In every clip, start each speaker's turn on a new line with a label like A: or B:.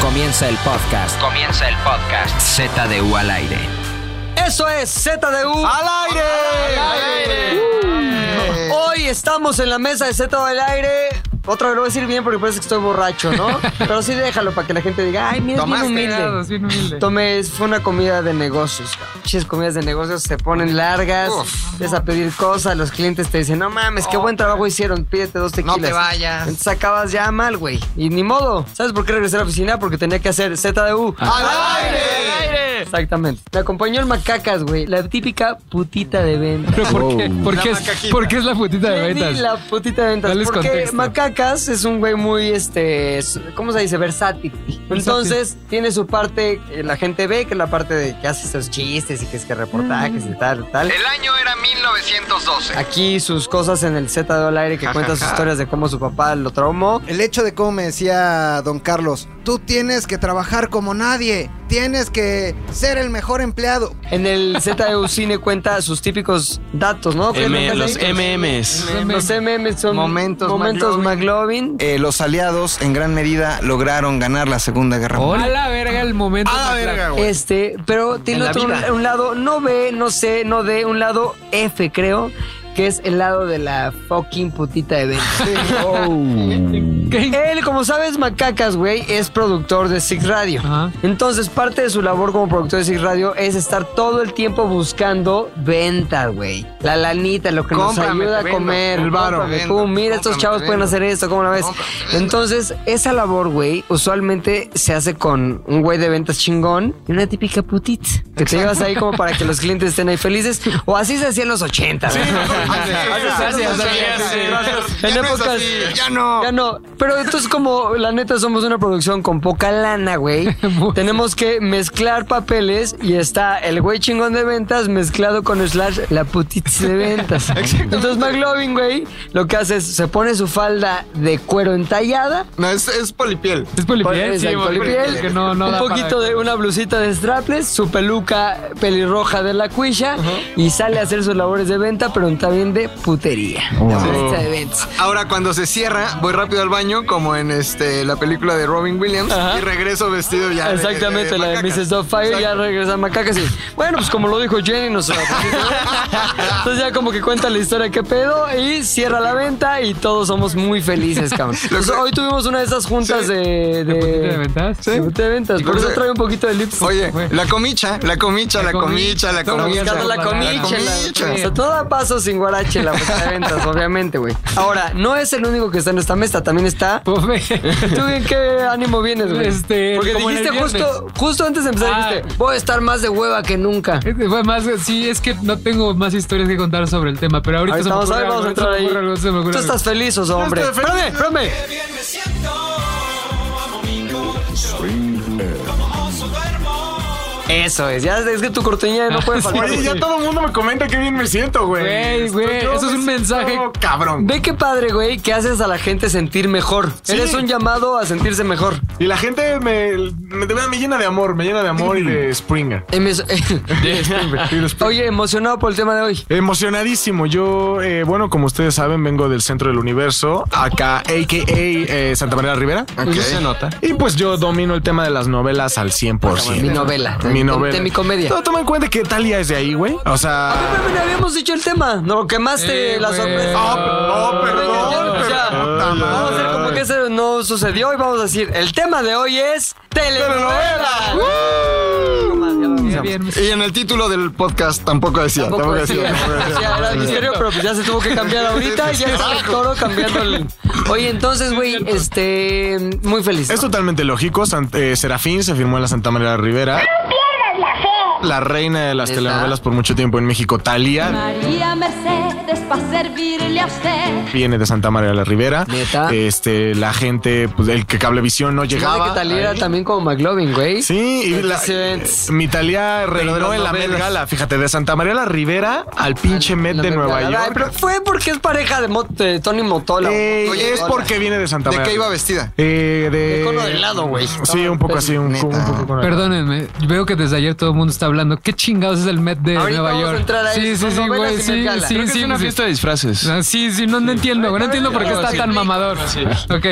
A: Comienza el podcast. Comienza el podcast. Z de U al aire. Eso es Z de U
B: ¡Al aire!
A: Uh. Hoy estamos en la mesa de Z del aire. Otra vez lo voy a decir bien porque parece que estoy borracho, ¿no? Pero sí déjalo para que la gente diga, ay, mira, es bien
B: Tomaste,
A: humilde.
C: Es bien humilde.
A: Tomé, fue una comida de negocios. cabrón. Muchas comidas de negocios se ponen largas,
B: Uf. Oh,
A: empiezas a pedir cosas, los clientes te dicen, no mames, qué buen trabajo hicieron, pídete dos tequilas.
B: te vayas.
A: Entonces acabas ya mal, güey. Y ni modo. ¿Sabes por qué regresé a la oficina? Porque tenía que hacer ZDU.
B: ¡Al aire!
A: Exactamente. Me acompañó el Macacas, güey. La típica putita de venta.
C: ¿Pero por qué?
D: Oh.
C: ¿Por
B: La
C: qué, es,
B: macaquita.
C: por qué es la putita de
A: Ni
C: ventas?
A: la putita de ventas.
C: Dales
A: porque
C: contexto.
A: Macacas es un güey muy, este, s- ¿cómo se dice? Versátil. Entonces, tiene su parte, eh, la gente ve que es la parte de que hace esos chistes y que es que reportajes
C: Mm.
A: y tal, tal.
B: El año era 1912.
A: Aquí sus cosas en el Z de al aire que
B: Ja,
A: cuenta
B: ja,
A: sus
B: ja.
A: historias de cómo su papá lo traumó.
E: El hecho de cómo me decía don Carlos, tú tienes que trabajar como nadie, tienes que ser el mejor empleado.
A: En el ZDU Cine cuenta sus típicos datos, ¿no? ¿Qué es
F: M-
A: lo que
F: los
A: hace?
F: MMs.
A: Los MMs son
E: Momentos
A: momentos McLovin.
E: Eh, los aliados en gran medida lograron ganar la Segunda Guerra Mundial.
C: A la verga el momento.
B: ¡A la
C: más
B: verga,
C: largo.
B: güey!
A: Este, pero tiene
F: la
A: otro, un,
F: vida.
A: un lado, no B, no C, no D, un lado F, creo, que es el lado de la fucking putita de venta.
B: Oh.
C: ¿Qué?
A: Él, como sabes, Macacas, güey, es productor de Six Radio.
C: Ajá.
A: Entonces, parte de su labor como productor de Six Radio es estar todo el tiempo buscando ventas, güey. La lanita, lo que
B: Cómprame,
A: nos ayuda a
B: te vendo.
A: comer.
B: El varo.
A: Cómprame,
B: Te
A: tú,
B: vendo,
A: mira, estos
B: cómprame,
A: chavos
B: te
A: pueden
B: vendo.
A: hacer esto, ¿cómo la ves?
B: Cómprame, te vendo.
A: Entonces, esa labor, güey, usualmente se hace con un güey de ventas chingón y una típica putita. Que te llevas ahí como para que los clientes estén ahí felices. O así se hacía en los 80, güey.
C: Gracias,
B: Ya
A: En
B: no es
A: épocas.
B: así, ya no.
A: Ya no. Pero entonces, como la neta, somos una producción con poca lana, güey. tenemos que mezclar papeles y está el güey chingón de ventas mezclado con slash la putitz de ventas. entonces, McLovin, güey, lo que hace es se pone su falda de cuero entallada.
B: No, es, es polipiel.
C: Pues, Es polipiel, sí,
A: Exacto, polipiel.
C: polipiel. Que no, no
A: un
C: da
A: poquito
C: para-
A: de una blusita de strapless, su peluca pelirroja de la cuisha y sale a hacer sus labores de venta, pero también de putería. La putitza de ventas.
B: Ahora, cuando se cierra, voy rápido al baño, como en este la película de Robin Williams,
A: Ajá.
B: y regreso vestido ya. de-
A: Exactamente,
B: de
A: la de
B: macaca.
A: Mrs. Doubtfire ya
B: Exacto.
A: regresa Macacas y bueno, pues como lo dijo Jenny, nos Entonces ya como que cuenta la historia que pedo y cierra la venta y todos somos muy felices, cabrón. Entonces, hoy tuvimos una de esas juntas de... de-
C: putita de ventas?
A: de putita de ventas, por eso trae un poquito de lips.
B: Oye, la comicha, la comicha, la comicha, la
C: Todo
B: comicha.
A: Buscando la
C: la
A: comicha.
B: comicha.
A: la- O sea, todo a paso sin guarache la puerta de ventas, obviamente, güey. Ahora, no es el único que está en esta mesa, también está...
C: Pobre.
A: ¿Tú en qué ánimo vienes, güey?
C: Este,
A: Porque
C: como en el
A: dijiste justo, justo antes de empezar,
C: Ah.
A: dijiste, voy a estar más de hueva que nunca.
C: Este fue más, sí, es que no tengo más historias que contar sobre el tema, pero ahorita
A: Ahorita
C: se me
A: vamos a
C: ocurre
A: ver, vamos a
C: algo,
A: entrar
C: se me
A: ahí.
C: ocurre algo, se me ocurre
A: Tú
C: algo.
A: estás feliz, oso, hombre.
B: estoy feliz.
A: Espérame, espérame. Eso es, ya es que tu corteña no puede faltar.
G: Oye, ya todo el mundo me comenta qué bien me siento, güey.
C: Güey, güey,
G: Yo
C: eso es
G: me
C: un
G: siento
C: mensaje.
G: Cabrón.
A: Ve qué padre, güey, que haces a la gente sentir mejor. Eres un llamado a sentirse mejor.
G: Y la gente me, me, de verdad me llena de amor, me llena de amor y de
C: Mm.
G: Springer.
A: Em- es- Oye, emocionado por el tema de hoy.
G: Emocionadísimo. Yo, eh, bueno, como ustedes saben, vengo del centro del universo, acá, a.k.a. eh, Santa María Rivera.
B: Se nota.
G: Y pues yo domino el tema de las novelas al 100%.
A: Mi novela.
G: Mi novela.
A: De mi comedia.
G: No, toma en cuenta que Talia es de ahí, güey. O sea...
A: Pero no habíamos dicho el tema. No, quemaste
C: Eh,
A: la
C: güey.
A: sorpresa.
C: Ah,
G: no,
A: Venga, ya, o sea, Vamos a hacer como que eso no sucedió y vamos a decir, el tema de hoy es telenovela. No más, ya lo
C: Bien,
A: anunciamos.
C: bien.
B: Y en el título del podcast tampoco decía. Tampoco,
A: Tampoco
B: decía.
A: decía, o
B: tampoco
A: sea,
G: Este,
A: era misterio, pero pues ya se tuvo que cambiar ahorita y ya está el toro cambiando el... Oye, entonces, güey, este... Muy feliz.
G: Es totalmente lógico. San- eh, Serafín se firmó en la Santa María Rivera. La reina de las
A: ¿Neta?
G: telenovelas por mucho tiempo en México, Talia,
H: María Mercedes para servirle a usted.
G: viene de Santa María la Rivera.
A: ¿Neta?
G: Este, la gente, pues, el que Cablevisión no
A: Fíjate
G: llegaba.
A: que tal era
G: ahí.
A: también como McLovin, güey.
G: Sí, y la,
A: Entonces,
G: eh, mi Talia
B: de las
G: reinó en la Met
B: novelas.
G: Gala. Fíjate, de Santa María la Rivera al pinche Met
A: la
G: de Nueva
A: verdad, ay,
G: York.
A: Pero fue porque es pareja de, Mo- de Tony Motola.
G: Ey,
B: Oye,
G: es
B: hola.
G: porque viene de Santa
B: ¿De
G: María.
B: qué iba vestida?
G: Eh, de...
A: De cono de helado, güey.
G: Sí, un poco así, un, un
B: Neta.
G: poco con
C: Perdónenme, veo que desde ayer todo el mundo está hablando. ¿Qué chingados es el Met de
A: Ahorita
C: Nueva
A: vamos a
C: York?
A: entrar a
C: sí,
A: eso,
C: sí,
A: son
C: sí,
A: novelas
C: güey.
A: y
C: Sí,
A: Met Gala.
C: sí,
F: Creo que
C: sí,
F: es una
C: sí.
F: fiesta de disfraces.
C: Ah, Sí, sí, no, no entiendo, güey, no entiendo por qué está tan mamador. Ok.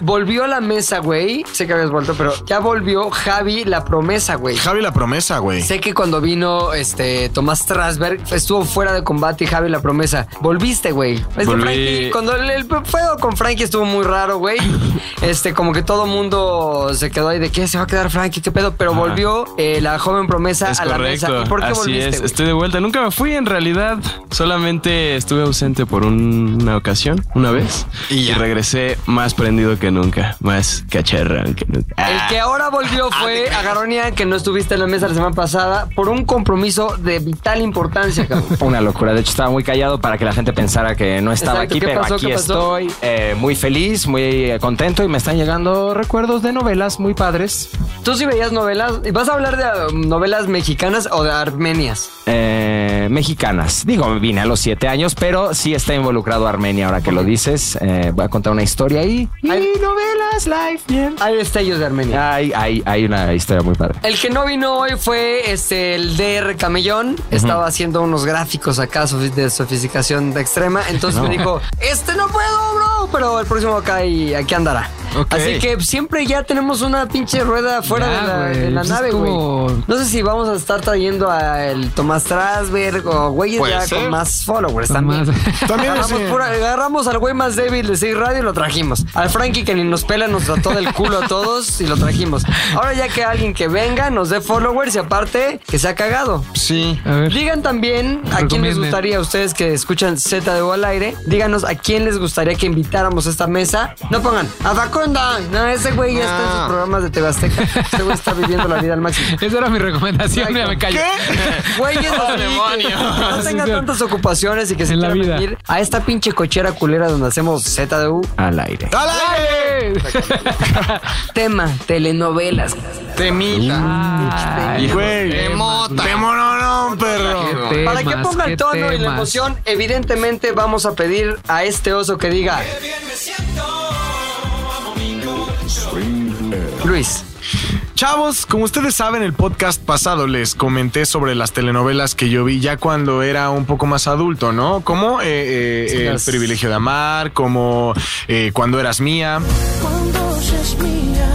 A: Volvió a la mesa, güey. Sé que habías vuelto, pero ya volvió Javi la promesa, güey.
G: Javi la promesa, güey.
A: Sé que cuando vino este Tomás Strasberg estuvo fuera de combate y Javi la promesa. Volviste, güey. Es que
C: Volví.
A: Frankie, cuando el, el pedo con Frankie estuvo muy raro, güey. Este, como que todo mundo se quedó ahí de qué se va a quedar Frankie, qué pedo. Pero
F: Ajá.
A: volvió eh, la joven promesa
F: Es
A: a la
F: correcto.
A: mesa. ¿Y por qué
F: Así
A: volviste?
F: es.
A: güey?
F: Estoy de vuelta. Nunca me fui en realidad. Solamente estuve ausente por un- una ocasión, una vez.
B: Y ya.
F: regresé más prendido que nunca. Más cacharrón que nunca.
A: El
F: Ah,
A: que ahora volvió fue Agaronia, que no estuviste en la mesa la semana pasada, por un compromiso de vital importancia, cabrón.
D: Fue Una locura. De hecho, estaba muy callado para que la gente pensara que no estaba
A: Exacto,
D: aquí,
A: ¿qué
D: pero
A: pasó?
D: aquí
A: ¿Qué pasó?
D: estoy. eh, muy feliz, muy eh, contento y me están llegando recuerdos de novelas muy padres.
A: Tú sí veías novelas. ¿Y ¿Vas a hablar de um, novelas mexicanas o de armenias?
D: eh, mexicanas. Digo, vine a los siete años, pero sí está involucrado Armenia ahora que lo dices. Eh, voy a contar una historia ahí. Y
A: Ay.
D: novelas, live, bien.
A: Hay destellos de Armenia.
D: Hay, hay, hay una historia muy padre.
A: El que no vino hoy fue este, el DR Camellón. Estaba haciendo unos gráficos acá sofi- de sofisticación de extrema. Entonces me dijo, este no puedo, bro. Pero el próximo acá y aquí andará.
B: Ok.
A: Así que siempre ya tenemos una pinche rueda fuera
C: Ya,
A: de la, de
C: güey,
A: la
C: pues es
A: nave, güey.
C: como-
A: No sé si vamos a estar trayendo a el Tomás Trasberg o güeyes
B: Puede
A: ya
B: ser.
A: con más followers
C: Con
A: también.
C: más-
G: También es,
A: agarramos,
G: eh,
A: pura- agarramos al güey más débil de 6 Radio y lo trajimos. Al Frankie que ni nos pela, nos trató del culo a todos y lo trajimos. Ahora ya que alguien que venga nos dé followers y aparte que se ha cagado.
B: Sí.
C: A ver.
A: Digan también a quién les
C: Recomienden.
A: gustaría, a ustedes que escuchan ZDU al aire, díganos a quién les gustaría que invitáramos a esta mesa. No pongan a Faconda. No, ese güey ya está en sus
B: No.
A: programas de Tebasteca. Ese güey está viviendo la vida al máximo.
C: Esa era mi recomendación, ya me callo.
A: Güeyes así que no tengan tantas ocupaciones y que se
C: En la
A: quieran
C: vida.
A: venir a esta pinche cochera culera donde hacemos ZDU.
D: Al aire.
A: Tema, telenovelas.
B: Temita.
C: Ay,
G: Güey.
B: Temota.
G: Temororón, perro.
C: Qué
A: Para que
C: temas,
A: ponga el
C: qué
A: tono y la
C: temas.
A: emoción, evidentemente vamos a pedir a este oso que diga. Luis,
G: Chavos, como ustedes saben, el podcast pasado les comenté sobre las telenovelas que yo vi ya cuando era un poco más adulto, ¿no? Como eh, eh, El
A: Las-
G: privilegio de amar, como eh, Cuando eras mía.
I: Cuando seas mía,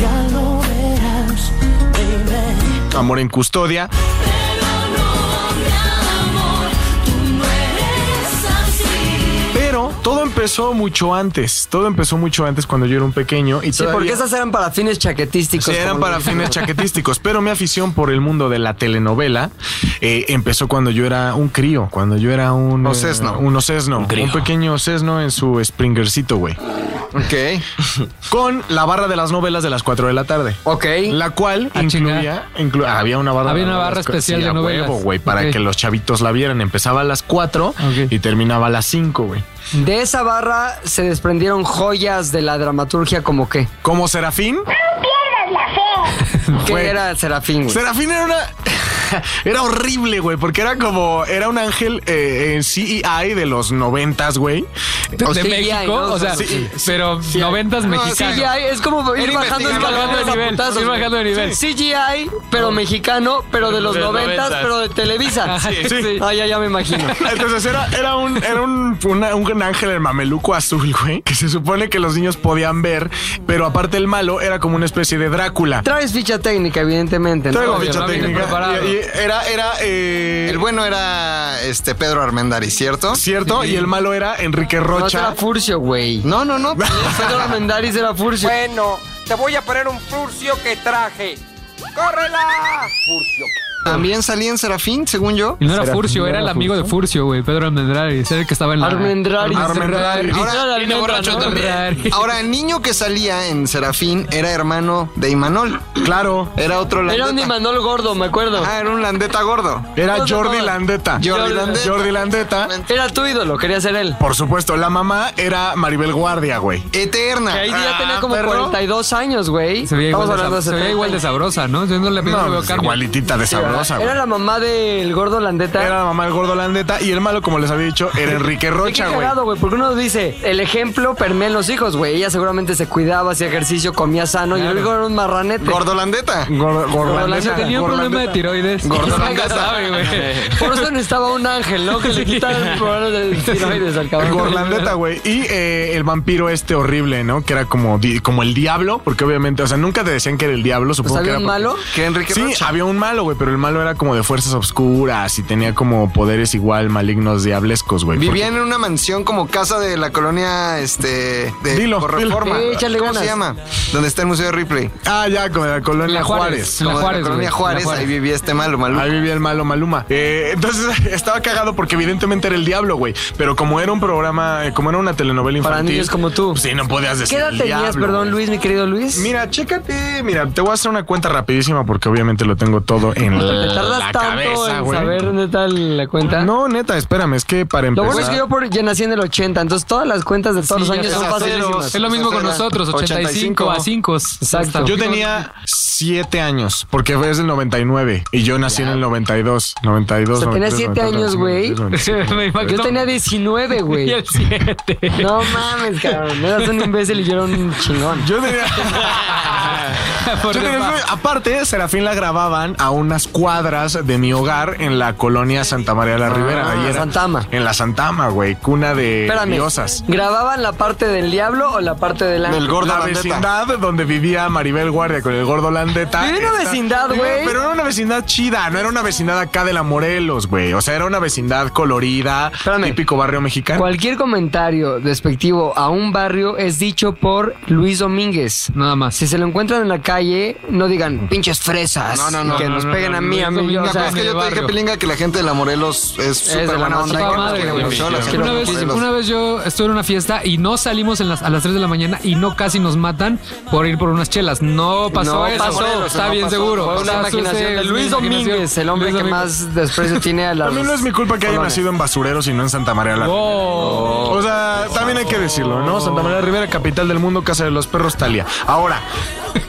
I: ya lo verás. Dime,
G: Amor en Custodia. Pero todo empezó mucho antes. Todo empezó mucho antes cuando yo era un pequeño. Y
A: sí, porque esas eran para fines chaquetísticos.
G: Sí, eran
A: como
G: para
A: lo dicen.
G: fines chaquetísticos, pero mi afición por el mundo de la telenovela eh, empezó cuando yo era un crío, cuando yo era un... eh,
B: Ocesno.
G: un ocesno, un, pequeño sesno en su Springercito, güey.
B: Ok.
G: Con la barra de las novelas de las 4 de la tarde.
A: Ok.
G: La cual
C: Ah,
G: incluía, inclu- ah, había una barra,
C: Había una
G: de
C: barra
G: las-
C: especial
G: sí,
C: de
G: a
C: novelas.
G: huevo, güey, para
C: Ok.
G: que los chavitos la vieran. Empezaba a las 4
C: Ok.
G: y terminaba a las 5, güey.
A: De esa barra se desprendieron joyas de la dramaturgia como qué.
G: Como Serafín,
A: ¿Qué
G: Güey.
A: era Serafín, güey?
G: Serafín era una. era horrible, güey, porque era como. Era un ángel eh, en CEI de los noventas, güey.
C: ¿De
A: sí, hay,
C: México?
A: ¿no?
C: O sea,
A: Sí,
G: sí,
C: pero noventas
A: CGI,
C: mexicanos.
A: es como ir
B: Era
A: bajando
B: investigar,
A: escalones
C: bajando de
A: a
C: nivel,
A: putazos,
C: ir
A: güey.
C: bajando de nivel.
A: Sí, CGI, pero mexicano, pero de los
F: De los
A: noventas,
F: 90s.
A: pero de Televisa.
G: sí.
A: Ah, ya, ya me imagino.
G: Entonces era, era un era un, una- un ángel el mameluco azul, güey, que se supone que los niños podían ver, pero aparte el malo era como una especie de Drácula.
A: Traes ficha técnica, evidentemente. ¿no?
G: Traigo
C: Obvio,
G: ficha
C: no viene
G: técnica.
C: preparado.
G: Y, y era, era eh,
B: El bueno era este Pedro Armendariz, ¿cierto?
G: cierto, y el malo era Enrique
A: No te
G: Rocha.
A: era Furcio, güey.
B: No, no, no.
A: Pedro Armendáriz era Furcio.
J: Bueno, te voy a poner un furcio que traje. ¡Córrela!
B: También salía en Serafín, según yo.
C: Y no era Furcio, era el amigo de Furcio, güey, Pedro Almendrari, era el que estaba en la...
A: Armendáriz.
G: Armendáriz.
A: Ahora
B: Ahora,
A: era la
B: viene
A: almendra,
B: borracho
A: ¿no?
B: también.
C: Armendáriz.
B: Ahora, el niño que salía en Serafín era hermano de Imanol.
G: Claro,
B: Era otro
A: Era
B: landeta.
A: un Imanol gordo, me acuerdo.
B: Ah, era un landeta gordo.
G: era
A: No, no,
G: Jordi
A: no.
G: Landeta.
B: Jordi Landeta.
G: Jordi Landeta.
A: Era tu ídolo, quería ser él.
G: Por supuesto, la mamá era Maribel Guardia, güey.
B: Eterna.
A: Que ahí ya
G: Ah,
A: tenía como
G: perro.
A: 42 años, güey.
C: Se veía, igual
A: Estamos
C: de,
A: hablando
C: sab- se veía
A: 70
C: igual de
A: años.
C: sabrosa, ¿no? Yo no le, yo no le
G: No,
C: veo
G: pues,
C: cambio.
G: igualitita de horrorosa, güey.
A: Era la mamá del gordo Landeta.
G: Era la mamá del gordo Landeta y el malo, como les había dicho, era Enrique
A: Qué
G: Rocha, güey.
A: cagado, güey, porque uno dice, el ejemplo permea en los hijos, güey. Ella seguramente se cuidaba, hacía ejercicio, comía sano y luego era un marranete.
B: Gordo Landeta.
G: Gordo,
C: Gorlandeta tenía un problema de tiroides.
G: Gorlandeta.
C: Ya sabe, güey.
A: Por eso necesitaba un ángel, ¿no? Que le quitaran el problema de tiroides al cabrón.
G: Gorlandeta, güey. Y eh, el vampiro este horrible, ¿no? Que era como, di- como el diablo, porque obviamente, o sea, nunca te decían que era el diablo,
A: O sea,
G: supongo que
A: Pues había
G: era.
A: un
G: porque-
A: malo.
B: Que Enrique
G: Sí,
B: Rocha.
G: había un malo, güey, pero el malo era como de fuerzas obscuras y tenía como poderes igual malignos diablescos, güey.
B: Vivían en una mansión como casa de la colonia este de
G: Dilo,
B: por
G: dilo.
B: reforma.
A: Sí, échale
B: ¿Cómo
A: ganas.
B: se llama? Donde está el Museo de Ripley.
G: Porque- Ah, ya, como la colonia
C: La
G: Juárez.
C: Juárez.
B: Como
C: La
B: de
C: Juárez,
B: la colonia
C: güey. La
B: Juárez,
C: Juárez.
B: ahí vivía este malo, malo.
G: Ahí vivía el malo Maluma. Eh, entonces estaba cagado porque evidentemente era el diablo, güey. Pero como era un programa, eh, como era una telenovela infantil.
A: Para niños como tú.
G: pues, Sí, no podías decir.
A: ¿Qué edad
G: el
A: tenías,
G: diablo,
A: perdón,
G: güey.
A: Luis, mi querido Luis?
G: Mira, chécate, mira, te voy a hacer una cuenta rapidísima porque obviamente lo tengo todo en
A: te
G: la,
A: tardas
G: la
A: tanto
G: cabeza,
A: en
G: güey.
A: saber dónde está la cuenta.
G: No, neta, espérame, es que para
A: Lo
G: empezar.
A: bueno es que yo por, ya nací en el 80, entonces todas las cuentas de todos los
C: Sí,
A: años
C: ya
A: son
C: sabes,
A: facilísimas.
C: Es lo mismo con nosotros, 85 a 5. Exacto.
G: Yo tenía 7 años, porque fue desde el 99 y yo nací en el 92. 92.
A: O sea, tenías
G: 93,
A: siete
G: 94,
A: años, güey.
G: 95, 96,
C: Me imagino-
A: Yo tenía 19,
C: Y
A: güey.
C: el 7.
A: No mames, cabrón. Eras un imbécil y yo era un chingón.
G: Yo tenía.
C: Por
G: Yo tenía-
C: demás.
G: aparte, Serafín la grababan a unas cuadras de mi hogar en la colonia Santa María de la Ribera. Ahí era-
A: Ah, Santama.
G: En la Santama, güey. Cuna de
A: Espérame.
G: diosas.
A: ¿Grababan la parte del diablo o la parte del ángel?
B: Del gordo
G: la
B: Landeta.
G: vecindad donde vivía Maribel Guardia con el gordo Landeta.
A: Vivía en una vecindad, güey.
G: Pero era una vecindad chida, no era una vecindad acá de la Morelos, güey. O sea, era una vecindad colorida,
A: Espérame.
G: típico barrio mexicano.
A: Cualquier comentario despectivo a un barrio es dicho por Luis Domínguez.
C: Nada más.
A: Si se lo encuentran en la calle, no digan pinches fresas.
B: No, no, no,
A: Que
C: no,
A: nos
C: no,
A: peguen
C: no,
A: a mí,
C: Luis
A: a mí.
C: Domínguez.
A: o
B: No,
A: sea,
B: pero es que yo te
C: barrio.
B: dije, Pilinga, que la gente de la Morelos es
A: de
B: súper
A: la
B: buena
A: más
B: onda.
A: puta
B: que nos
C: madre,
B: quiere
C: güey.
B: mucho, los
F: Sí,
B: quiero
C: Una vez,
B: mucho.
C: una vez yo estuve en una fiesta y no salimos en las- a las 3 de la mañana y no casi nos matan por ir por unas chelas. No pasó
A: No
C: eso.
A: pasó,
C: está
B: no
C: bien
B: pasó.
C: seguro.
A: Fue
C: O
A: una
C: sea,
A: imaginación
C: sucede-
A: de Luis Domínguez, el hombre
C: Luis
A: que
C: Domínguez.
A: más desprecio tiene a las.
G: También no es mi culpa que haya
A: colonias.
G: nacido en Basureros y no en Santa María la
C: Oh.
G: O sea, también hay que decirlo, ¿no? Santa María Rivera, capital del mundo, casa de los perros, Talía. Ahora,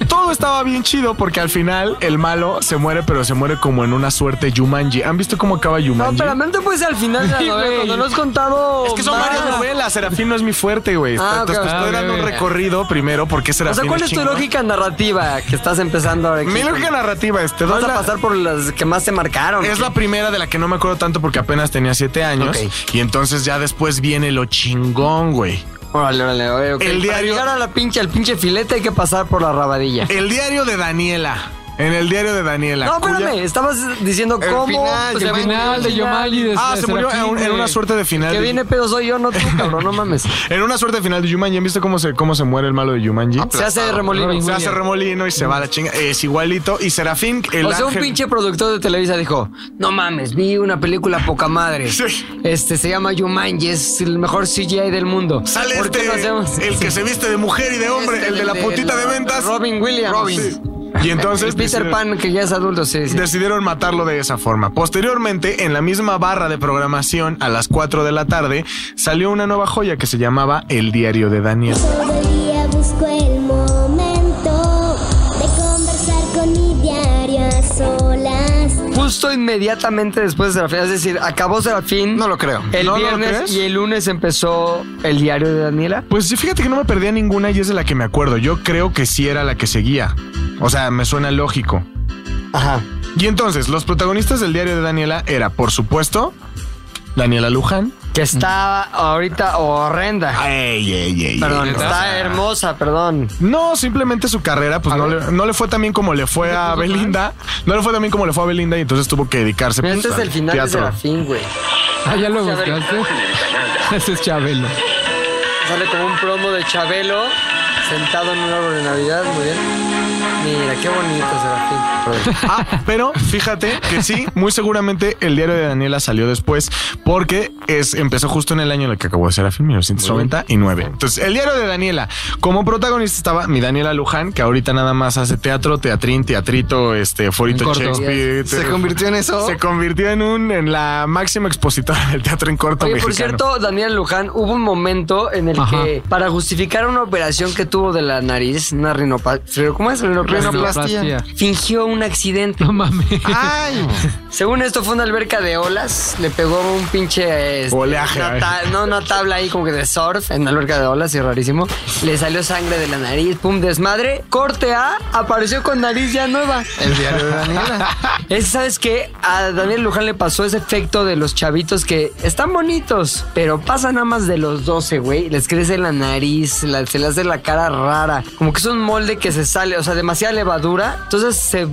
G: todo estaba bien chido porque al final el malo se muere, pero se muere como en una suerte Yumanji. ¿Han visto cómo acaba
A: No,
G: Yumanji?
A: pero no te puedes al final de la
C: Sí,
A: novela.
C: güey.
A: Cuando no has contado.
G: es que son
A: más.
G: varias novelas. Serafín no es mi fuerte, güey.
A: Ah,
G: Entonces,
A: ok,
G: te estoy
C: ok,
G: dando un
C: ok.
G: recorrido primero porque
A: O
G: Serafín
A: sea, ¿cuál es tu
G: chingón.
A: lógica narrativa que estás empezando ahora? aquí?
G: Mi lógica narrativa es, te doy
A: Vas a
G: la-
A: pasar por las que más te marcaron.
G: Es la primera de la que no me acuerdo tanto porque apenas tenía siete años. Y entonces ya después viene lo chingón, güey.
A: Órale, órale, órale. ok.
G: El
A: Para
G: diario- Eh,
A: llegar a la pinche, al pinche filete hay que pasar por la rabadilla.
G: El diario de Daniela. En el diario de Daniela.
A: no,
G: cuya-
A: espérame, estabas diciendo cómo. pues,
B: final,
C: Pues el
A: se va
C: final
A: el
C: de Yomali. de-
G: Ah,
C: de
G: se murió en,
C: Serafín,
G: un- en una
C: güey.
G: suerte de final.
A: Que
G: de-
A: viene pedo soy yo, no tú, cabrón, no mames.
G: En una suerte de final de Yumanji. ¿Han visto cómo se, cómo se muere el malo de Yumanji?
A: Se hace remolino.
G: se hace remolino y se va a la chinga. Es igualito. Y Serafín, el
A: o sea, un
G: ángel-
A: pinche productor de Televisa dijo, no mames, vi una película poca madre.
G: Sí.
A: Este, se llama Yumanji, es el mejor CGI del mundo.
G: Sale
A: ¿Por qué
G: este,
A: no hacemos?
G: el que se viste de mujer y de hombre,
A: Este,
G: el de la putita de ventas.
A: Robin Williams.
G: Sí. Y entonces
A: El Peter
G: dice-
A: Pan, que ya es adulto, sí, sí.
G: Decidieron matarlo de esa forma. Posteriormente, en la misma barra de programación, a las 4 de la tarde, salió una nueva joya que se llamaba El Diario de Daniel.
I: Todo el día busco el momento de conversar con mi diario a solas.
A: Justo inmediatamente después de Serafín, es decir, acabó Serafín.
B: No lo creo.
A: El
G: ¿No lo
A: viernes
G: crees?
A: y el lunes empezó el diario de Daniela.
G: Pues sí, fíjate que no me perdía ninguna y es de la que me acuerdo. Yo creo que sí era la que seguía. O sea, me suena lógico.
A: Ajá.
G: Y entonces, los protagonistas del Diario de Daniela era, por supuesto, Daniela Luján.
A: Que está ahorita horrenda.
G: Ey, ey, ey,
A: Perdón,
G: ey.
A: está hermosa, perdón.
G: No, simplemente su carrera, pues no le, no le fue tan bien como le fue a Belinda. No le fue tan bien como le fue a Belinda y entonces tuvo que dedicarse.
A: Mira,
G: pues,
A: Este es
G: al
A: el final de
G: teatro.
A: Serafín, güey.
C: Ah, ya lo buscaste. Ese es Chabelo.
A: Sale como un promo de Chabelo sentado en un árbol de Navidad, muy bien. Mira, qué bonito Serafín. Perdón.
G: Ah, pero fíjate que sí, muy seguramente el diario de Daniela salió después porque es, empezó justo en el año en el que acabó de ser la film, 1999. Entonces, el diario de Daniela, como protagonista estaba mi Daniela Luján, que ahorita nada más hace teatro, teatrín, teatrito, este, forito
C: En corto.
G: Shakespeare.
B: Se convirtió en eso.
G: Se convirtió en un en la máxima expositora del teatro en corto
A: Oye, por
G: mexicano.
A: cierto, Daniel Luján, hubo un momento en el
C: Ajá.
A: que para justificar una operación que tubo de la nariz, una rinoplastia. ¿Cómo es?
C: Rinoplastia.
A: Rinoplastia. Fingió un accidente.
C: No mames.
A: Ay. Según esto fue una alberca de olas, le pegó un pinche este,
G: Oleaje,
A: una
G: ay.
A: ta- no una tabla ahí como que de surf en una alberca de olas, es rarísimo. Le salió sangre de la nariz, pum desmadre. Corte A, apareció con nariz ya nueva.
B: El diario de Daniela. Ah,
A: Es, ¿Sabes qué? A Daniel Luján le pasó ese efecto de los chavitos que están bonitos, pero pasan a más de los 12, güey. Les crece la nariz, la- se les hace la cara rara. Como que es un molde que se sale, o sea, demasiada levadura. Entonces se...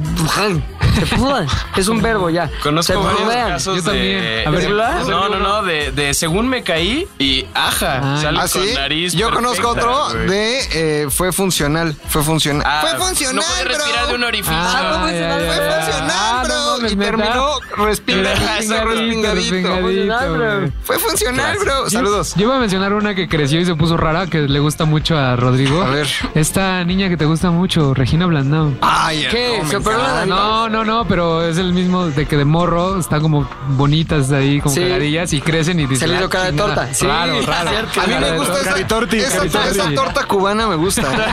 A: se- es un verbo ya.
F: Conozco
A: Se
F: varios
A: brujean.
F: casos
C: Yo también.
F: de...
C: A ver,
F: de-
C: ¿verdad?
F: no, no, no, de, de según me caí y aja,
C: Ay.
F: sale
B: Así.
F: con nariz
B: ¿Ah, Yo conozco
F: perfecta,
B: otro
F: güey.
B: de eh, fue funcional. Fue funcional.
F: Ah,
B: fue funcional,
F: No puede
B: bro.
F: respirar de un orificio.
C: Ah,
A: pues,
C: ya,
A: no,
C: ya,
A: fue
C: ya.
B: funcional,
C: Ah,
B: bro.
C: no mames,
B: y
C: ¿verdad?
B: terminó respingadito,
F: Respingadito,
B: respingadito.
C: respingadito, güey.
B: Fue funcional, bro. Saludos.
C: Yo iba a mencionar una que creció y se puso rara, que le gusta mucho a Rodrigo.
B: A ver.
C: Esta niña que te gusta mucho, Regina Blandón.
B: Ay,
A: ¿Qué?
B: no,
A: ¿Se
B: me
A: operó la
B: encanta.
A: nariz?
C: Ah, No, no, no, pero es el mismo de que de morro están como bonitas ahí, como
A: Sí.
C: cagadillas y crecen y dicen.
A: le dio
C: "Ah,
A: cara de
C: chingada".
A: torta. Sí,
C: Raro,
A: es
C: raro.
A: cierto.
B: A mí
C: Cara
B: me
C: de
B: gusta
C: torta.
B: esa,
G: Caritorti,
B: esa-
G: caritorti.
B: esa torta cubana me gusta.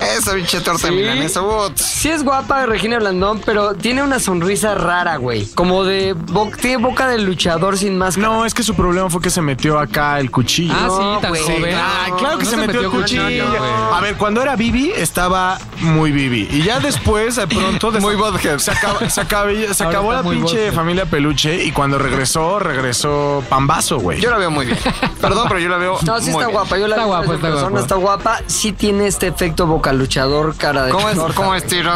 B: esa pinche torta
A: Sí.
B: milanesa. bot.
A: Sí es guapa Regina Blandón, pero tiene una sonrisa rara, güey. Como de... bo- tiene boca de luchador sin máscara.
G: No, es que su problema fue que se metió acá el cuchillo.
C: Ah,
A: No,
C: sí, tan
A: güey.
C: joven.
G: Ah, claro que
C: No
G: se, metió, el
C: con
G: cuchillo.
C: nadie, güey.
G: A ver, cuando era Bibi, estaba muy Bibi. Y ya después, de pronto. de-
B: Muy vodka.
G: Se, acaba- se acaba- se
C: Ahora
G: acabó
C: está
G: la
C: muy
G: pinche
C: vodka.
G: familia peluche. Y cuando regresó, regresó Pambazo, güey.
B: Yo la veo muy bien. Perdón, pero yo la veo.
A: No, sí
B: muy
A: está
B: bien.
A: guapa. Yo la
C: Está
A: vi
C: guapa,
A: en
C: está
A: persona,
C: guapa.
A: está guapa. Sí tiene este efecto boca luchador, cara de
B: ¿Cómo es?
A: torta.
B: ¿Cómo es tirador?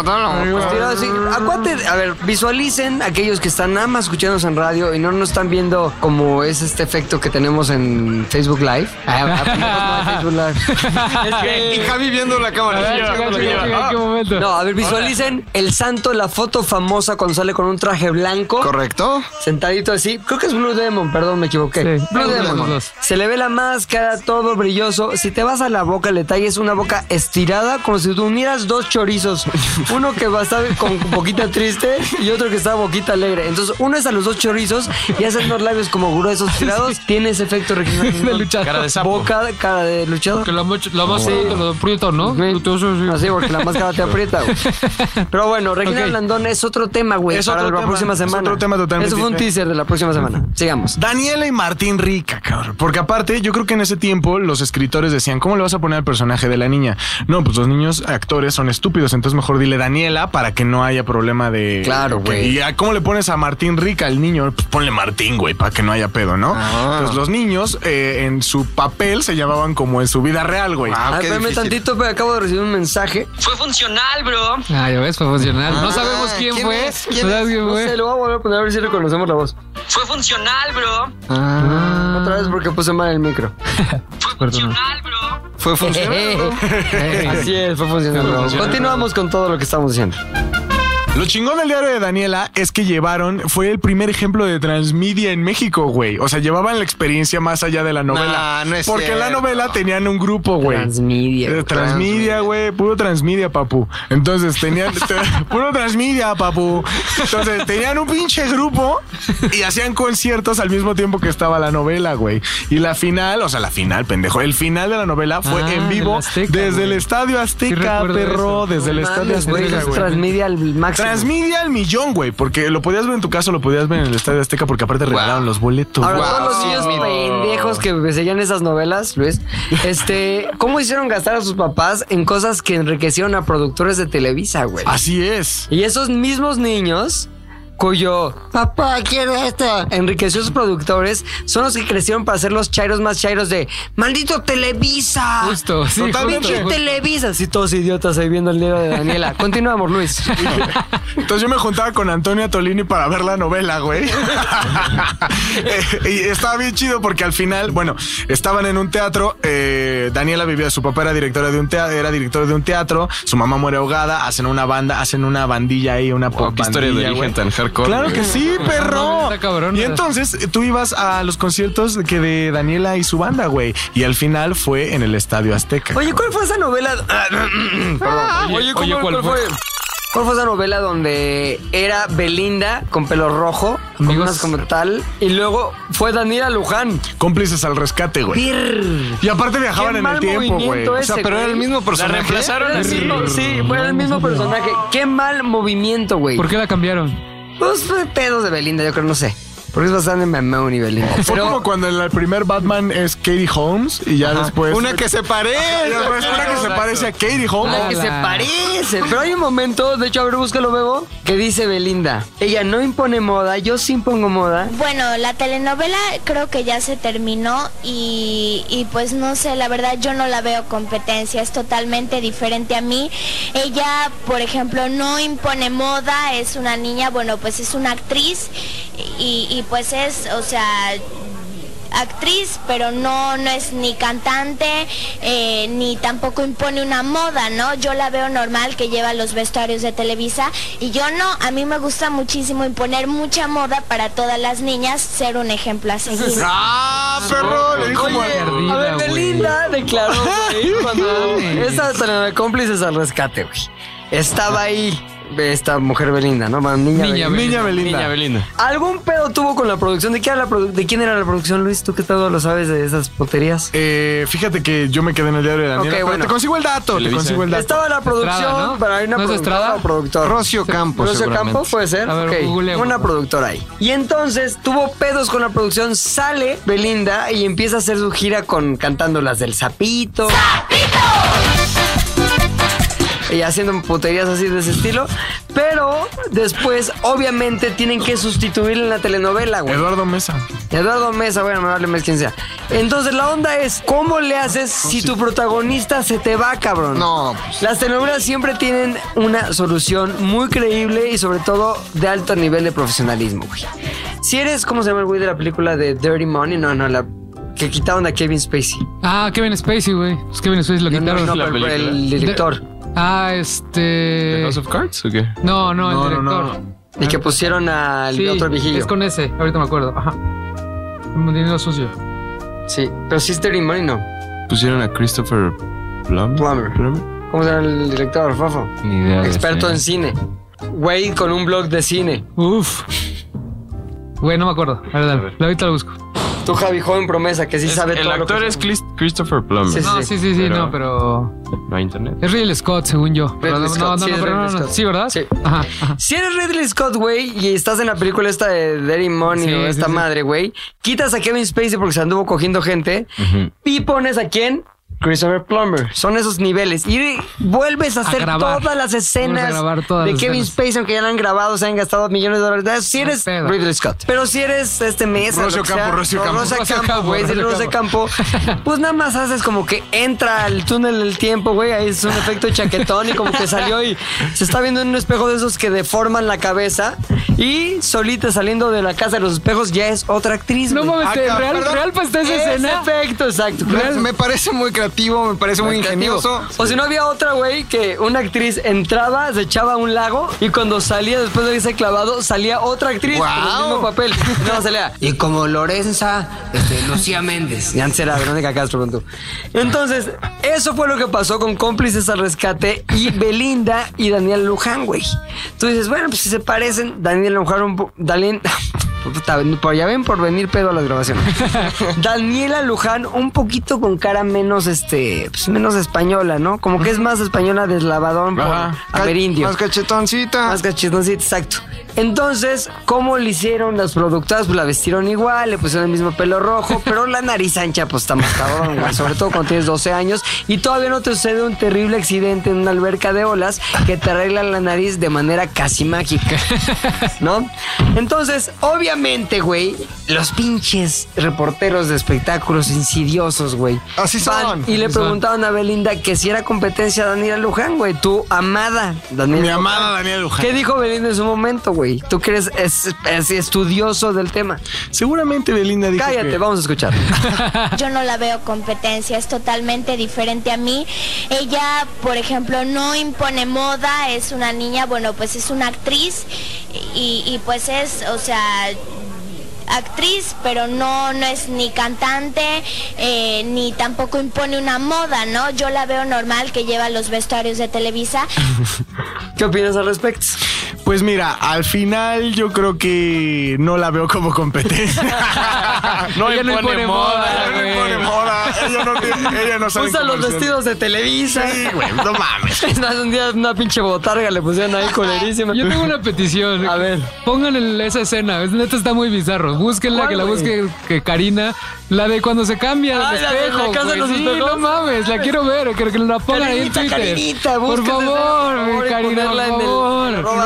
A: Pues tirado así. Acuérdate, a ver, visualicen aquellos que están nada más escuchándonos en radio y no nos están viendo como es este efecto que tenemos en Facebook Live. Ah, ah, no, en Facebook Live.
B: Y
A: Es que-
B: Javi viendo la
C: A ver,
B: cámara.
C: chica, chica, chica, ¿qué momento?
A: No, a ver, visualicen el santo, la foto famosa cuando sale con un traje blanco.
B: Correcto.
A: Sentadito así. Creo que es Blue Demon, perdón, me equivoqué.
C: Sí,
A: Blue
C: Blue
A: Demon.
C: Demon.
A: Se le ve la máscara, todo brilloso. Si te vas a la boca, el detalle es una boca estirada, como si tú unieras dos chorizos. Uno que va a estar con boquita triste y otro que está boquita alegre. Entonces, unes a los dos chorizos y haces los labios como gruesos tirados. Tiene ese efecto original.
C: De luchador.
F: Cara de sapo.
A: Boca, cara de luchador.
C: Que lo más lo más pronto, lo pronto, ¿no?
A: Sí.
C: Tú- tú- tú-
A: Así, porque la máscara te aprieta, güey. Pero bueno, Regina
C: Ok.
A: Blandón es otro tema, güey.
G: Es
A: para
G: otro
A: la
G: tema,
A: próxima
G: es
A: semana.
G: otro tema totalmente
A: Eso fue un
G: diferente.
A: teaser de la próxima semana. Sigamos.
G: Daniela y Martín Rica, cabrón. Porque aparte, yo creo que en ese tiempo los escritores decían, ¿cómo le vas a poner al personaje de la niña? No, pues los niños actores son estúpidos, entonces mejor dile Daniela para que no haya problema de...
A: Claro, güey.
G: ¿Y a cómo le pones a Martín Rica al niño? Pues ponle Martín, güey, para que no haya pedo, ¿no?
A: Ah.
G: Entonces los niños eh, en su papel se llamaban como en su vida real, güey.
B: Ah,
A: A
B: qué
A: ver, espérame
B: difícil.
A: tantito, pero acabo de recibir un mensaje.
C: Ah, ya ves, fue funcional.
B: Ah,
C: no sabemos quién,
B: ¿quién
C: fue.
B: es? ¿Quién
C: no sabes quién
A: No
C: fue.
A: sé, lo voy a volver a poner a ver si reconocemos la voz.
C: Ah,
A: Otra vez porque puse mal el micro.
B: Fue funcional.
A: Así es, fue funcionando. Continuamos con todo lo que estamos diciendo.
G: Lo chingón del diario de Daniela es que llevaron, fue el primer ejemplo de transmedia en México, güey. O sea, llevaban la experiencia más allá de la novela.
B: Nah, no es
G: porque en la
B: cierto.
G: novela tenían un grupo, güey.
A: Transmedia.
G: Eh, Transmedia, güey, puro transmedia, papu. Entonces tenían te- puro transmedia, papu. Entonces tenían un pinche grupo y hacían conciertos al mismo tiempo que estaba la novela, güey. Y la final, o sea, la final, pendejo, el final de la novela fue
C: Ah,
G: en vivo
C: del Azteca,
G: desde
C: güey.
G: el Estadio Azteca,
C: recuerdo
G: perro,
C: eso.
G: desde el Estadio
A: Mames, güey,
G: Azteca,
A: es
G: güey.
A: Transmedia al máximo.
G: Transmedia al millón, güey, porque lo podías ver en tu casa, lo podías ver en el Estadio Azteca, porque aparte regalaron los boletos.
A: Ahora,
G: güey.
A: todos los niños pendejos que seguían esas novelas, Luis, este, ¿cómo hicieron gastar a sus papás en cosas que enriquecieron a productores de Televisa, güey?
G: Así es.
A: Y esos mismos niños cuyo papá quiero esto enriqueció a sus productores son los que crecieron para ser los chairos más chairos de maldito Televisa.
C: Justo, sí,
A: Totalmente.
C: justo, justo.
A: Televisa. Si todos idiotas ahí viendo el libro de Daniela. Continuamos, Luis.
G: Entonces yo me juntaba con Antonia Tolini para ver la novela, güey. Eh, y estaba bien chido porque al final, bueno, estaban en un teatro. eh, Daniela vivía, su papá era directora de un teatro, era director de un teatro. Su mamá muere ahogada. Hacen una banda, hacen una bandilla ahí, una
F: Wow, Oh, qué historia de
G: popbandilla,
F: origen
G: Ah, güey.
F: tan hardcore.
G: Claro
F: güey.
G: que sí,
C: No,
G: perro.
C: está cabrón.
G: y entonces eh, tú ibas a los conciertos que de Daniela y su banda, güey. Y al final fue en el Estadio Azteca.
A: Oye, Ah, ¿cuál fue esa novela?
F: Oye, oye, ¿cuál fue?
A: ¿Cuál fue esa novela donde era Belinda con pelo rojo, con
C: Amigos.
A: unas como tal? Y luego fue Daniela Luján.
G: Cómplices al rescate, güey.
A: Brr.
G: Y aparte viajaban
A: Qué
G: en el
A: mal
G: tiempo, güey.
A: movimiento
G: O
A: ese,
G: sea, pero era
A: güey.
G: el mismo
F: La
G: personaje.
F: reemplazaron
A: Era el
F: así.
A: mismo- sí, fue el mismo personaje. Qué mal movimiento, güey.
C: ¿Por qué la cambiaron?
A: Pues fue pedos de Belinda, yo creo, no sé. Porque es bastante mamón y Belinda.
G: Fue como cuando el primer Batman es Katie Holmes y ya después.
B: Una que se
G: Y
B: parece.
G: después una que se parece a Katie Holmes.
A: Ay, que se
C: Ala.
A: parece. Pero hay un momento, de hecho, a ver, búscalo, Bebo, que dice Belinda. Ella no impone moda, yo sí impongo moda.
I: Bueno, la telenovela creo que ya se terminó y, y pues no sé, la verdad yo no la veo competencia, es totalmente diferente a mí. Ella, por ejemplo, no impone moda, es una niña, bueno, pues es una actriz y, y pues es, o sea, actriz, pero no, no es ni cantante, eh, ni tampoco impone una moda, ¿no? Yo la veo normal que lleva los vestuarios de Televisa y yo no, a mí me gusta muchísimo imponer mucha moda para todas las niñas, ser un ejemplo a seguir.
G: ¡Ah, perro! Le dijo muerto.
A: A ver,
C: güey.
A: Belinda declaró, güey, cuando esa telenovela cómplices al rescate, güey. Estaba ahí esta mujer Belinda, ¿no? Bueno, niña, Belinda.
C: Niña
G: Niña Belinda.
F: Niña Belinda.
A: ¿Algún pedo tuvo con la producción? ¿De quién, era la produ- ¿De quién era la producción, Luis? ¿Tú qué todo lo sabes de esas poterías?
G: Eh, fíjate que yo me quedé en el diario de Daniela.
A: Ok,
G: pero
A: bueno.
G: te consigo el dato.
F: Televisa.
G: Te consigo el dato.
A: Estaba la producción,
C: ¿no?
A: pero hay una
C: ¿No es de
A: productora
C: Estrada?
A: o productor.
B: Rocio Campos.
A: Rocio
B: seguramente.
A: Campos puede ser.
C: A ver,
A: Ok,
C: googleo.
A: Una productora ahí. Y entonces tuvo pedos con la producción, sale Belinda y empieza a hacer su gira con cantando las del sapito. Y haciendo puterías así de ese estilo. Pero después, obviamente, tienen que sustituir en la telenovela, güey.
G: Eduardo Mesa.
A: Eduardo Mesa, bueno, me vale más quien sea. Entonces, la onda es, ¿cómo le haces si tu protagonista se te va, cabrón?
B: No,
C: pues.
A: Las telenovelas siempre tienen una solución muy creíble y sobre todo de alto nivel de profesionalismo, güey. Si eres, ¿cómo se llama el güey de la película de Dirty Money? No, no, la que quitaron a Kevin Spacey.
C: Ah, Kevin Spacey, güey. Pues Kevin Spacey lo
A: No, no,
C: quitaron.
A: no,
F: la
A: pero- pero el
F: película.
A: director.
C: Ah, este.
F: ¿House of Cards o qué?
C: No, no, el
G: No, no, no.
C: director.
A: Y que pusieron al
C: Ah. Sí,
A: otro viejillo.
C: es con ese. Ahorita me acuerdo. Ajá. Dinero sucio.
A: Sí, pero si es Dirty Money, no.
F: Pusieron a Christopher Plum.
A: Plummer. ¿Cómo se llama el director, Fafo?
F: Ni idea. de
A: Experto
F: ese.
A: en cine. Güey con un blog de cine.
C: Uf. Güey, no me acuerdo. A ver, dale. Ahorita lo busco.
A: Tú, Javi, joven promesa, que sí
F: Es-
A: sabe
F: el
A: todo lo
F: actor
A: que-
F: es Chris- Christopher Plummer.
A: Sí,
C: No, sí, sí, sí, no, pero.
F: No hay internet.
C: Es Ridley Scott, según yo. Pero no,
A: Scott,
C: no, no,
A: sí, es
C: no, pero
A: Ridley
C: no, no.
A: Scott.
C: Sí, ¿verdad?
A: Sí.
C: Ajá, ajá.
A: Si eres Ridley Scott, güey, y estás en la película esta de Dirty Money
C: Sí,
A: o
C: sí,
A: esta
C: sí.
A: madre, güey, quitas a Kevin Spacey porque se anduvo cogiendo gente y pones a quién? Christopher Plummer. Son esos niveles. Y re- vuelves a hacer
C: grabar.
A: todas las escenas
C: Vuelves a grabar todas
A: de
C: las
A: Kevin
C: escenas.
A: Spacey, aunque ya la han grabado, se han gastado millones de dólares. De- Si eres
C: pedo.
A: Ridley Scott. Pero si eres este mes.
G: Rocio Campo, Rocio Campo.
C: Rocio Campo,
A: güey. Si eres
C: Rocio
A: Rocio Campo, pues nada más haces como que entra al túnel del tiempo, güey. Ahí es un efecto chaquetón y como que salió y se está viendo en un espejo de esos que deforman la cabeza. Y solita saliendo de la casa de los espejos ya es otra actriz.
C: No
A: güey.
C: mames, ¿te-
B: Acá,
C: real,
B: perdón.
C: real para esta
A: Ese
C: escena.
A: efecto, exacto.
B: me parece muy creativo, me parece muy ingenioso.
A: O si no había otra, güey, que una actriz entraba, se echaba a un lago y cuando salía después de ese clavado, salía otra actriz con el
B: ¡Guau!
A: mismo papel. No, salía. Y como Lorenza, este, Lucía Méndez. Y antes era Verónica Castro pronto. Entonces, eso fue lo que pasó con Cómplices al Rescate y Belinda y Daniel Luján, güey. Tú dices, bueno, pues si se parecen, Daniel Luján un po- Daniel- Puta, Por ya ven por venir pedo a las grabaciones. Daniela Luján, un poquito con cara menos este, pues menos española, ¿no? Como que es más española deslavadón por amerindio.
B: Más cachetoncita.
A: Más cachetoncita, exacto. Entonces, ¿cómo le hicieron las productoras? Pues la vestieron igual, le pusieron el mismo pelo rojo, pero la nariz ancha, pues está más cabrón, güey. Sobre todo cuando tienes 12 años y todavía no te sucede un terrible accidente en una alberca de olas que te arreglan la nariz de manera casi mágica, ¿no? Entonces, obviamente, güey, los pinches reporteros de espectáculos insidiosos, güey.
B: Así
A: van
B: son.
A: Y le
C: Así son.
A: preguntaron a Belinda que si era competencia a Daniela Luján, güey, tu amada Daniela
G: Mi
A: Luján.
G: amada Daniela Luján.
A: ¿Qué dijo Belinda en su momento, güey? Tú que eres es- es estudioso del tema.
G: Seguramente Belinda dijo
A: Cállate,
G: que-
A: vamos a escuchar.
I: Yo no la veo competencia, es totalmente diferente a mí. Ella, por ejemplo, no impone moda, es una niña, bueno, pues es una actriz y, y pues es, o sea, actriz, pero no, no es ni cantante, eh, ni tampoco impone una moda, ¿no? Yo la veo normal que lleva los vestuarios de Televisa.
A: ¿Qué opinas al respecto?
G: Pues mira, al final yo creo que no la veo como competencia.
C: No Ella no
G: pone
C: impone moda,
G: no
C: güey.
G: impone moda. Ella no, tiene- ella no sabe
A: Usa los
G: comercial.
A: vestidos de Televisa.
G: Sí, güey, no mames.
A: Es más, un día una pinche botarga le pusieron ahí culerísima.
C: Yo tengo una petición.
A: A ver.
C: Pongan el- esa escena. Es- Neta está muy bizarro. Búsquenla,
A: ¿Cuál,
C: que la
A: güey?
C: busque que Karina. La de cuando se cambia
A: Ah,
C: el
A: la de la
C: espejo.
A: casa de
C: güey.
A: los
C: Sí,
A: espejos.
C: no mames, la quiero ver. Quiero que la pongan ahí en
A: Carinita,
C: Twitter.
A: Carinita,
C: por
A: búsquenla, por favor,
C: favor,
A: y
C: güey, Karina, por
A: ponerla en el-
C: favor.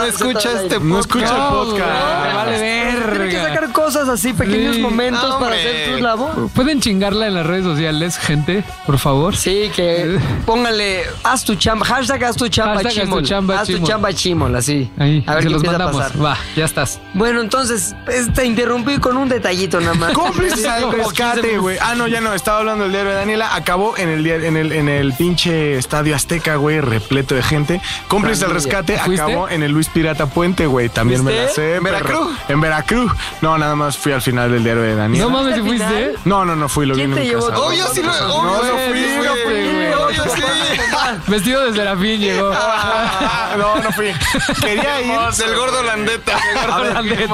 B: No escucha este
G: No escucha el
C: No,
G: podcast.
C: güey, Vale
A: Tiene que
C: ver.
A: sacar cosas así, pequeños
C: Sí.
A: momentos
B: No,
A: para
B: hombre.
A: hacer tu labor.
C: ¿Pueden chingarla en las redes sociales, gente? Por favor.
A: Sí, que póngale, haz tu chamba, hashtag haz tu chamba
C: Hashtag haz tu
A: chimol.
C: chamba
A: haz tu
C: chimol.
A: chamba chimol, así.
C: Ahí,
A: a ver
C: se
A: qué
C: los
A: empieza a
C: mandamos.
A: pasar.
C: Va, ya estás.
A: Bueno, entonces, pues, te interrumpí con un detallito nada más.
G: Cómplices al rescate, güey. Ah, no, ya no. Estaba hablando del diario de Daniela. Acabó en el, diario- en el, en el pinche estadio Azteca, güey, repleto de gente. Cómplices al rescate.
C: ¿Fuiste?
G: Acabó en el Luis Pirata Puente, güey. También me la
A: ¿Fuiste?
G: sé.
B: ¿En
G: perro.
B: Veracruz?
G: En Veracruz. No, nada más fui al final del diario de Daniela.
C: No mames, si
A: ¿Fuiste al
C: fuiste. eh?
G: No, no, no fui, lo vi
A: ¿Quién
G: en
A: te
G: mi
A: llevó?
G: casa.
B: Obvio, Oh, sí, lo-
G: No,
B: obvio,
G: no fui,
B: sí,
G: no fui, güey.
B: Obvio, oh, sí.
C: Vestido de serafín llegó.
G: Ah, No, no fui. Quería ir.
B: El gordo Landeta.
C: A ver,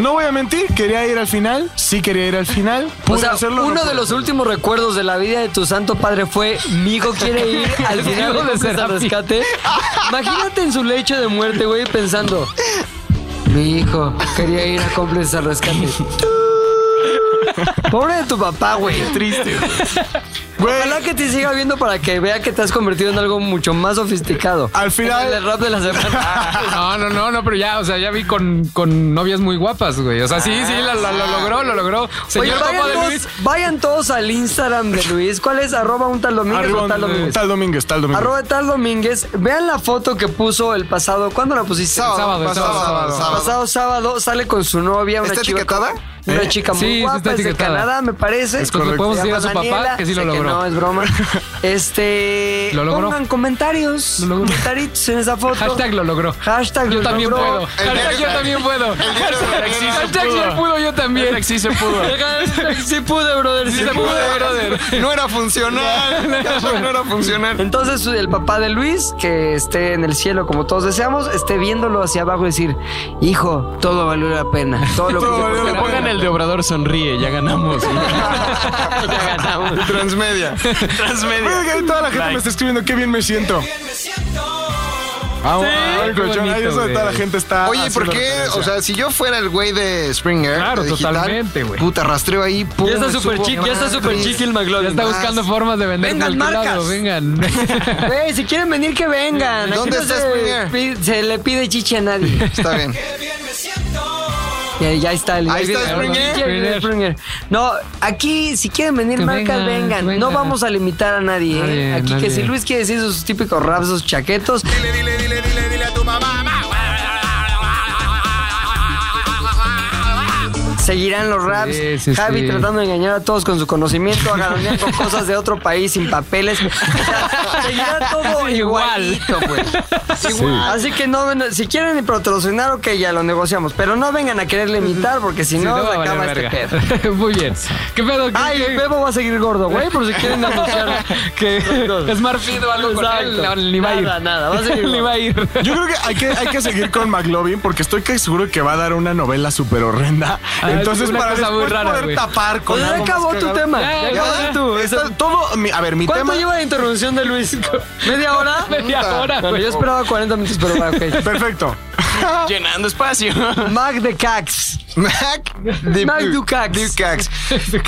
G: No voy a mentir, quería ir al final. Sí quería ir al final.
A: O
G: Pude
A: sea,
G: hacerlo, no
A: uno
G: pude
A: de los
G: hacerlo.
A: últimos recuerdos de la vida de tu santo padre fue mi hijo quiere ir al final
C: Hijo de
A: de al
C: Serafín.
A: rescate. Imagínate en su lecho de muerte, güey, pensando. Mi hijo quería ir a cómplices al rescate. Pobre de tu papá, güey.
G: Triste. Güey,
A: Ojalá que te siga viendo para que vea que te has convertido en algo mucho más sofisticado.
G: Al final-
A: En el rap de la semana.
C: No, no, no, no, pero ya, o sea, ya vi con, con novias muy guapas, güey. O sea, sí, sí, lo, lo- lo logró, lo logró.
A: Oye,
C: Señor Copa
A: vayan,
C: de
A: todos,
C: Luis.
A: vayan todos al Instagram de Luis. ¿Cuál es? Arroba un tal Domínguez
G: arriba
A: o
G: un-
A: tal Domínguez.
G: Tal Domínguez, tal Domínguez.
A: Arroba tal Domínguez. Vean la foto que puso el pasado. ¿Cuándo la pusiste?
B: Sábado,
C: Sábado,
B: pasado
C: sábado,
B: sábado,
A: El
B: sábado.
A: pasado sábado sale con su novia. Una
B: ¿Está
A: chica,
B: etiquetada?
A: Una chica muy
C: Eh, Sí, sí está
A: guapa, es de
C: etiquetada.
A: Canadá, me parece.
C: Es correcto.
A: Se
C: Podemos decir
A: llama
C: a su papá
A: Daniela,
C: que sí lo
A: sé
C: logró.
A: no, es broma. Este.
C: Lo logró.
A: Pongan comentarios.
C: Lo logró.
A: Comentaritos en esa foto.
C: Hashtag lo logró.
A: Hashtag
C: Yo
A: lo
C: también
A: logró.
C: puedo. Hashtag yo también puedo. Hashtag
F: pudo.
C: yo pudo, yo también.
F: Sí se pudo.
A: Sí pude, brother. Sí,
C: se pudo, brother.
B: No era funcional. No era funcional.
A: Entonces el papá de Luis, que esté en el cielo como todos deseamos, esté viéndolo hacia abajo y decir, hijo, todo valió la pena. Todo lo que hice por
F: Que
A: ti".
F: pongan el de Obrador sonríe, ya ganamos.
A: Ya ganamos.
B: Transmedia.
G: Oiga, que toda la gente me está escribiendo qué bien me siento. Ah, ah, el
C: qué
G: colchón, ahí
C: bonito,
G: eso de toda la
C: güey.
G: gente está.
B: Oye, ¿por
G: haciendo
B: qué?
G: referencia.
B: O sea, si yo fuera el güey de Springer.
C: Claro,
B: de digital,
C: totalmente, güey.
B: Puta, rastreo ahí. Pum,
A: Ya está
B: me
A: súper
B: subo.
A: chic, ya está súper chic el
C: Ya
A: McLovin.
C: está buscando formas de vender
A: Vengan,
C: calculado,
A: marcas.
C: vengan.
A: Güey, si quieren venir, que vengan. Aquí
B: ¿Dónde
A: no
B: está
A: se,
B: Springer?
A: pi- se le pide chichi a nadie.
B: Está bien.
A: Ya, ya está el
B: Ahí
A: ya
B: está
A: viene-
B: Springer.
A: ya viene Springer. No, aquí si quieren venir
C: Que
A: marcas,
C: vengan,
A: vengan. No
C: vengan.
A: vamos a limitar a nadie. ¿eh?
C: Nadie,
A: aquí
C: nadie.
A: que si Luis quiere decir sus típicos raps, sus chaquetos, seguirán los raps.
C: Sí, sí,
A: Javi
C: sí.
A: tratando de engañar a todos con su conocimiento, agarronean con cosas de otro país sin papeles. O sea, seguirá todo
C: Igual.
A: igualito, pues. Igual. Así que no, no, si quieren patrocinar, ok, ya lo negociamos. Pero no vengan a querer limitar porque si
C: Sí,
A: no,
C: no va
A: se
C: a valer
A: acaba este
C: verga.
A: pedo.
C: Muy bien. ¿Qué pedo? ¿Qué-
A: Ay,
C: qué-
A: Bebo va a seguir gordo, güey, por si quieren anunciar
C: que Smart Fit o algo con él, no, ni va a ir.
A: Nada, nada, va a seguir
C: Ni va a ir.
G: Yo creo que hay que, hay que seguir con McLovin porque estoy casi seguro que va a dar una novela súper horrenda.
C: Ah,
G: Entonces,
C: es una
G: para
C: cosa muy
G: después
C: rara,
G: poder
C: güey.
G: tapar con
A: Pues ya
G: algo más
A: acabó tu
G: cagado.
A: tema.
C: Ya,
A: Ya,
C: ya,
A: acabó tu-
G: Está todo, mi- a ver, mi
A: ¿Cuánto
G: tema.
A: lleva la intervención de Luis? ¿Media hora?
C: Media
A: Puta.
C: hora,
A: Bueno,
C: güey.
A: yo esperaba 40 minutos, pero va, ok.
G: Perfecto.
F: Llenando espacio.
A: Mac de Cax.
B: Mac de
A: Mac Ducax.
B: Ducax.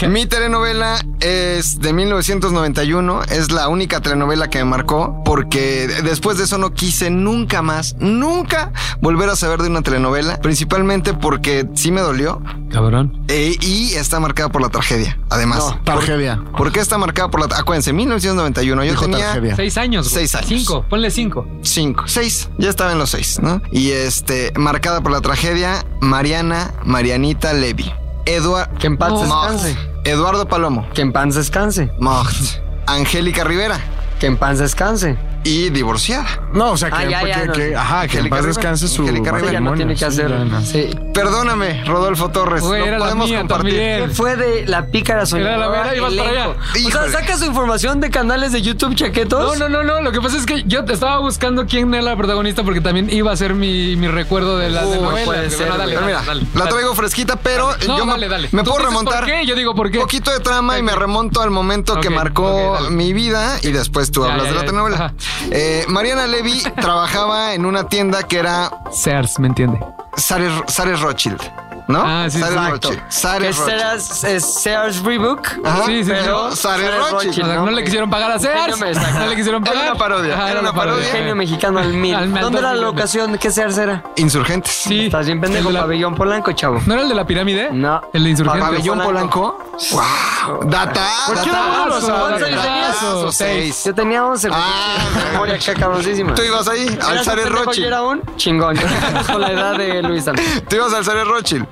B: Mi telenovela es de 1991. Es la única telenovela que me marcó porque después de eso no quise nunca más, nunca volver a saber de una telenovela. Principalmente porque sí me dolió
C: Cabrón.
B: eh, y está marcada por la tragedia. Además,
G: Tragedia.
B: ¿por qué está marcada por la tragedia? Acuérdense, 1991. Yo
G: Dijo
B: tenía
G: tragedia.
C: Seis años. güey.
B: Seis años. Pues
C: Cinco. Ponle cinco.
B: cinco, seis, ya estaba en los seis, ¿no? Y este, marcada por la tragedia, Mariana, Marianita Levy, Eduard,
A: Que en paz
B: Moth,
A: descanse.
B: Eduardo Palomo,
A: Que en paz descanse.
B: Mocht, Angélica Rivera,
A: Que en paz descanse.
B: y divorciada.
G: No, o sea, que,
B: Ah, ya, ya,
G: que-
B: no,
G: que-
B: sí.
G: ajá, que en
B: Angélica
G: paz
B: Rivera.
G: descanse su
B: Angélica Rivera.
G: matrimonio.
B: Ya no tiene que
G: Sí,
B: hacer-
G: ya no.
A: Sí.
B: Perdóname, Rodolfo Torres.
C: Güey,
B: no
C: era la
B: podemos
C: mía
B: compartir.
C: también.
A: ¿Qué fue de la pícara sonora?
C: Era la vera, ibas para allá.
A: O sea,
B: Híjole.
A: ¿sacas su información de canales de YouTube
C: No,
A: chaquetos?
C: no, no, no. Lo que pasa es que yo te estaba buscando quién era la protagonista porque también iba a ser mi, mi recuerdo de la
A: Uh,
C: de
A: no
C: novela.
A: puede
C: Bueno,
A: ser,
C: dale,
A: güey.
B: Pero
C: dale,
B: mira,
C: dale,
B: la
C: dale.
B: traigo fresquita, pero
C: No,
B: yo me-
C: dale, dale.
B: me
C: Tú
B: puedo
C: dices
B: remontar.
C: ¿Por qué? Yo digo, ¿por qué?
B: Un poquito de trama y me remonto al momento que
C: Ok,
B: marcó
C: ok, dale.
B: mi vida y después tú
C: Ya,
B: hablas
C: ya,
B: de la
C: ya.
B: telenovela.
C: Ajá.
B: Eh, Mariana Levy trabajaba en una tienda que era
C: Sears, ¿me entiende?
B: Sares, Sares Rothschild, ¿no?
C: Ah, sí,
B: Sares
C: exacto.
B: Rothschild. Sares
A: Que
B: Rothschild.
A: serás eh, Sears Rebook.
B: Ajá,
C: Sí, sí, sí.
B: pero Sares
A: Sares
B: Rothschild.
C: O sea, no, le quisieron pagar a Sears.
A: Genio mexicano.
C: No le quisieron
B: Era
C: pagar. Ah,
B: una parodia,
C: Ajá,
B: era una parodia.
A: Genio mexicano al mil.
C: eh. Al mil,
A: ¿Dónde era la
C: mil.
A: locación? ¿Qué Sears era?
B: Insurgentes.
C: Sí.
A: Estás bien
C: El
A: pendejo,
C: de la-
A: pabellón polanco, chavo.
C: ¿No era el de la pirámide?
A: No.
C: El de insurgente.
B: Pabellón Polanco. Wow. Data.
A: ¿Por qué
B: data-
A: no los
B: data-
A: avances?
B: datazo,
C: Datazo,
B: seis.
A: Yo tenía 11. güey.
B: Ah,
A: Tengo memoria acá cabroncísima.
B: Tú ibas ahí, al
A: Eras un
B: Sares
A: pendejo, Yo
B: Rothschild.
A: era un chingón. Yo era Con la edad de Luis Andrés.
B: Tú ibas al Sares Rothschild.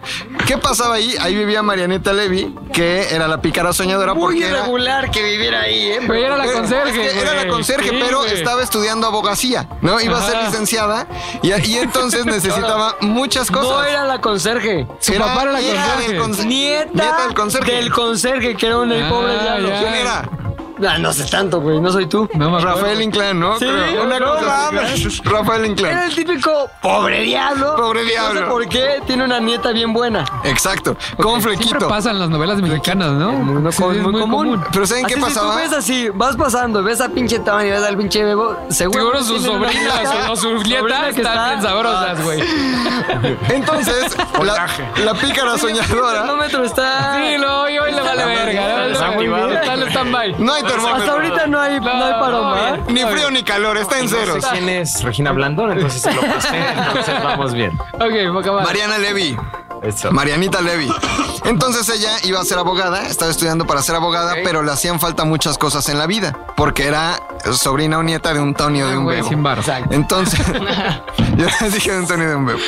B: ¿Qué pasaba ahí? Ahí vivía Marianita Levy, que era la pícara soñadora
A: Muy
B: porque era...
A: irregular que viviera ahí, ¿eh?
C: Güey, era la
B: Pero,
C: conserje.
B: es que era la
C: güey.
B: conserje,
C: Sí,
B: pero
C: güey.
B: estaba estudiando abogacía, ¿no? Iba a ser
C: Ajá.
B: licenciada y, y entonces necesitaba muchas cosas.
A: No era la conserje.
C: Su papá era la
B: hija
C: conserje.
B: del conse-
A: Nieta,
B: nieta del conserje.
A: del conserje, que era un el pobre
C: Ah,
A: diablo.
C: ya.
B: ¿Quién era?
A: Ah, no sé tanto, güey. No soy tú.
C: No me acuerdo.
B: Rafael Inclán, ¿no?
A: Sí,
B: Creo. Una
A: no
B: cosa así.
A: mames.
B: Rafael
A: Era
B: Inclán.
A: el típico pobre diablo.
B: Pobre
A: No
B: diablo.
A: sé por qué tiene una nieta bien buena.
B: Exacto. Con
C: Siempre
B: flequito.
C: pasan las novelas mexicanas, ¿no?
A: Muy,
C: Sí, es
A: muy común.
B: Pero ¿saben qué
A: Así,
B: pasaba?
A: Si tú ves así, vas pasando, ves a pinche Tony, ves al pinche Bebo, seguro.
C: Seguro sus
A: tienen una
C: sobrinas
A: hija-
C: o sus
A: sobrina
C: nietas
A: que
C: están
A: está-
C: bien sabrosas, güey.
B: Entonces, la, la pícara
A: El
B: soñadora.
A: termómetro está.
C: Sí, no, y hoy le vale verga. ¿no?
A: Está muy bien.
C: Está en stand-by.
B: No hay
A: Hasta
B: termómetro.
A: ahorita no hay, no,
C: No,
A: hay
C: no,
A: paloma. ¿eh?
C: bien.
B: Ni frío ni calor, está en ceros.
D: ¿Quién es Regina Blandón? Entonces se lo pasé, entonces vamos bien.
C: Ok, va a acabar.
B: Mariana Levy.
D: Eso.
B: Marianita Levy. Entonces ella iba a ser abogada, estaba estudiando para ser abogada, pero le hacían falta muchas cosas en la vida, porque era sobrina o nieta de un Tony o de un
C: Güey,
B: Bebo.
C: sin barro.
B: Entonces, yo les dije de un Tony o de un Bebo.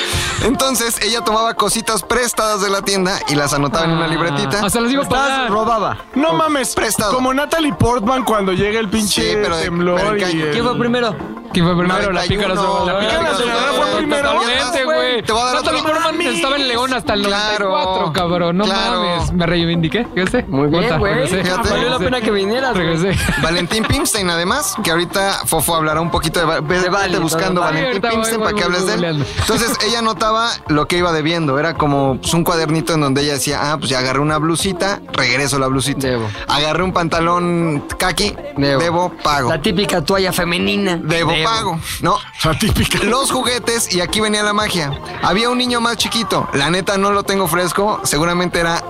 B: Entonces ella tomaba cositas prestadas de la tienda y las anotaba
C: Ah.
B: en una libretita.
C: Hasta les digo para.
A: Estás robaba.
G: No mames,
B: Prestado.
G: Como Natalie Portman cuando llega el pinche
B: Sí, pero de-
G: temblor
B: pero en
G: y
B: caño.
G: el-
A: ¿Quién fue primero?
C: ¿Quién fue primero? La
B: 91,
C: pícara soñadora.
B: la
G: pícara soñadora fue primero.
C: Totalmente, güey.
B: Te voy a dar
C: Natalie
B: otro.
C: Portman estaba en León hasta el
B: Claro.
C: 94, cabrón. No
B: Claro.
C: mames. Me reivindiqué. ¿Viste?
A: Muy bien,
C: Puta,
A: güey.
C: regresé.
B: Fíjate.
A: Valió la
C: Regresé.
A: pena que vinieras. güey.
C: Regresé.
B: Valentín Pimstein, además, que ahorita Fofo hablará un poquito de, va- ve-
A: De
B: vete
A: Vale,
B: buscando
A: todo.
B: Valentín
C: Ahorita voy,
B: Pimstein
C: voy,
B: para que
C: voy,
B: hables de
C: voy
B: él.
C: googleando.
B: Entonces ella anotaba lo que iba debiendo, era como pues, un cuadernito en donde ella decía, ah, pues ya agarré una blusita, regreso la blusita.
A: Debo.
B: Agarré un pantalón kaki, debo,
A: Debo.
B: pago.
A: La típica toalla femenina.
B: Debo, pago, ¿no?
G: La típica.
B: Los juguetes, y aquí venía la magia. Había un niño más chiquito, la neta no lo tengo fresco, seguramente era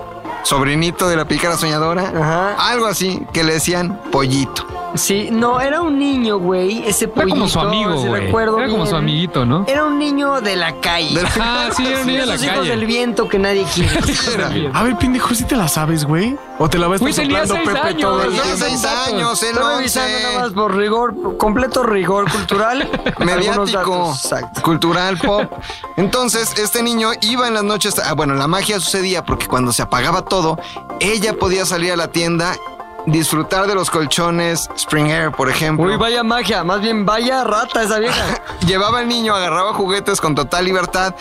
B: sobrinito de la pícara soñadora,
A: Ajá.
B: algo así, que le decían pollito.
A: Sí, no, era un niño, güey. Ese
C: Era
A: pollito.
C: como su amigo,
A: sí
C: güey.
A: recuerdo
C: Era como
A: bien.
C: su amiguito, ¿no?
A: Era un niño de la calle.
B: De la-
C: Ah, sí, era un niño de la
A: Esos hijos del
C: calle.
A: viento que nadie quiere.
G: A ver, pendejo, si te la sabes, güey. O te la vas
C: Güey, tenía
G: soplando,
C: seis
G: Pepe,
C: años.
G: todo el
C: ¿no?
B: Tenía
C: son
B: seis
C: datos.
B: años, el
A: Estoy revisando
B: once.
A: nada más por rigor, por completo rigor cultural. Algunos
B: mediático,
A: datos, Exacto.
B: cultural, pop. Entonces, este niño iba en las noches, ah, bueno, la magia sucedía porque cuando se apagaba todo, ella podía salir a la tienda, disfrutar de los colchones, Springer, por ejemplo.
A: Uy, vaya magia, más bien vaya rata esa vieja.
B: Llevaba al niño, agarraba juguetes con total libertad.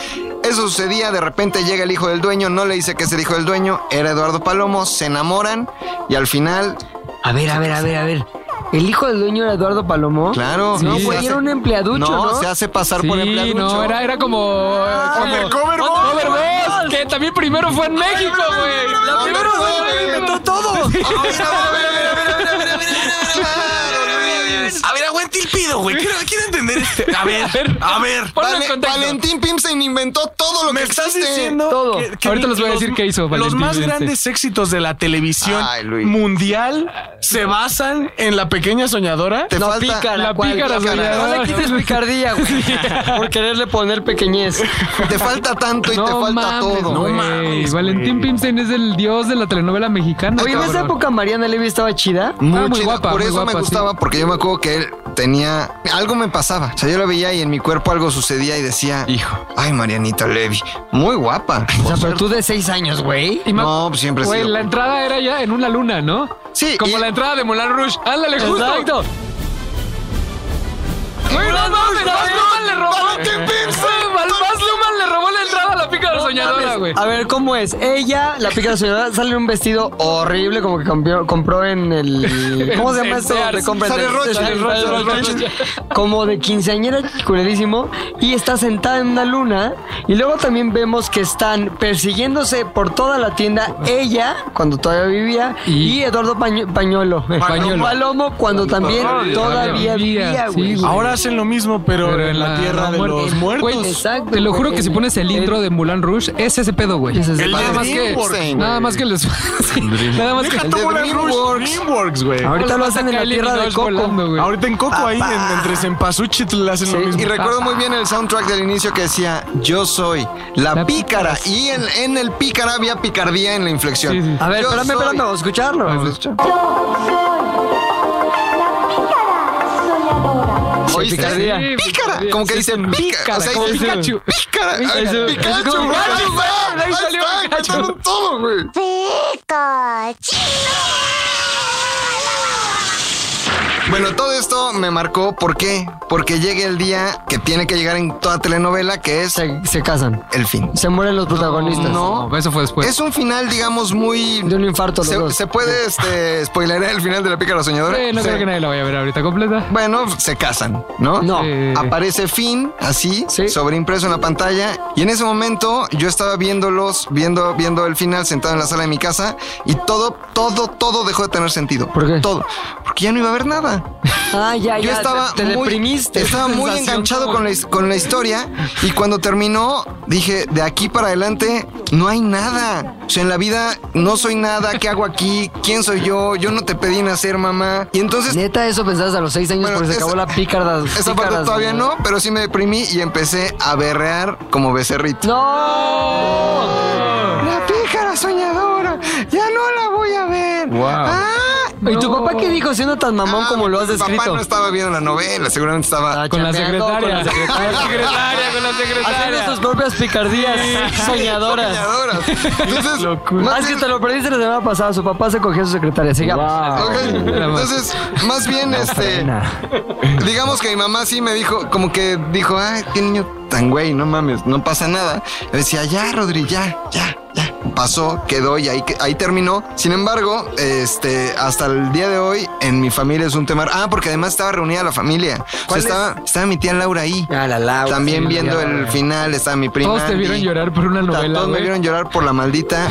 B: Eso sucedía, de repente llega el hijo del dueño, no le dice que es el hijo del dueño, era Eduardo Palomo, se enamoran y al final,
A: A ver, a ver, a ver, a ver. ¿El hijo del dueño era Eduardo Palomo?
B: claro,
A: No,
B: se
A: güey,
B: hace-
A: era un empleaducho, ¿no?
B: se hace pasar por
C: Sí,
B: empleaducho.
C: no, era, era como. como-
G: Undercover Boss.
C: Undercover Boss, Que también primero fue en México, güey.
A: La primera fue la que inventó todo.
F: A ver, aguante el pido, güey. Quiero, quiero entender este. A ver, a ver.
C: Ponlo en
B: Vale-
C: contexto.
B: Valentín Pimstein inventó todo lo
G: ¿Me
B: que
G: estás
B: existe.
G: diciendo?
A: Todo.
C: Ahorita les voy a decir qué hizo
G: Los
C: Valentín
G: más
C: Vicente.
G: grandes éxitos de la televisión
B: Ay, Luis.
G: mundial se basan en la pequeña soñadora.
B: Te
A: No,
B: falta-
A: pícara,
C: La
A: ¿cuál?
C: pícara
A: No
C: soñadora.
A: le quites picardía, güey. Por quererle poner pequeñez.
B: Te falta tanto y te falta todo.
C: güey. Valentín Pimstein es el dios de la telenovela mexicana.
A: Oye, en esa
C: cabrón.
A: época Mariana Levy estaba chida.
B: Muy
C: Ah, muy
B: chido.
C: guapa,
B: Por
C: muy
B: eso me
C: guapa,
B: gustaba,
C: sí.
B: porque yo me acuerdo que él tenía. Algo me pasaba. O sea, yo la veía y en mi cuerpo algo sucedía y decía. Hijo. Ay, Marianita Levy. Muy guapa.
A: O sea, pero tú de seis años, güey.
C: Y me-
B: No, pues siempre he
C: Güey,
B: sido.
C: la entrada era ya en una luna, ¿no?
B: Sí,
C: Como
B: y-
C: la entrada de Moulin Rouge. Ándale, justo.
A: Exacto.
C: güey.
B: Ah,
A: A ver, ¿cómo es? Ella, la pica de señora, sale en un vestido horrible, como que cambió- compró en el. ¿Cómo se llama esto? donde compras
B: Sale
A: el-
B: Rocha, sale Rocha,
A: Sale
B: sale
A: Rocha. Como de quinceañera, culerísimo. Y está sentada en una luna. Y luego también vemos que están persiguiéndose por toda la tienda ella, cuando todavía vivía, y, Eduardo Paño- Pañuelo.
C: Pañuelo.
A: Palomo, cuando también
F: Todavía,
A: todavía vivía,
C: sí,
A: güey.
C: güey.
F: Ahora hacen lo mismo, pero,
C: Pero
F: en la, tierra de
C: muerte.
F: los muertos.
C: Güey,
A: Exacto,
C: Te lo juro
A: güey.
C: que si pones el intro de Mulan Rouge, es ese pedo, güey.
A: Es ese
C: Nada
B: pedo.
C: más que.
B: Dreamworks,
C: Nada
B: güey.
C: más que les. sí, nada más que.
G: Deja tú Mulan Rouge, Dreamworks, güey.
A: Ahorita lo hacen en la
C: Kylie
A: tierra de
C: Minogue
A: Coco.
C: volando, güey.
G: Ahorita en Coco ahí, en- entre Cempasúchil, hacen lo mismo.
B: Y recuerdo muy bien el soundtrack del inicio que decía Yo soy la,
C: La
B: pícara. Y en, en el pícara había picardía en la inflexión.
C: Sí, sí.
A: A ver,
B: Yo
A: espérame,
B: soy-
A: espérame, vamos a escucharlo. Vamos a escucharlo.
H: Yo soy la pícara soñadora.
B: ¿Oíste?
A: picardía.
B: Sí, Pícara. Como que dice pícara. O sea,
C: como
B: dice,
C: Pikachu.
B: Pícara. Ay,
A: Eso-
B: Pikachu.
A: eso como-
B: ahí está,
C: Ahí
B: ahí
C: salió
B: está,
C: Pikachu.
B: cantaron todo, güey. Bueno, todo esto me marcó, ¿por qué? Porque llega el día que tiene que llegar en toda telenovela, que es
A: Se, se casan.
B: el fin.
A: Se mueren los protagonistas.
B: No,
C: Eso fue después.
B: es un final, digamos, muy...
A: De un infarto los
B: Se,
A: dos.
B: se puede este, spoiler el final de La Pícara Soñadora?
C: Sí, no
B: Sí.
C: creo que nadie la vaya a ver ahorita completa.
B: Bueno, se casan, ¿no?
A: No.
C: Eh,
B: Aparece Finn, así,
A: Sí.
B: sobreimpreso en la pantalla. Y en ese momento yo estaba viéndolos, viendo, viendo el final sentado en la sala de mi casa. Y todo, todo, todo dejó de tener sentido.
A: ¿Por qué?
B: Todo. Porque ya no iba a haber nada.
A: Ah, ya,
B: Yo
A: ya,
B: estaba
A: te, te
B: muy,
A: deprimiste.
B: Estaba muy
A: Sensación
B: enganchado
A: como-
B: con la, his- con la historia y cuando terminó dije, de aquí para adelante no hay nada. O sea, en la vida no soy nada, ¿qué hago aquí? ¿Quién soy yo? Yo no te pedí nacer, mamá. Y entonces
A: Neta, eso pensabas a los seis años
B: este- Bueno,
A: porque se
B: esa-
A: acabó la pícara.
B: esa parte
A: pícaras,
B: todavía
A: güey.
B: no, pero sí me deprimí y empecé a berrear como becerrito.
A: ¡No!
B: La pícara soñadora, ya no la voy a ver.
F: Wow.
B: Ah,
A: ¿Y tu papá qué dijo siendo tan mamón
B: ah,
A: como lo has
B: mi
A: descrito? Ah,
B: Papá no estaba viendo la novela, seguramente estaba.
A: Estaba
C: Con la
A: chambeando,
C: secretaria.
A: Con la secretaria.
C: secretaria, con la
A: Haciendo sus propias picardías soñadoras.
B: Soñadoras. Entonces, más
A: Más que
B: bien-
A: te lo perdiste la semana pasada. Su papá se cogía a su secretaria. Sigamos.
B: Ok, Entonces, más bien, este, digamos que mi mamá sí me dijo, como que dijo, ay, qué niño tan güey, no mames, no pasa nada. Le decía, ya, Rodri, ya, ya, ya. Pasó, quedó y ahí, que- ahí terminó. Sin embargo, este, hasta el día de hoy en mi familia es un tema. Ah, porque además estaba reunida la familia. O sea, estaba, estaba mi tía Laura ahí.
A: Ah, la Laura,
B: También
A: sí,
B: viendo
A: la
B: el
A: Laura.
B: final, estaba mi prima.
C: Todos te
B: Andy.
C: vieron llorar por una novela,
B: Todos me
C: güey.
B: vieron llorar por la maldita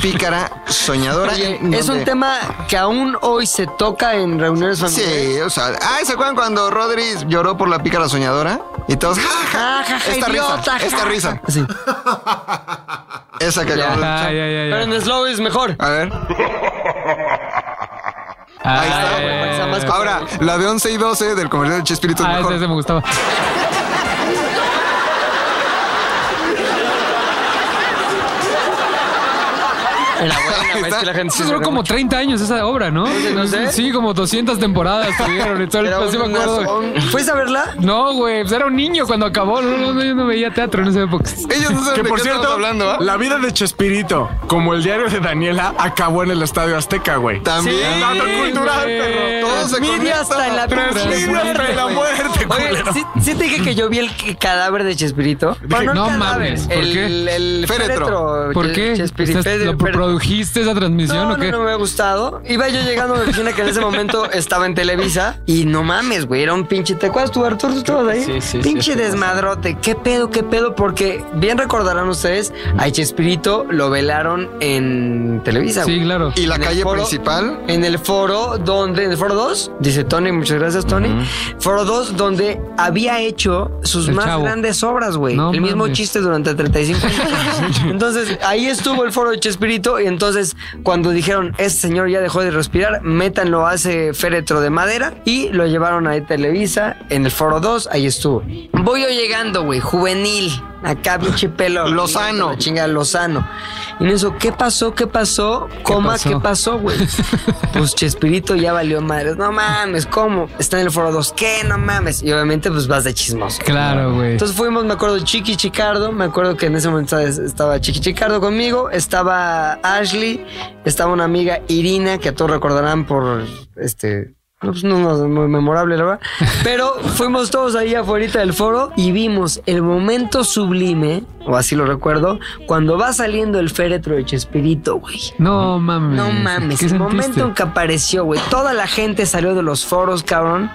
B: pícara soñadora.
A: Oye, eh, es un
B: Donde-
A: tema que aún hoy se toca en reuniones familiares.
B: Sí, o sea, ay, ¿se acuerdan cuando Rodri lloró por la pícara soñadora? Y todos, ja, ja,
A: Ja, ja, ja,
B: esta
A: idiota,
B: risa,
A: ja,
B: esta
A: ja.
B: risa,
A: Sí.
B: esa que acabamos de
C: Ah,
B: escuchar.
C: ya, ya, ya.
A: Pero en slow es mejor.
B: A ver,
C: Ah,
B: ahí está.
C: ya, ya, ya.
A: está más-
B: Ahora, la de 11 y 12 del comercial de Chespirito es
C: Ah,
B: mejor.
C: ese, ese me gustaba.
A: Era buena,
B: Ahí
A: güey, es
B: está.
A: que la gente
C: Eso
A: se
C: duró
A: ríe
C: como
A: mucho.
C: 30 años esa obra, ¿no?
A: no sé.
C: Sí, como 200 temporadas tuvieron. y todo el-
B: Era
C: sí me
B: una
C: acuerdo.
B: son-
A: ¿Fuiste a verla?
C: No, güey, pues era un niño cuando acabó. No, no, no, yo no veía teatro en esa época.
B: Ellos no saben
G: Que
B: de
G: por
B: qué estamos
G: cierto,
B: hablando, ¿ah?
G: la vida de Chespirito, como el diario de Daniela, acabó en el Estadio Azteca, güey.
B: También.
G: Dato cultural,
C: güey.
G: perro.
B: Todo se
A: Transmedia
B: conecta.
A: hasta en la
G: Transmedia
A: pinche
G: hasta en la muerte,
A: güey. Oye,
G: culero.
A: ¿sí, sí te dije que yo vi el c- cadáver de Chespirito. Bueno,
C: no
A: el cadáver,
C: mames, ¿por
A: el,
C: qué?
A: El
B: Féretro.
A: féretro.
C: ¿Por
A: Che-
C: qué?
A: Chespirito.
C: ¿Estás- ¿Lo
A: Féretro.
C: produjiste esa transmisión
A: No,
C: o qué?
A: no, no me ha gustado. Iba yo llegando a mi oficina que en ese momento estaba en Televisa y no mames, güey, era un pinche. ¿Te acuerdas tú, Arturo? ¿Tú estabas ahí?
F: sí, sí,
A: pinche
F: sí,
A: desmadrote. ¿Qué pedo, qué pedo? Porque bien recordarán ustedes, a Chespirito lo velaron en Televisa.
C: Sí,
A: güey.
C: claro.
B: Y la
A: En el
B: calle
A: foro-
B: principal.
A: En el foro donde, en el foro 2, dice Tony, muchas gracias Tony, foro 2 donde había hecho sus
C: El
A: más
C: Chavo.
A: grandes obras, güey.
C: No
A: el mismo
C: mames.
A: chiste durante 35 años. entonces, ahí estuvo el foro de Chespirito y entonces cuando dijeron, este señor ya dejó de respirar, métanlo a ese féretro de madera y lo llevaron a Televisa en el foro 2, ahí estuvo. Voy yo llegando, güey, juvenil. Acá, pinche pelo.
B: Lozano.
A: la Chinga, Lozano. Y en eso, ¿qué pasó? ¿Qué pasó? Coma,
C: pasó?
A: ¿qué pasó? pasó, güey? Pues Chespirito ya valió madres. No mames, ¿cómo? Está en el foro 2. ¿Qué? No mames. Y obviamente, pues vas de chismoso.
C: Claro, güey.
A: Entonces fuimos, me acuerdo, Chiqui Chicardo. Me acuerdo que en ese momento estaba Chiqui Chicardo conmigo. Estaba Ashley. Estaba una amiga Irina, que a todos recordarán por este. Pues no, no, muy memorable, la verdad. Pero fuimos todos ahí afuera del foro y vimos el momento sublime, o así lo recuerdo, cuando va saliendo el féretro de Chespirito, güey.
C: No mames.
A: No mames,
C: ¿Qué
A: el
C: sentiste?
A: momento en que apareció, güey. Toda la gente salió de los foros, cabrón.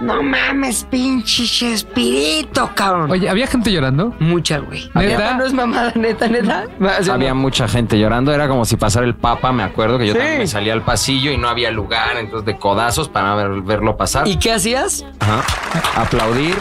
A: No mames, pinche Chespirito, cabrón.
C: Oye, ¿había gente llorando?
A: Mucha, güey.
C: ¿Neta?
A: No es mamada, neta, neta.
D: Había mucha gente llorando, era como si pasara el Papa, me acuerdo que yo
A: Sí.
D: también me salía al pasillo y no había lugar, entonces de codazos para ver- verlo pasar.
A: ¿Y qué hacías?
D: Ajá. Aplaudir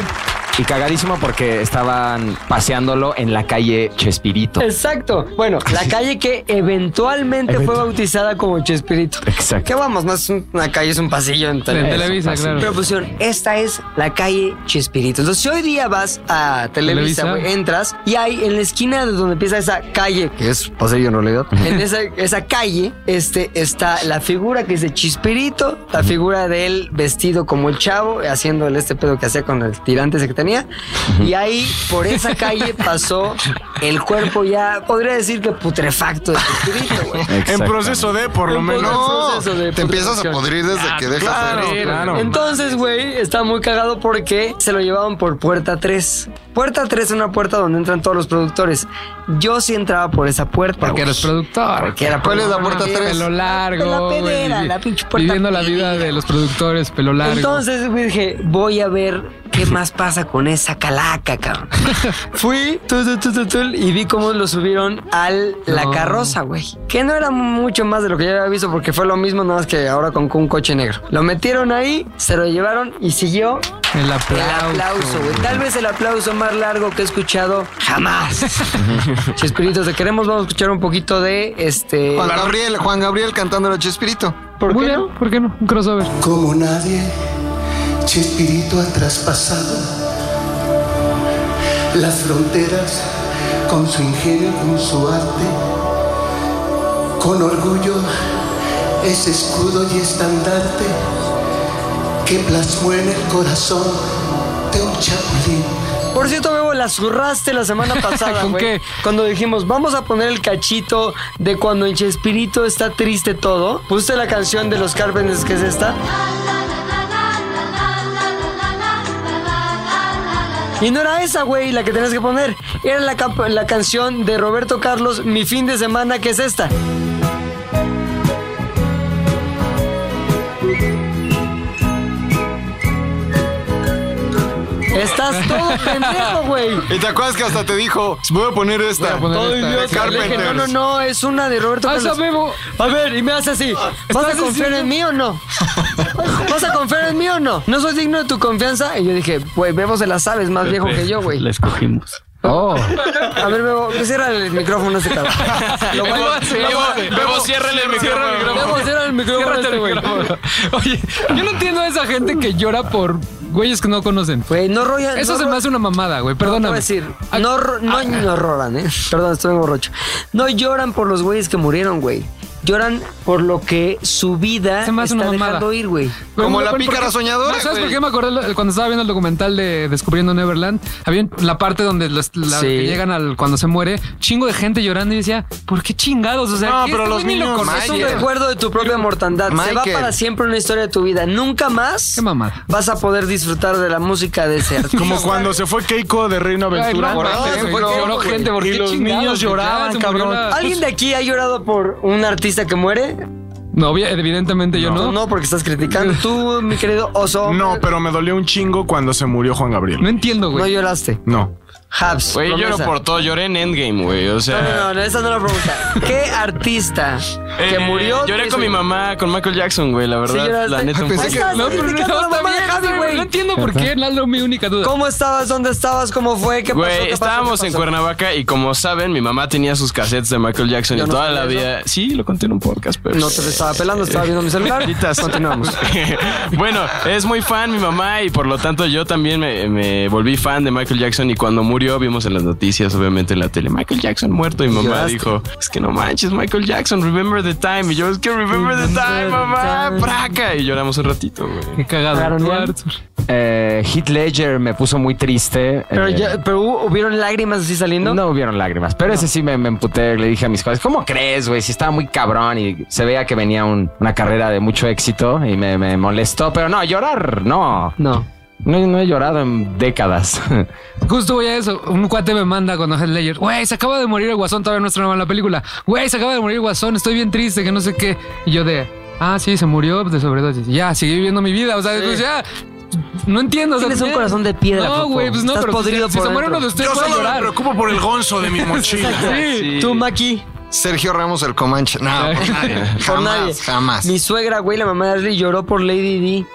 D: y cagadísimo porque estaban paseándolo en la calle Chespirito.
A: Exacto. Bueno, la calle que eventualmente fue bautizada como Chespirito.
D: Exacto.
A: Que vamos, no es una calle, es un pasillo en
C: En Televisa,
A: Así.
C: claro.
A: Pero pues, pusieron, esta es la calle Chespirito. Entonces, si hoy día vas a Televisa,
C: Televisa.
A: güey, entras y hay en la esquina de donde empieza esa calle, que es pasillo en realidad, en esa, esa calle este, está la figura que es de Chespirito, la figura de él vestido como el chavo, haciendo el- este pedo que hacía con el tirante ese que tenía. Y ahí, por esa calle, pasó el cuerpo ya, podría decir que putrefacto de Chespirito, güey.
G: En proceso de, por lo
A: Un
G: menos.
A: proceso de
B: Te empiezas a
A: putrefacción.
B: podrir desde que dejas
G: claro,
B: de-
G: claro.
A: Entonces, güey, está muy cagado porque se lo llevaban por puerta 3. Puerta 3 es una puerta donde entran todos los productores. Yo sí entraba por esa puerta.
C: Porque
A: güey.
C: eres productor.
A: pues, Porque era
B: ¿Cuál es la puerta
C: Pelo
B: tres?
C: largo.
A: La pedera,
C: güey,
A: la pinche puerta
C: Viviendo la vida de los productores, pelo largo.
A: Entonces, güey, dije, voy a ver qué más pasa con esa calaca, cabrón. Fui tul, tul, tul, tul, tul, y vi cómo lo subieron a la
C: No.
A: carroza, güey. Que no era mucho más de lo que yo había visto porque fue lo mismo, nada más que ahora con un coche negro. Lo metieron ahí, se lo llevaron y siguió
C: el
A: El
C: aplauso.
A: aplauso, güey. Tal vez el aplauso más largo que he escuchado jamás. Chespiritos, te queremos. Vamos a escuchar un poquito de este.
B: Juan Gabriel, Juan Gabriel cantando a Chespirito.
A: ¿Por
C: Muy
A: qué
C: bien,
A: no?
C: ¿por qué no? Un crossover.
K: Como nadie, Chespirito ha traspasado las fronteras con su ingenio, con su arte. Con orgullo es escudo y estandarte que plasmó en el corazón de un chapulín.
A: Por cierto, Bebo, la zurraste la semana pasada.
C: ¿Con
A: güey.
C: qué?
A: Cuando dijimos, vamos a poner el cachito de cuando en Chespirito está triste todo. Pusiste la canción de los Carpenters, que es esta. Y no era esa, güey, la que tenías que poner. Era la, camp- la canción de Roberto Carlos, Mi fin de semana, que es esta. Estás todo pendejo, güey.
B: Y te acuerdas que hasta te dijo, voy a poner esta.
C: Voy a poner esta.
A: Le dije, no,
B: Carpenters.
A: no, no, es una de Roberto
C: Ah,
A: Carlos.
C: sabemos.
A: A ver, y me hace así. ¿Vas a
C: ¿Estás
A: confiar
C: diciendo?
A: en mí o no? ¿Vas a confiar en mí o no? ¿No soy digno de tu confianza? Y yo dije, güey, Bebo se la sabes, más viejo que yo, güey.
F: La escogimos.
C: Oh.
A: A ver, Bebo, cierra el micrófono a este cabrón. Lo voy a-
F: Bebo, ciérrale el
A: Bebo,
F: micrófono.
A: cierra el micrófono a
C: Ciérrate
A: este
C: el
A: güey.
C: micrófono. Oye, yo no entiendo a esa gente que llora por güeyes que no conocen.
A: Güey, no rollan.
C: Eso
A: no
C: se
A: ro-
C: me hace una mamada, güey.
A: No, te voy
C: Perdóname. Ah.
A: a decir, no, ro- no, no roran, ¿eh? Perdón, estoy borrocho. No lloran por los güeyes que murieron, güey. Lloran por lo que su vida
C: Se me hace
A: está
C: una mamada.
A: dejando ir, güey.
C: Güey,
B: Como
C: me
B: la
C: acuerdo
B: pícara
C: porque-
B: soñadora,
C: No, ¿Sabes
B: güey.
C: por qué me acordé lo- cuando estaba viendo el documental de Descubriendo Neverland? Había un- la parte donde los- la-
A: Sí.
C: que llegan al cuando se muere, chingo de gente llorando y decía, ¿por qué chingados? O sea,
G: No,
C: ¿qué?
G: pero
C: Este
G: los
C: güey ni lo
G: niños,
C: conoce.
A: Es un
B: Michael.
A: recuerdo de tu propia mortandad. Se va
B: Michael.
A: para siempre una historia de tu vida. Nunca más
C: Qué mamada.
A: vas a poder disfrutar de la música de ese artista.
G: Como cuando se fue Keiko de Reino
C: Ay,
G: Aventura.
C: no,
G: por
C: mames,
G: ejemplo.
C: güey, que lloró gente, ¿por
G: Y
C: qué
G: los
C: chingados?
G: niños
C: Ya,
G: lloraban,
C: se murió
G: cabrón.
C: la-
A: ¿Alguien de aquí ha llorado por un artista que muere?
C: No, obvia- evidentemente yo
A: No,
C: no.
A: porque estás criticando. Tú, mi querido oso.
G: No, pero me dolió un chingo cuando se murió Juan
C: No
G: Gabriel.
C: entiendo,
A: No
C: güey.
A: lloraste.
G: No.
A: Habs.
F: Güey, yo lloro
A: promesa.
F: por todo. Lloré en Endgame, güey. O sea.
A: No, no, no, esa no la pregunta. ¿Qué artista que
F: eh,
A: murió?
F: Lloré
A: te
F: con mi
A: hizo-
F: mamá, con Michael Jackson, güey, la
A: Sí,
F: verdad.
A: lloraste. Ah,
F: la neta, un
A: Pensé
F: poco.
A: que- Estás
C: No, pero no,
A: criticando a la
C: está
A: mamá de
C: bien,
A: Javi,
C: güey.
A: güey.
C: No entiendo por qué, no es lo mi única duda.
A: ¿Cómo estabas? ¿Dónde estabas? ¿Cómo fue? ¿Qué pasó? ¿Qué pasó?
F: Güey,
A: ¿Qué
F: estábamos
A: pasó?
F: en Cuernavaca y como saben, mi mamá tenía sus cassettes de Michael Jackson
A: Yo
F: y
A: no
F: toda
A: sabía
F: la
A: eso.
F: vida. Sí, lo conté en un podcast, pero.
A: No te lo estaba pelando, estaba viendo mi celular. Continuamos.
F: bueno, es muy fan mi mamá y por lo tanto yo también me, me volví fan de Michael Jackson y cuando murió murió, vimos en las noticias, obviamente en la tele, Michael Jackson muerto. Y mamá
G: Lloraste.
F: dijo, es que no manches, Michael Jackson, remember the time. Y yo, es que remember the time, mamá, praca. Y lloramos un ratito, güey.
C: Qué cagado.
D: Eh, Heath Ledger me puso muy triste.
A: Pero,
D: Eh,
A: ya, pero hubo- hubieron lágrimas así saliendo.
D: No hubieron lágrimas, pero ese sí me, me emputé. Le dije a mis cosas, ¿cómo crees, güey? Si estaba muy cabrón y se veía que venía un- una carrera de mucho éxito y me, me molestó, pero no, llorar, no.
A: No.
D: No, no he llorado en décadas.
C: Justo voy a eso. Un cuate me manda cuando Heath Ledger. Güey, se acaba de morir el guasón. Todavía no estrenaba la película. Güey, se acaba de morir el guasón. Estoy bien triste, que no sé qué. Y yo de. Ah, sí, se murió de sobredosis. Ya, seguí viviendo mi vida. O sea, pues ya. No entiendo. o sea, pues
A: Tienes un
C: ya-
A: corazón de piedra,
C: No,
A: Joto.
C: güey, pues no,
A: Estás
C: pero
A: podrido
C: si, si
A: por
C: se muere
A: dentro.
C: uno de ustedes,
G: Yo
C: voy a
G: solo me
C: llorar.
G: preocupo por el gonzo de mi mochila.
A: Sí. Tú, Maki.
B: Sergio Ramos el Comanche. No, por nadie.
A: Por
B: Jamás,
A: nadie.
B: jamás.
A: Mi suegra, güey, la mamá de Ashley lloró por Lady D.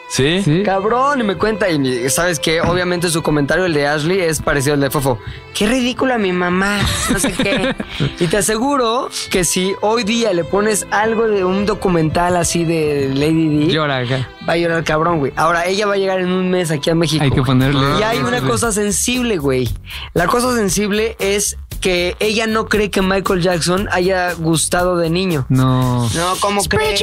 F: ¿Sí?
A: Cabrón, y me cuenta. Y mi- sabes que obviamente su comentario, el de Ashley, es parecido al de Fofo. Qué ridícula mi mamá. No sé qué. y te aseguro que si hoy día le pones algo de un documental así de Lady D,
C: Llora acá.
A: va a llorar cabrón, güey. Ahora, ella va a llegar en un mes aquí a México.
C: Hay que
A: güey.
C: ponerle.
A: Y hay una cosa sensible, güey. La cosa sensible es que ella no cree que Michael Jackson haya gustado de niño.
C: No.
A: No, ¿cómo crees?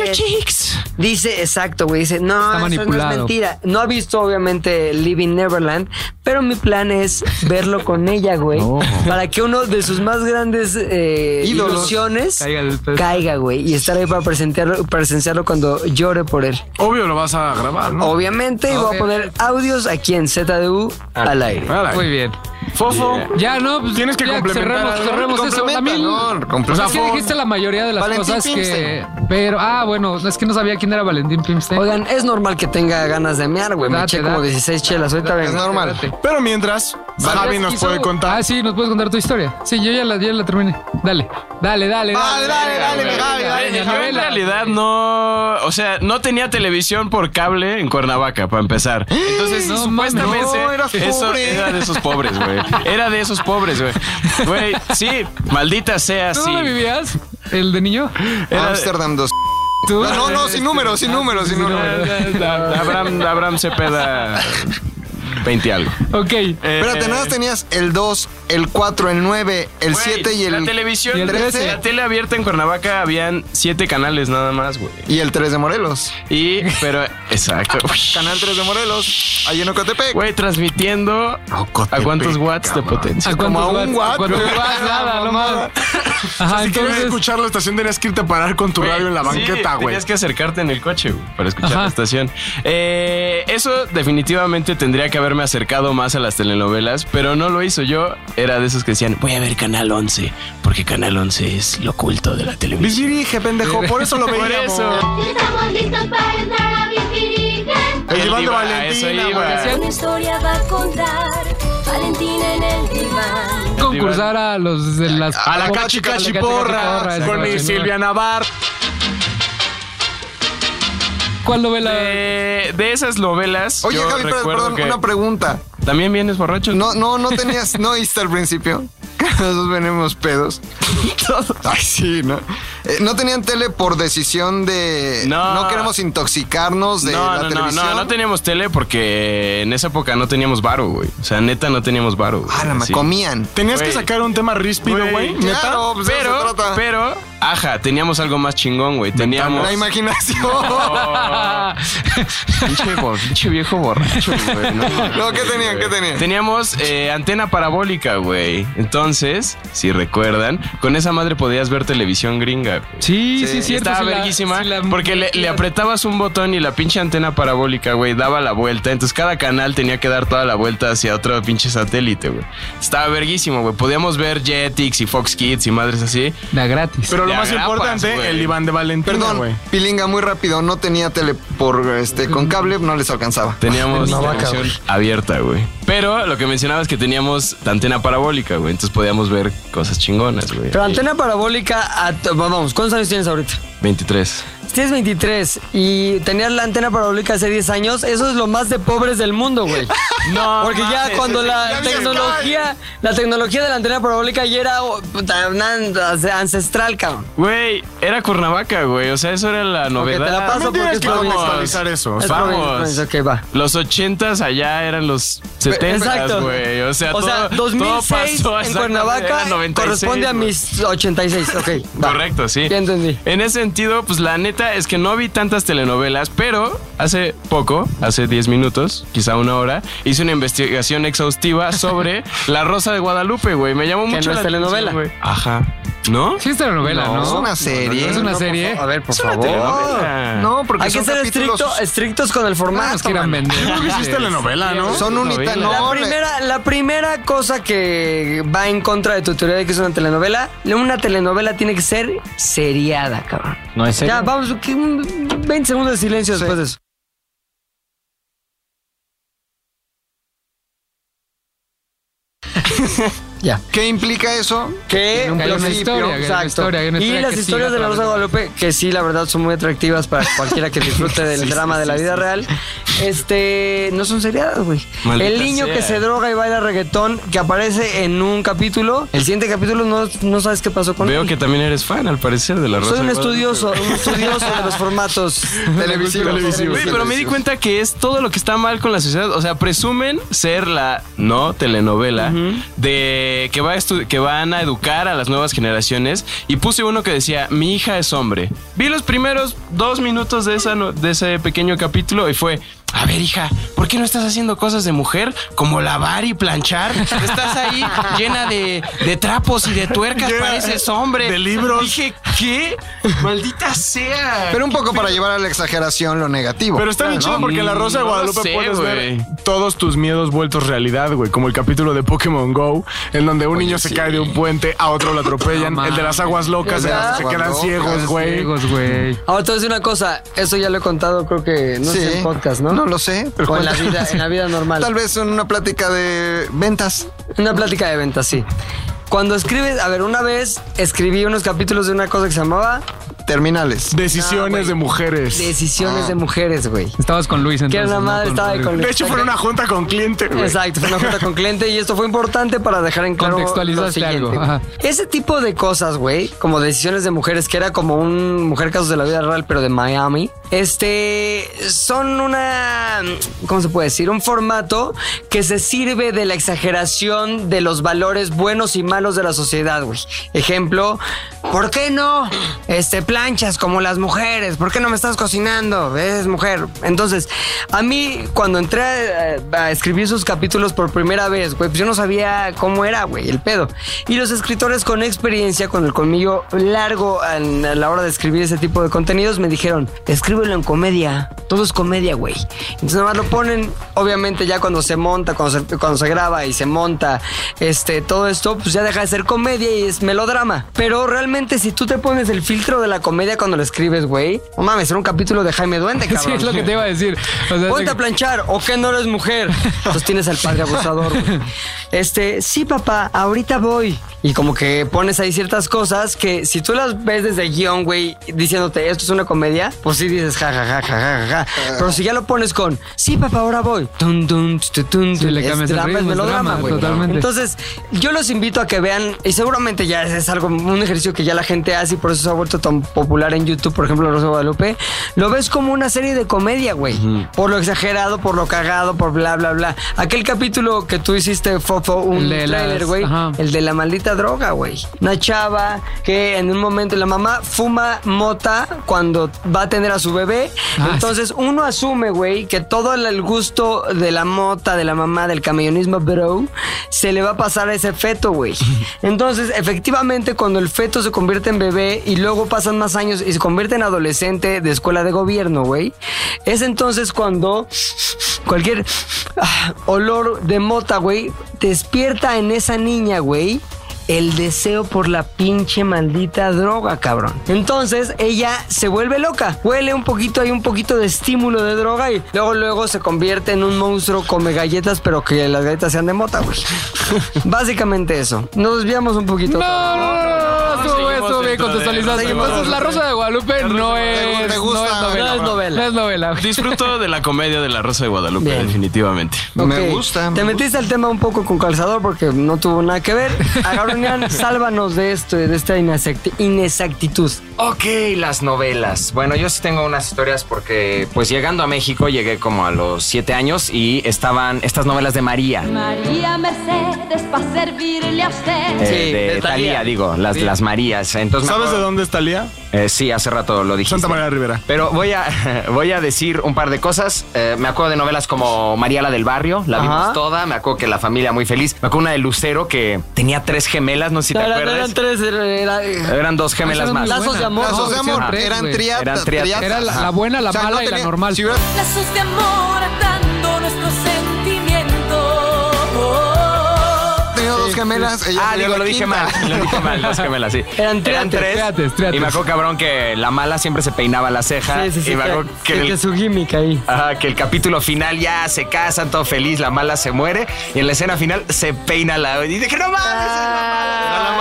A: Dice, exacto, güey. Dice, no,
C: Está
A: eso no es
C: manipulado.
A: mentira. No ha visto, obviamente, Living Neverland, pero mi plan es verlo con ella, güey.
D: No.
A: Para que uno de sus más grandes eh,
B: Ídolos.
A: ilusiones
C: Caiga del pez.
A: caiga, güey. Y estar ahí para presenciarlo, presenciarlo cuando llore por él.
G: Obvio lo vas a grabar, ¿no?
A: Obviamente, y voy a poner audios aquí en ZDU al aire.
G: Ahora,
C: Muy bien.
G: Fofo.
C: Ya, no, pues.
G: Tienes que
C: ya,
G: complementar
C: Cerremos,
G: algo.
C: cerremos eso.
B: Complementa,
C: También.
B: no, complementa.
C: O sea,
B: Por
C: es que
B: favor.
C: dijiste la mayoría de las
B: Valentín
C: cosas que.
B: Pimstein.
C: Pero, ah, bueno, es que no sabía quién era Valentín Pimstein.
A: Oigan, es normal que tenga ganas de mear, güey. Me
C: Date,
A: eché como
C: date.
A: 16 chelas. Ahorita
B: Es
A: vengo.
B: normal.
G: Pero mientras, Javi nos puede contar.
C: Ah, sí, nos puedes contar tu historia. Sí, yo ya la, ya la terminé. Dale, dale, dale.
B: Dale, dale, dale, mi Javi,
C: venga,
B: dale, mi
C: venga,
F: Yo en
C: novela.
F: realidad no, o sea, no tenía televisión por cable en Cuernavaca para empezar. Entonces,
C: No
F: supuestamente
C: mames.
B: No, eras
F: eso
B: pobre.
F: era de esos pobres, güey. Era de esos pobres, güey. Güey, sí, maldita sea,
C: ¿Tú
F: sí.
C: dónde vivías? ¿El de niño?
F: Era-
B: Amsterdam 2.
C: ¿Tú?
B: No, no, no, sin números, sin números, sin números.
F: Abraham, Abraham Cepeda 20 algo.
C: Ok.
F: Eh,
B: Espérate, nada más tenías el 2, el 4, el 9, el
F: güey,
B: 7 y
F: la
B: el,
F: televisión,
C: y el
F: trece.
B: 13.
F: la tele abierta en Cuernavaca habían siete canales nada más, güey.
B: y el 3 de Morelos.
F: Y pero exacto.
B: Canal 3 de Morelos, ahí en Ocotepec.
F: Güey, transmitiendo a cuántos watts de potencia.
C: ¿A
B: Como a
C: cuántos
B: un
C: watts?
B: watt.
C: ¿Cuántos watts? Nada, no mames. Ajá,
G: Si querías
C: Ah, entonces.
G: escuchar la estación, tenías que irte a parar con tu
F: Güey,
G: radio en la
F: sí,
G: banqueta, güey.
F: Tenías que acercarte en el coche güey, para escuchar
C: Ajá.
F: la estación. Eh, eso definitivamente tendría que haberme acercado más a las telenovelas, pero no lo hizo. Yo era de esos que decían, voy a ver Canal 11, porque Canal 11 es lo oculto de la televisión.
G: dirige, pendejo, por eso lo
F: Por
G: veíamos.
F: eso.
H: Estamos listos para entrar a Vivirigen.
G: El
F: Él
G: diván de
F: iba, a
G: Valentina,
F: eso iba.
C: porque
H: Una historia va a contar Valentina en el diván.
C: Concursar a los de las.
G: A la cachi cachiporra, con mi Silvia Navar.
C: ¿Cuál novela?
F: Eh, de esas novelas.
B: Oye,
F: yo
B: Javi, pero-
F: recuerdo
B: perdón,
F: que-
B: una pregunta.
F: ¿También vienes borracho?
B: No, no, no tenías, no oíste al principio. que Nosotros venimos pedos. Ay, sí, ¿no? Eh, no tenían tele por decisión de. No,
F: No.
B: queremos intoxicarnos de la
F: no, no, no,
B: televisión.
F: no, no teníamos tele porque en esa época no teníamos varo, güey. O sea, neta no teníamos varo. güey.
B: Ah, la ma-
F: Sí.
B: comían.
G: Tenías que
F: Güey.
G: sacar un tema ríspido, güey.
F: Güey,
G: ¿Neta?
B: Claro, pues de eso se
F: Pero,
B: trata.
F: pero, ajá, teníamos algo más chingón, güey. Teníamos.
B: La imaginación.
F: Oh, pinche, bo- pinche viejo borracho, güey. No,
B: No, ¿qué tenían? ¿Qué tenían?
F: Teníamos eh, antena parabólica, güey. Entonces, si recuerdan, con esa madre podías ver televisión gringa. güey.
C: Sí, sí,
F: Y
C: cierto.
F: Estaba
C: sí la-
F: verguísima.
C: sí la-
F: porque le, le apretabas un botón y la pinche antena parabólica, güey, daba la vuelta. Entonces cada canal tenía que dar toda la vuelta hacia otro pinche satélite, güey. Estaba verguísimo, güey. Podíamos ver Jetix y Fox Kids y madres así.
C: Da gratis.
G: Pero lo
F: Te
G: más
F: agrapas,
G: importante,
F: güey.
G: el diván de Valentina,
B: Perdón,
G: güey.
B: pilinga, muy rápido. No tenía tele por este, con cable, no les alcanzaba.
F: Teníamos
B: Una vaca,
F: televisión abierta, güey. Pero lo que mencionabas es que teníamos antena parabólica, güey. Entonces podíamos ver cosas chingonas, güey.
A: Pero antena parabólica, a to- vamos, ¿cuántos años tienes ahorita?
F: 23.
A: Si tienes 23 y tenías la antena parabólica hace 10 años, eso es lo más de pobres del mundo, güey.
F: No
A: Porque ya
F: mames,
A: cuando
F: ese-
A: la
F: ya vi
A: tecnología, la tecnología de la antena parabólica ya era oh, puta, una an- ancestral, cabrón.
F: Güey, era Cuernavaca, güey. O sea, eso era la novedad.
A: te la paso
F: No
A: porque
F: tienes
A: es
F: que
A: provincia.
F: contextualizar eso.
A: Es
F: Vamos.
A: provincia, ok, va.
F: Los ochentas allá eran los setentas,
A: Exacto.
F: güey. O sea,
A: o sea
F: todo, todo
A: 2006
F: pasó
A: en
F: exactamente,
A: Cuernavaca
F: era 96,
A: corresponde a
F: güey.
A: mis 86, ok. va.
F: Correcto, sí.
A: Ya entendí.
F: En ese sentido, pues la neta es que no vi tantas telenovelas, pero hace poco, hace 10 minutos, quizá una hora, hice una investigación exhaustiva sobre La Rosa de Guadalupe, güey. Me llamó
A: Que
F: mucho
A: no
F: la
A: es telenovela.
F: atención, güey. Ajá. ¿No?
C: Sí es telenovela, ¿no?
F: Es una
B: serie.
C: Es una serie.
A: A ver, por Ah,
F: Es una
A: Oh,
F: telenovela.
B: No, porque
A: Hay que
B: son
A: ser
B: capítulos-
A: estricto- estrictos con el formato.
C: Más que eran
A: mano.
C: vender.
G: Creo que sí es telenovela, ¿no?
B: Son
A: La
B: unita- no, le-
A: primera, la primera cosa que va en contra de tu teoría de que es una telenovela, una telenovela tiene que ser seriada, cabrón.
D: No es serio.
A: Ya, vamos, que un 20 segundos de silencio después de eso. ya.
B: ¿Qué implica eso?
A: Que
C: Que hay una
A: principio,
C: historia, que hay una
A: exacto.
C: historia, que hay una
A: y
C: historia
A: las
C: que
A: historias
C: siga
A: de la Rosa de
C: trabajando.
A: Guadalupe, que sí, la verdad, son muy atractivas para cualquiera que disfrute del drama de la vida real. Este, no son seriadas, güey.
F: Maldita
A: El niño
F: sea.
A: que se droga y baila reggaetón, que aparece en un capítulo, el siguiente capítulo no, no sabes qué pasó con
F: Veo
A: él.
F: que también eres fan, al parecer, de La Rosa
A: Soy un
F: de Guadalupe.
A: estudioso, un estudioso de los formatos
B: Televisivos.
F: Güey, pero me di cuenta que es todo lo que está mal con la sociedad. O sea, presumen ser la no telenovela de que va a estu- que van a educar a las nuevas generaciones. Y puse uno que decía: Mi hija es hombre. Vi los primeros dos minutos de, esa no- de ese pequeño capítulo y fue. A ver, hija, ¿por qué no estás haciendo cosas de mujer como lavar y planchar? Estás ahí llena de, de trapos y de tuercas,
G: Llena
F: pareces hombre.
G: de libros.
F: Dije, ¿qué? Maldita sea.
B: Pero un poco para llevar a la exageración lo negativo.
G: Pero está bien chido porque en la Rosa de
F: No lo
G: Guadalupe
F: sé,
G: puedes ver
F: güey.
G: todos tus miedos vueltos realidad, güey. Como el capítulo de Pokémon Go, en donde un niño se cae de un puente, a otro lo atropellan.
C: No
G: el de las aguas locas, en las que se
B: ¿Verdad?
G: quedan
B: Aguas
G: ciegos,
B: locas,
G: güey.
C: Ciegos, güey.
A: Ahora te voy a decir una cosa, eso ya lo he contado, creo que no sé
B: Sí.
A: en podcast, ¿no?
B: No lo sé. pero
A: O en la
B: cuenta.
A: vida, en la vida normal.
B: Tal vez en una plática de ventas.
A: Una plática de ventas, sí. Cuando escribes, a ver, una vez escribí unos capítulos de una cosa que se llamaba
B: Terminales.
G: Decisiones de mujeres. De
A: Decisiones
C: Ah.
A: de mujeres, güey.
C: Estabas con Luis
A: Que
C: entonces.
A: era la
C: ¿no?
A: madre, estaba ahí con
G: hecho, fue una junta con cliente, güey.
A: Exacto, fue una junta con cliente y esto fue importante para dejar en claro.
C: Contextualizaste
A: lo siguiente,
C: algo,
A: güey.
C: ajá.
A: Ese tipo de cosas, güey, como decisiones de mujeres, que era como un mujer casos de la vida real, pero de Miami, este, son una, ¿cómo se puede decir? Un formato que se sirve de la exageración de los valores buenos y malos de la sociedad, güey. Ejemplo, ¿por qué no este, planchas como las mujeres? ¿Por qué no me estás cocinando? Eres mujer. Entonces, a mí, cuando entré eh, a escribir sus capítulos por primera vez, güey, pues yo no sabía cómo era, güey, el pedo. Y los escritores con experiencia, con el colmillo largo en- a la hora de escribir ese tipo de contenidos, me dijeron, escríbelo en comedia. Todo es comedia, güey. Entonces, nada más lo ponen, obviamente, ya cuando se monta, cuando se, cuando se graba y se monta, este, todo esto, pues ya deja de ser comedia y es melodrama. Pero realmente, si tú te pones el filtro de la comedia cuando lo escribes, güey, no mames, era un capítulo de Jaime Duende, cabrón.
C: Sí, es lo que te iba a decir. O sea,
A: Ponte
C: se-
A: a planchar, o que no eres mujer. Entonces tienes al padre abusador. güey. Este, sí, papá, ahorita voy. Y como que pones ahí ciertas cosas que si tú las ves desde guión, güey, diciéndote esto es una comedia, pues sí dices ja, ja, ja, ja, ja, ja, ja. Pero si ya lo pones con sí, papá, ahora voy. Tun, tun, tu, tu, tun,
C: Sí,
A: tun,
C: le
A: es
C: cambias el
A: drama, es
C: ritmo, es
A: melodrama,
C: drama,
A: güey.
C: totalmente.
A: Entonces, yo los invito a que vean, y seguramente ya es, es algo, un ejercicio que ya la gente hace y por eso se ha vuelto tan popular en YouTube, por ejemplo, Rosa de Guadalupe. Lo ves como una serie de comedia, güey. Por lo exagerado, por lo cagado, por bla, bla, bla. Aquel capítulo que tú hiciste, Fofo, un
C: El de las-
A: trailer, güey.
C: ajá.
A: El de la maldita droga, güey. Una chava que en un momento la mamá fuma mota cuando va a tener a su bebé.
C: Ah,
A: Entonces uno asume, güey, que todo el- el gusto de la mota, de la mamá, del camellonismo, bro, se le va a pasar a ese feto, güey. Entonces, efectivamente, cuando el feto se convierte en bebé y luego pasan más años y se convierte en adolescente de escuela de gobierno, güey, es entonces cuando cualquier ah, olor de mota, güey, despierta en esa niña, güey, el deseo por la pinche maldita droga, cabrón. Entonces ella se vuelve loca, huele un poquito, hay un poquito de estímulo de droga y luego luego se convierte en un monstruo come galletas, pero que las galletas sean de mota, güey. Básicamente eso. Nos desviamos un poquito.
C: No, no, no, no, no, no, estuvo,
F: seguimos
C: estuvo
F: en
C: bien güey, contextualizaste. Entonces, La Rosa de Guadalupe no es,
F: ¿Te
C: no
F: gusta?
C: es novela.
F: No es novela.
C: No es novela. güey.
F: Disfruto de la comedia de La Rosa de Guadalupe,
A: Bien.
F: definitivamente.
A: Ok, Te metiste al tema un poco con calzador porque no tuvo nada que ver. Agaronian, sálvanos de esto, de esta inexacti- inexactitud.
D: Ok, las novelas. Bueno, yo sí tengo unas historias porque, pues llegando a México, llegué como a los siete años y estaban estas novelas de María.
H: María Mercedes para servirle a usted.
D: eh, de Talía, digo, las,
H: Sí.
D: las Marías. Entonces,
G: ¿Sabes de
D: dónde
G: es Talía?
D: sí, hace rato lo dijiste.
G: Santa María Rivera.
D: Pero voy a, voy a decir un par de cosas. Eh, me acuerdo de novelas como María la del Barrio, la vimos toda. Me acuerdo que La Familia Muy Feliz. Me acuerdo una de Lucero que tenía tres gemelas, no sé si te
A: No, eran,
D: acuerdas.
A: eran tres. era- era-
D: Eran dos gemelas
A: Eran
D: más.
A: Lazos de amor.
B: Lazos de amor, eran triatas,
D: Eran triatas.
C: Era la, la
D: Ajá.
C: buena, la mala y la normal.
H: Lazos de amor atando nuestros sentimientos.
B: Tenía dos gemelas. Ella
D: ah,
B: tenía
D: digo,
B: la
D: lo dije
B: quinta.
D: mal. Lo dije mal, dos gemelas, sí.
A: Eran triates.
D: tres.
A: Triates, triates.
D: Y me acuerdo, cabrón, que la mala siempre se peinaba la ceja.
A: Sí, sí, sí,
D: y me
A: que-
D: acuerdo que,
A: sí,
D: el-
A: que su gimmick ahí.
D: ajá, que el capítulo final ya se casan, todo feliz, la mala se muere. Y en la escena final se peina la. Y dije, no mames.
A: Era la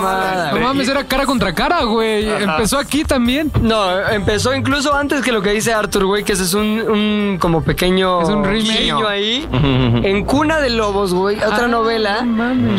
A: mala.
C: No mames, era cara contra cara, güey.
A: Ajá.
C: Empezó aquí también.
A: No, empezó incluso antes que lo que dice Arthur, güey, que ese es un, un como pequeño
C: Es un remake.
A: guiño ahí. En Cuna de Lobos, güey,
C: Ah,
A: otra novela.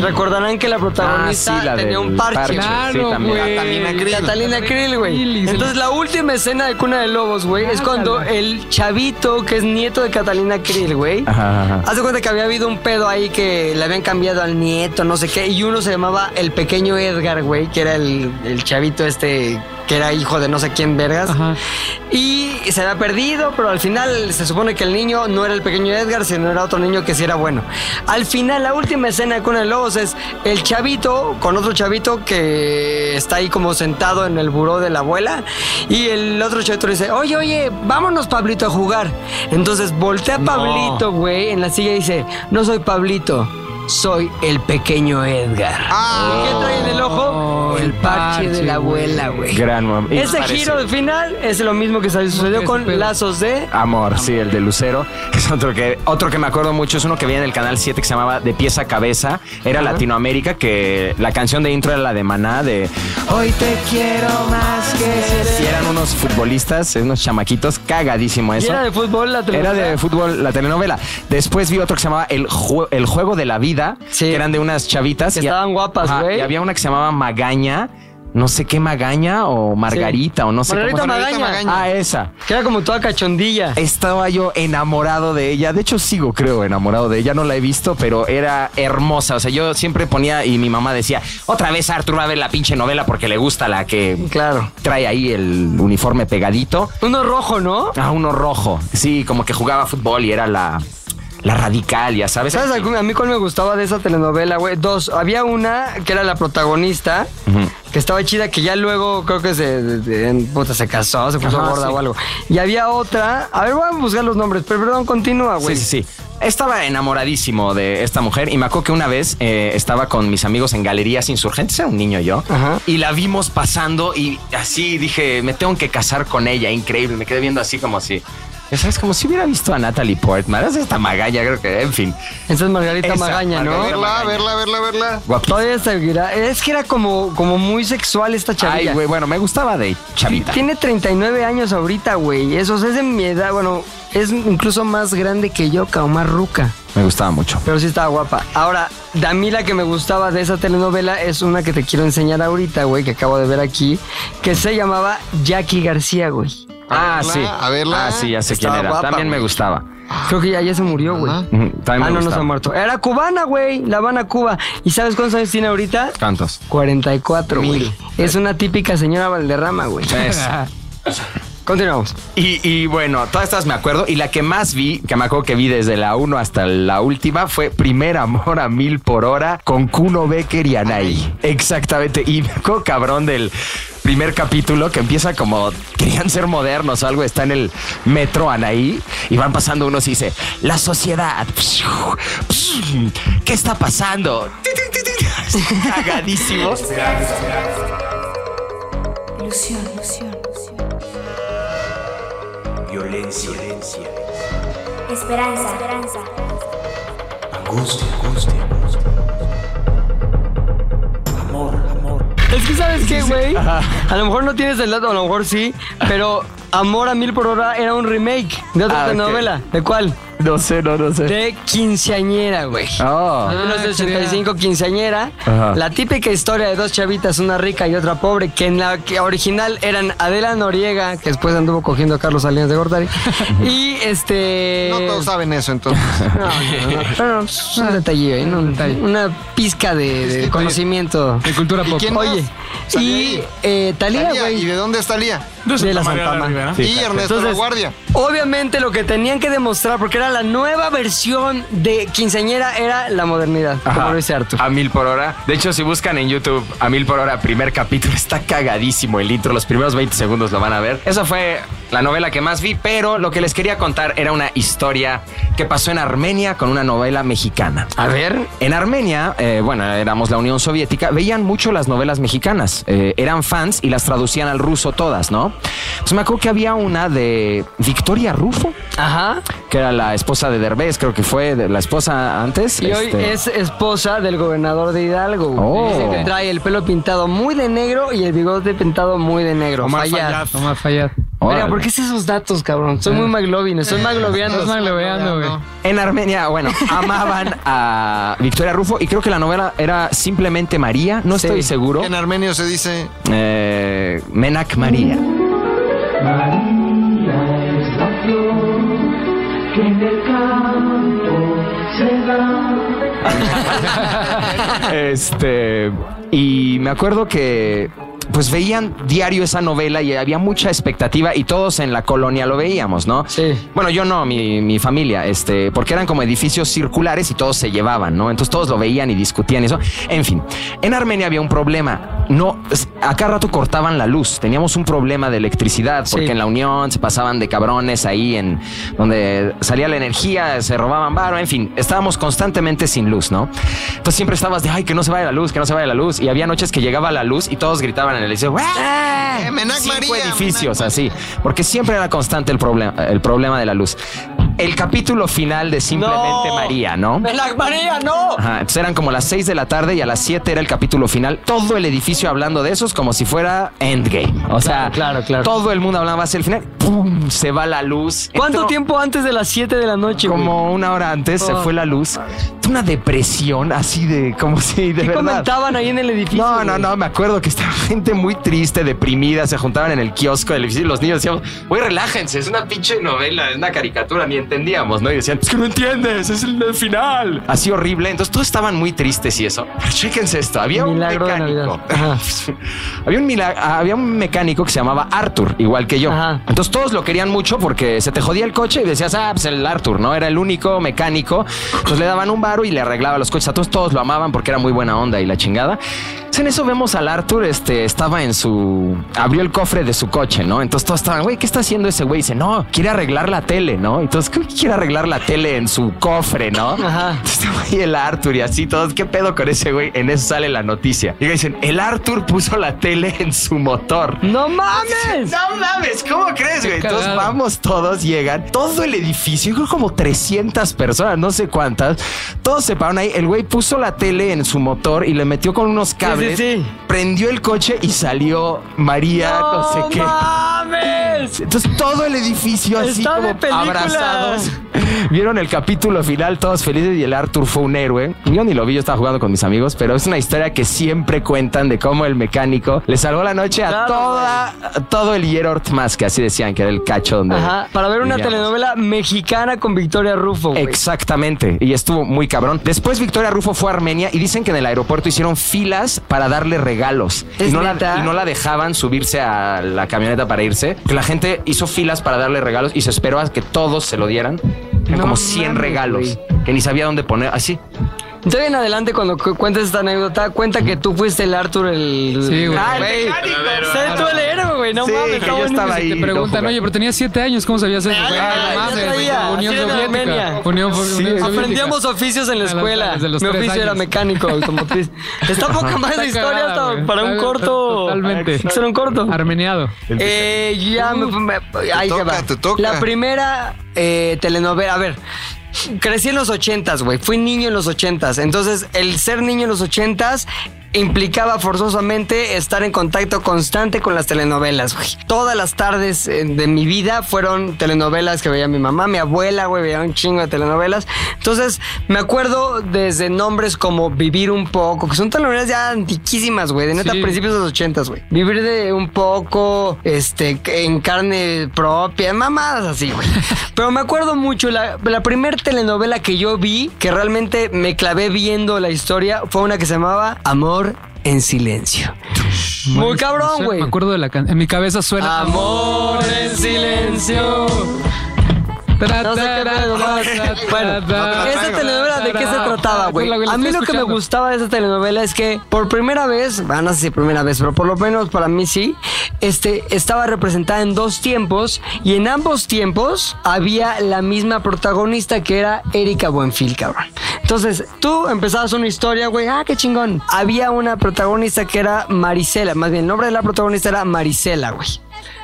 A: Recordarán que la protagonista
D: Ah, sí, la
A: tenía
D: del
A: un parche.
D: parche, Claro, sí, también. güey. Catalina Krill.
A: Catalina Krill, güey. Entonces la última escena de Cuna de Lobos, güey, es cuando el chavito que es nieto de Catalina Krill, güey. Haz de cuenta que había habido un pedo ahí que le habían cambiado al nieto, no sé qué, y uno se llamaba el pequeño Edgar, güey, que era el, el chavito este que era hijo de no sé quién vergas. Y se había perdido, pero al final se supone que el niño no era el pequeño Edgar, sino era otro niño que sí era bueno. Al final, la última escena con el Lobos es el chavito con otro chavito que está ahí como sentado en el buró de la abuela. Y el otro chavito le dice, oye, oye, vámonos, Pablito, a jugar. Entonces voltea a Pablito, güey, en la silla y dice, no soy Pablito, soy el pequeño Edgar. ¿Qué trae en el ojo? Ah. Oh, el parche, de la abuela, güey.
D: Gran mam- y
A: Ese
D: parece-
A: giro de final es lo mismo que sucedió con Lazos de...
D: Amor, sí, el de Lucero. Es otro que, otro que me acuerdo mucho, es uno que veía en el canal 7 que se llamaba De pies a cabeza. Era
A: Ajá.
D: Latinoamérica, que la canción de intro era la de Maná, de Hoy te quiero más que Y eran unos futbolistas, unos chamaquitos, cagadísimo
A: Y
D: eso.
A: era de fútbol la
D: Era
A: telenovela.
D: de fútbol la telenovela. Después vi otro que se llamaba El, Jue- El Juego de la Vida, que eran de unas chavitas.
A: Que
D: y-
A: estaban guapas,
D: Ajá,
A: güey.
D: Y había una que se llamaba Magaña, no sé qué Magaña o Margarita o no sé
A: Margarita
D: cómo se-
A: Magaña.
D: Ah, esa.
A: Que era como toda cachondilla.
D: Estaba yo enamorado de ella. De hecho, sigo, creo, enamorado de ella. No la he visto, pero era hermosa. O sea, yo siempre ponía y mi mamá decía, otra vez Arthur va a ver la pinche novela porque le gusta la que
A: claro.
D: trae ahí el uniforme pegadito.
A: Uno rojo, ¿no?
D: Ah, uno rojo. Sí, como que jugaba fútbol y era la, la radical, ya sabes.
A: ¿Sabes algún- a mí cuál me gustaba de esa telenovela, güey? Dos. Había una que era la protagonista, que estaba chida, que ya luego creo que se, de- de- en- puta, se casó, se puso
D: Ajá,
A: gorda
D: sí.
A: o algo. Y había otra. A ver, voy a buscar los nombres, pero perdón, continúa, güey.
D: Sí, sí, sí. Estaba enamoradísimo de esta mujer y me acuerdo que una vez eh, estaba con mis amigos en Galerías Insurgentes, era un niño yo, y la vimos pasando y así dije, me tengo que casar con ella, increíble, me quedé viendo así como así. Ya sabes, como si hubiera visto a Natalie Portman, es esta magaña, creo que, en fin.
A: Esa es Margarita
D: Esa,
A: Magaña, ¿no?
D: Margarita
B: Verla, verla, verla, verla.
D: Guapísima.
A: Todavía seguirá. Es que era como, como muy sexual esta
D: Ay,
A: chavilla.
D: güey, bueno, me gustaba de chavita.
A: Tiene 39 años ahorita, güey. Eso o sea, es de mi edad. Bueno, es incluso más grande que yo, o más ruca.
D: Me gustaba mucho.
A: Pero sí estaba guapa. Ahora, de a mí la que me gustaba de esa telenovela es una que te quiero enseñar ahorita, güey, que acabo de ver aquí, que se llamaba Jackie García, güey.
D: Ah, sí. A verla. Ah, sí, ya sé
A: Estaba
D: quién era.
A: guapa,
D: También me
A: güey.
D: gustaba.
A: Creo que ya, ya se murió, güey.
D: Ujú, También me
A: Ah, no, no
D: gustaba.
A: se ha muerto. Era cubana, güey. La Habana, Cuba. ¿Y sabes cuántos años tiene ahorita?
D: ¿Cuántos?
A: 44, güey. Es una típica señora Valderrama, güey.
D: Esa.
A: Continuamos.
D: Y, y bueno, todas estas me acuerdo. Y la que más vi, que me acuerdo que vi desde la 1 hasta la última, fue Primer Amor a Mil por Hora con Kuno Becker y Anaí. Exactamente. Y me acuerdo, cabrón, del primer capítulo que empieza como querían ser modernos o algo. Está en el metro Anaí y van pasando unos y dice: La sociedad. ¿Qué está pasando? Cagadísimo.
H: Ilusión, ilusión.
L: Violencia, violencia.
H: Esperanza, esperanza.
L: Angustia, angustia, angustia. Amor, amor.
A: Es que sabes qué, güey. A lo mejor no tienes el dato, a lo mejor sí, pero Amor a Mil por Hora era un remake de otra
D: Ah, ok.
A: telenovela. ¿De cuál?
D: No sé, no, no sé.
A: De quinceañera, güey.
D: Ah.
A: De 1985, quinceañera.
D: Ajá.
A: La típica historia de dos chavitas, una rica y otra pobre, que en la que original eran Adela Noriega, que después anduvo cogiendo a Carlos Salinas de Gortari, y este...
B: No todos saben eso, entonces.
A: No, no, no, pero pues, un detalle, ahí, ¿no? una pizca de, de conocimiento.
C: De cultura
B: ¿Y quién más?
A: Oye, y eh, Talía,
B: Talía,
A: güey.
B: ¿Y de dónde está Lía?
A: De la Santa Ma-
B: Sí, y Ernesto La
A: Entonces,
B: Guardia.
A: Obviamente lo que tenían que demostrar, porque era la nueva versión de quinceañera, era la modernidad.
D: Ajá, A mil por hora. De hecho, si buscan en YouTube a mil por hora, primer capítulo, está cagadísimo el intro. Los primeros 20 segundos lo van a ver. Esa fue la novela que más vi, pero lo que les quería contar era una historia que pasó en Armenia con una novela mexicana.
A: A ver.
D: En Armenia, eh, bueno, éramos la Unión Soviética, veían mucho las novelas mexicanas. Eh, eran fans y las traducían al ruso todas, ¿no? Pues me acuerdo que había una de Victoria Rufo.
A: Ajá.
D: Que era la esposa de Derbez, creo que fue de- la esposa antes.
A: Y hoy
D: este.
A: es esposa del gobernador de Hidalgo.
D: Oh.
A: güey. Dice que trae el pelo pintado muy de negro y el bigote pintado muy de negro. Fayad.
C: Omar Fayad.
A: Mira, ¿por qué sé esos datos, cabrón? Soy muy maglovin, estoy maglobeando.
C: Estás maglobeando, güey.
D: En Armenia, bueno, amaban a Victoria Rufo y creo que la novela era simplemente María, no estoy seguro.
B: En armenio se dice.
D: Eh, Menak María. Este. Y me acuerdo que. Pues veían diario esa novela y había mucha expectativa y todos en la colonia lo veíamos, ¿no? Sí. Bueno, yo no, mi, mi familia, este, porque eran como edificios circulares y todos se llevaban, ¿no? Entonces todos lo veían y discutían y eso. En fin, en Armenia había un problema. No, es- a cada rato cortaban la luz. Teníamos un problema de electricidad porque en la Unión se pasaban de cabrones ahí en donde salía la energía, se robaban varo, en fin, estábamos constantemente sin luz, ¿no? Entonces siempre estabas de, ay, que no se vaya la luz, que no se vaya la luz. Y había noches que llegaba la luz y todos gritaban en el edificio, ¡Ah!
B: ¡Eh, Menac
D: cinco
B: María!
D: edificios así, porque siempre era constante el problema, el problema de la luz. El capítulo final de Simplemente María, ¿no?
A: ¡Menac María, no!
D: Ajá, entonces eran como las 6 de la tarde y a las 7 era el capítulo final. Todo el edificio hablando de esos como si fuera Endgame. O sea, claro, claro. todo el mundo hablaba hacia el final. ¡Pum! Se va la luz.
A: ¿Cuánto
D: Entró-
A: tiempo antes de las 7 de la noche, güey?
D: Como una hora antes se
A: Oh.
D: fue la luz. Una depresión así de como si de
A: ¿Qué
D: verdad.
A: comentaban ahí en el edificio?
D: No, no, no, me acuerdo que estaba gente muy triste, deprimida, se juntaban en el kiosco del edificio y los niños decían, güey, relájense, es una pinche novela, es una caricatura, ni entendíamos, ¿no? Y decían, es que no entiendes, es el final. Así horrible, entonces todos estaban muy tristes y eso. Pero chéquense esto, había un
A: Milagro de
D: mecánico. había, un mila- había un mecánico que se llamaba Arthur, igual que yo. Entonces todos lo querían mucho porque se te jodía el coche y decías, ah, pues el Arthur, ¿no? Era el único mecánico. Entonces le daban un varo y le arreglaba los coches. A todos, todos lo amaban porque era muy buena onda y la chingada. Entonces, en eso vemos al Arthur, este, estaba en su... Abrió el cofre de su coche, ¿no? Entonces todos estaban, güey, ¿qué está haciendo ese güey? Dice, no, quiere arreglar la tele, ¿no? Entonces, ¿qué quiere arreglar la tele en su cofre, no? Ajá. Y Este el Arthur y así todos, ¿qué pedo con ese güey? En eso sale la noticia. Y dicen, el Arthur puso la tele en su motor.
A: ¡No mames!
D: ¡No mames! ¿Cómo crees, güey?
A: Qué
D: Entonces
A: cagado.
D: vamos todos, llegan, todo el edificio, yo creo como 300 personas, no sé cuántas, todos se pararon ahí, el güey puso la tele en su motor y le metió con unos cables, prendió el coche y salió María, no, sé qué.
A: mames!
D: Entonces todo el edificio así
A: Está de
D: como
A: películas.
D: abrazados. Vieron el capítulo final, todos felices y el Arthur fue un héroe. Yo ni lo vi, yo estaba jugando con mis amigos, pero es una historia que siempre cuentan de cómo el mecánico le salvó la noche a
A: Claro,
D: toda, a todo el Yerort más que así decían que era el cacho donde.
A: Ajá, para ver una
D: vivíamos.
A: telenovela mexicana con Victoria Rufo, güey.
D: Exactamente, y estuvo muy cabrón. Después Victoria Rufo fue a Armenia y dicen que en el aeropuerto hicieron filas para darle regalos.
A: ¿Es
D: y, no la,
A: neta?
D: y no la dejaban subirse a la camioneta para irse. Que la gente hizo filas para darle regalos y se esperó a que todos se lo dieran. Eran
A: No
D: como 100
A: mames,
D: regalos que ni sabía dónde poner. Así.
A: Entonces, en adelante, cuando cu- cuentes esta anécdota, cuenta que tú fuiste el Arthur, el.
C: Sí, güey.
A: Ah, el mecánico. Sé tú el héroe, güey. No
D: Sí,
A: mames,
D: que
A: está
D: yo
A: buenísimo.
D: estaba ahí,
C: Te preguntan,
D: no,
C: oye, pero tenías siete años, ¿cómo sabías eso? Güey,
A: ya
C: no mames,
A: traía, así
C: güey,
A: era en
C: Unión Soviética.
A: Armenia.
C: Unión, Unión Soviética.
A: Aprendíamos oficios en la
C: A los-
A: escuela.
C: desde los
A: Mi
C: tres
A: oficio era
C: años.
A: mecánico automotriz. Está poca más
C: Está
A: de historia
C: cagada,
A: hasta
C: güey.
A: para un
C: Está-
A: corto.
C: Totalmente.
A: Será un corto.
C: Armeniado.
A: Eh, ya me, me- ahí
B: toca,
A: te va.
B: te toca.
A: La primera eh, telenovela, a ver. Crecí en los ochentas, güey. Fui niño en los ochentas. Entonces, el ser niño en los ochentas implicaba forzosamente estar en contacto constante con las telenovelas, güey. Todas las tardes eh, de mi vida fueron telenovelas que veía mi mamá, mi abuela, güey, veía un chingo de telenovelas. Entonces, me acuerdo desde nombres como Vivir un poco, que son telenovelas ya antiquísimas, güey, de neta,
C: Sí.
A: principios de los ochentas, güey. Vivir de un poco, este, en carne propia, mamadas así, güey. Pero me acuerdo mucho, la, la primera telenovela que yo vi, que realmente me clavé viendo la historia, fue una que se llamaba Amor en Silencio. Muy cabrón, güey.
C: Me acuerdo de la canción. En mi cabeza suena.
A: Amor en silencio. No sé qué pedo, no, Bueno, esa telenovela de qué se trataba, güey.
C: Hola, güey, la
A: A mí
C: estoy
A: lo que me
C: escuchando.
A: gustaba de esa telenovela es que por primera vez, ah, van a ser primera vez, pero por lo menos para mí sí, este estaba representada en dos tiempos y en ambos tiempos había la misma protagonista que era Erika Buenfil, cabrón. Entonces, tú empezabas una historia, güey, ah, qué chingón. Había una protagonista que era Marisela, más bien el nombre de la protagonista era Marisela, güey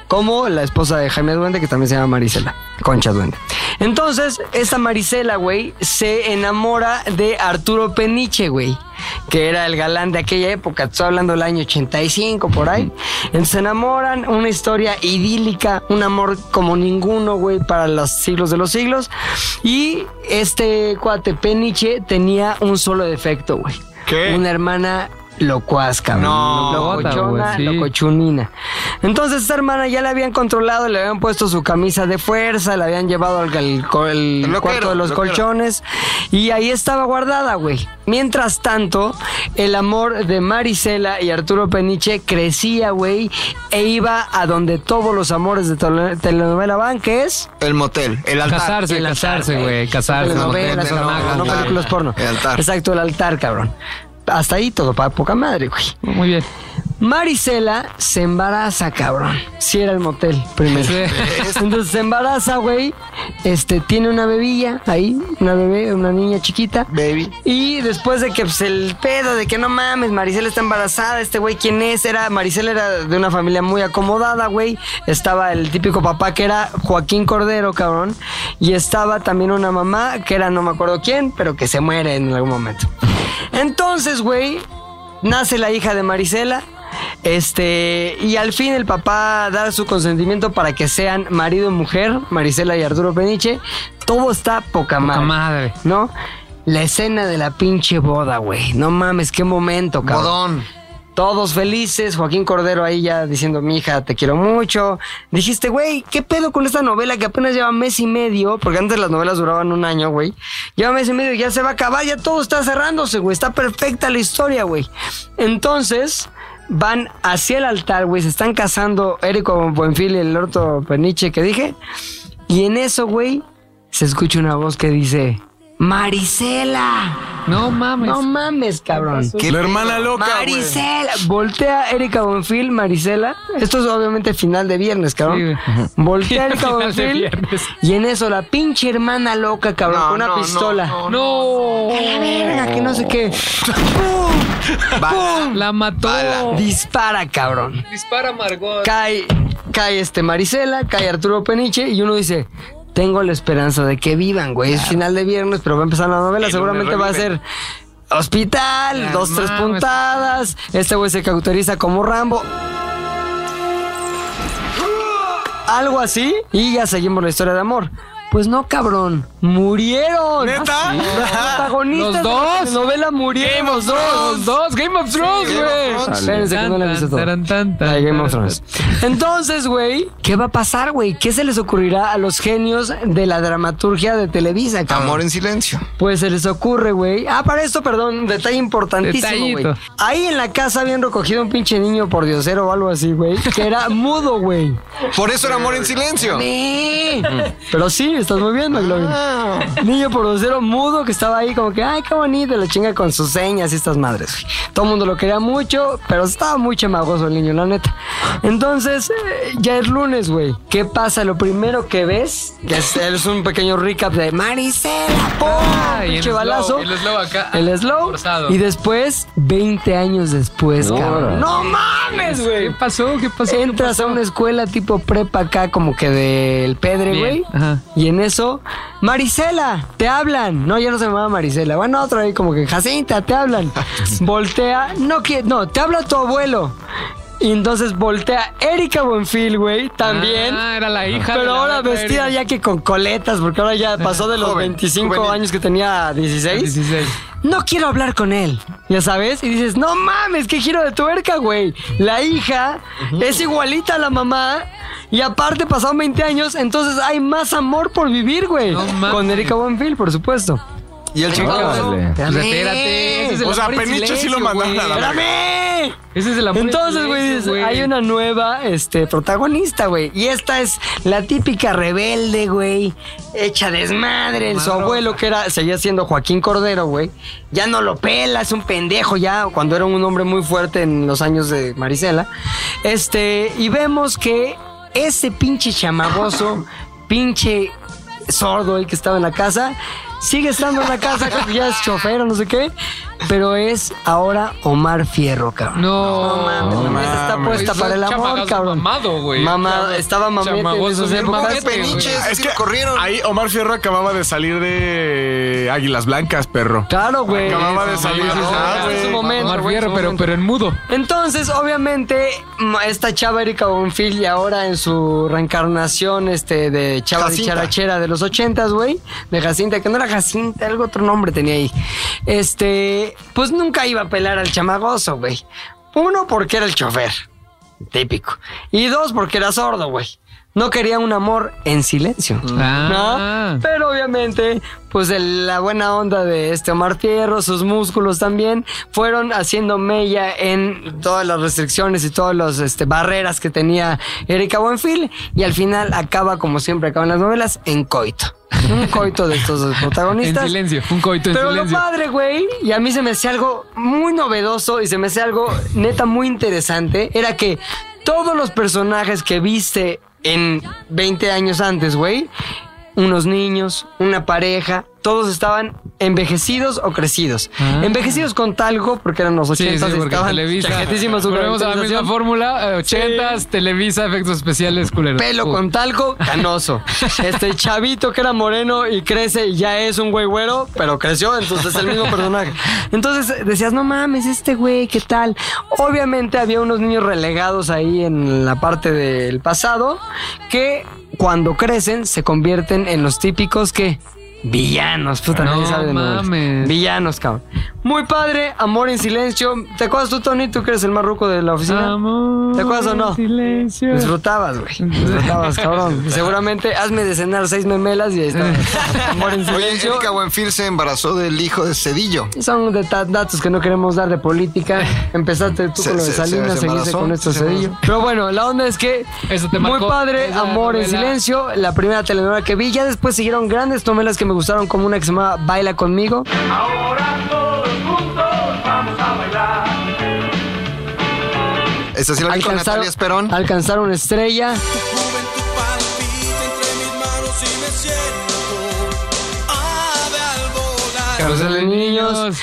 A: como la esposa de Jaime Duende, que también se llama Marisela, Concha Duende. Entonces, esta Marisela, güey, se enamora de Arturo Peniche, güey, que era el galán de aquella época, estoy hablando del año 85, por ahí. Entonces, se enamoran, una historia idílica, un amor como ninguno, güey, para los siglos de los siglos. Y este cuate Peniche tenía un solo defecto, güey. Una hermana locuaz, cabrón.
C: No,
A: locochona,
C: güey, sí.
A: locochunina. Entonces, esta hermana ya la habían controlado, le habían puesto su camisa de fuerza, la habían llevado al, al- al
B: Loquero,
A: cuarto de los
B: loquero.
A: colchones y ahí estaba guardada, güey. Mientras tanto, el amor de Marisela y Arturo Peniche crecía, güey, e iba a donde todos los amores de tole- telenovela van, que es
B: El motel, el altar.
C: Casarse,
B: El altar.
C: casarse, güey. Casarse.
A: telenovelas,
B: no,
A: no, no
B: no,
A: películas
B: no,
A: porno.
B: el altar.
A: Exacto, el altar, cabrón. Hasta ahí todo para poca madre, güey.
C: Muy bien.
A: Marisela se embaraza, cabrón. Si era el motel primero.
C: Sí.
A: Entonces se embaraza, güey. Este, tiene una bebilla ahí, una bebé, una niña chiquita.
B: Baby.
A: Y después de que pues, el pedo de que no mames, Marisela está embarazada, este güey, ¿quién es? Era, Marisela era de una familia muy acomodada, güey. Estaba el típico papá que era Joaquín Cordero, cabrón. Y estaba también una mamá que era no me acuerdo quién, pero que se muere en algún momento. Entonces, güey, nace la hija de Marisela. Este, y al fin el papá da su consentimiento para que sean marido y mujer, Marisela y Arturo Peniche. Todo está poca madre.
C: madre.
A: ¿No? La escena de la pinche boda, güey. No mames, qué momento, cabrón.
B: Bodón.
A: Todos felices, Joaquín Cordero ahí ya diciendo, mi hija, te quiero mucho. Dijiste, güey, ¿qué pedo con esta novela que apenas lleva mes y medio? Porque antes las novelas duraban un año, güey. Lleva mes y medio, ya se va a acabar, ya todo está cerrándose, güey. Está perfecta la historia, güey. Entonces, van hacia el altar, güey. Se están casando Érico Buenfil y el orto Peniche que dije. Y en eso, güey, se escucha una voz que dice, Marisela.
C: No mames.
B: Pues,
A: No mames, cabrón.
G: La hermana loca, güey.
A: Marisela. Voltea Erika Bonfil, Marisela. Esto es obviamente final de viernes, cabrón. Voltea Erika
C: Final de
A: Bonfil.
C: viernes.
A: Y en eso la pinche hermana loca, cabrón,
B: No,
A: con una
B: no,
A: pistola.
B: no,
C: No.
A: A la verga, que no sé qué.
B: Bala.
C: La mató.
A: Dispara, cabrón.
C: Dispara Margot.
A: Cae, cae este Marisela, cae Arturo Peniche y uno dice. Tengo la esperanza de que vivan, güey. Es final de viernes, pero va a empezar la novela.
F: El
A: Seguramente va
F: lunes
A: a
F: revive.
A: ser hospital,
C: Ah,
A: dos, tres
C: mames.
A: puntadas. Este güey se cauteriza como Rambo. algo así y ya seguimos la historia de amor. Pues no, cabrón. Murieron. Ah,
G: ¿Neta?
A: Los protagonistas
C: ¿Los dos?
A: de la novela murieron. los
C: Los dos, Game of Thrones, güey.
A: Espérense que no la he visto toda.
C: Tan, tan, tan,
A: La de Game of
C: tan,
A: Thrones. Entonces, güey, ¿qué va a pasar, güey? ¿Qué se les ocurrirá a los genios de la dramaturgia de Televisa, cabrón?
B: Amor en silencio.
A: Pues se les ocurre, güey. Ah, para esto, perdón, un detalle importantísimo, güey.
C: Detallito.
A: Ahí en la casa habían recogido un pinche niño por diosero o algo así, güey, que era mudo, güey.
B: Por eso era amor en silencio.
A: Sí. Pero sí, estás muy bien, McLovin. Niño producero mudo que estaba ahí como que, ay, qué bonito, la chinga con sus señas y estas madres. güey. Todo el mundo lo quería mucho, pero estaba muy chamagoso el niño, la neta. Entonces, eh, ya es lunes, güey. ¿Qué pasa? Lo primero que ves que es, es un pequeño recap de Maricela,
C: Ah,
A: ¡pum!
C: y el
A: Pinche
C: slow,
A: balazo.
C: el slow acá.
A: El slow.
C: Forzado.
A: Y después, 20 años después, cabrón. ¡No mames, güey!
C: ¿Qué pasó? Pues, ¿Qué pasó?
A: Entras a una escuela tipo prepa acá, como que del Pedre,
C: Bien,
A: güey.
C: ajá.
A: Y en eso, Marisela, te hablan. No, ya no se llamaba Marisela. Bueno, otra vez como que Jacinta, te hablan. Voltea, no, que, no, te habla tu abuelo. Y entonces voltea Erika Bonfil, güey, también.
C: Ah, era la hija de
A: Pero
C: la
A: ahora
C: otra
A: vestida
C: Erika.
A: ya que con coletas, porque ahora ya pasó de los
C: Joven,
A: 25
C: juvenil.
A: años que tenía a 16.
C: 16.
A: No quiero hablar con él, ya sabes. Y dices, no mames, qué giro de tuerca, güey. La hija es igualita a la mamá. Y aparte pasaron 20 años, entonces hay más amor por vivir, güey. con Erika Bonfil, por supuesto.
B: Y el
A: chingado.
C: Pues espérate, ese es el
G: O sea,
C: amor en
G: Peniche sí lo
C: silencio,
G: mandaron a la
C: güey.
G: verga.
A: ¡Espérame!
C: Ese es el amor en
A: Entonces, güey,
C: silencio,
A: dices, hay una nueva este, protagonista, güey. Y esta es la típica rebelde, güey. Hecha desmadre. Su abuelo, que era, seguía siendo Joaquín Cordero, güey. Ya no lo pela, es un pendejo ya, cuando era un hombre muy fuerte en los años de Marisela. Este, y vemos que ese pinche chamagoso, pinche sordo ahí que estaba en la casa. Sigue estando en la casa, creo que ya es chofer o no sé qué. Pero es ahora Omar Fierro, cabrón.
C: No,
A: mames, la mesa está puesta para el amor, cabrón.
C: Mamado, güey.
A: Mamá, estaba mamete en
C: Chamagoso,
A: esas
C: bien
A: épocas.
C: mamete, güey.
G: Es que corrieron. Ahí Omar Fierro acababa de salir de Águilas Blancas, perro.
A: Claro, güey.
G: Acababa de salir.
A: Sí, sí, sí,
G: Ah,
A: sí,
G: güey.
A: en su momento,
C: Omar
A: güey, en su
C: Fierro, pero,
A: momento.
C: pero en mudo.
A: Entonces, obviamente, ma- esta chava Erika Bonfil, y ahora en su reencarnación este, de chava de
B: Jacinta.
A: charachera de los ochentas, güey, de Jacinta, que no era Jacinta, algo otro nombre tenía ahí. Este, pues nunca iba a pelar al chamagoso, güey. Uno, porque era el chofer, típico. Y dos, porque era sordo, güey. No quería un amor en silencio.
C: Ah.
A: ¿no? Pero obviamente, pues el- la buena onda de este Omar Fierro, sus músculos también, fueron haciendo mella en todas las restricciones y todas las este, barreras que tenía Erika Buenfil. Y al final acaba, como siempre acaban las novelas, en coito. Un coito de estos dos
C: En
A: protagonistas.
C: silencio, un coito en
A: Pero lo
C: silencio.
A: padre, güey, y a mí se me hacía algo muy novedoso y se me hacía algo neta muy interesante, era que todos los personajes que viste en 20 años antes, güey, unos niños, una pareja, todos estaban envejecidos o crecidos. Envejecidos con talgo, porque eran los 80
C: Ah. Sí, sí, porque
A: estaban
C: Televisa.
A: chaquetísimos, su
C: Volvemos a la misma
A: caracterización.
C: fórmula: eh, 80s, Televisa, efectos especiales, culeros.
A: Pelo
C: Uh.
A: con talco, canoso. Este chavito que era moreno y crece y ya es un güey güero, pero creció, entonces es el mismo personaje. Entonces decías, no mames, este güey, ¿qué tal? Obviamente había unos niños relegados ahí en la parte del pasado que cuando crecen se convierten en los típicos que... Villanos, puta,
C: No
A: nadie sabe de novelas.
C: mames.
A: Villanos, cabrón. Muy padre, amor en silencio. ¿Te acuerdas tú, Tony? ¿Tú que eres el más ruco de la oficina?
C: Amor,
A: ¿Te acuerdas o no?
C: Silencio.
A: Disfrutabas, güey. Disfrutabas, cabrón. Seguramente hazme de cenar seis memelas y ahí está. Amor en
B: Oye,
A: silencio.
B: Erika Buenfil se embarazó del hijo de Cedillo.
A: Son de ta- datos que no queremos dar de política. Empezaste tú
B: Se-
A: con lo de
B: se- se-
A: Salinas,
B: se
A: seguiste
B: embarazó,
A: con esto de
B: se embarazó.
A: Cedillo. Pero bueno, la onda es que
C: Eso te
A: muy
C: marcó.
A: padre,
C: Esa
A: Amor en
C: novela.
A: Silencio, la primera telenovela que vi. Ya después siguieron grandes novelas que me gustaron, como una que se llama Baila Conmigo.
L: Ahora todos juntos vamos a bailar.
B: Esta sí la vi con Natalia Esperón.
A: alcanzaron estrella.
C: Carrusel de niños.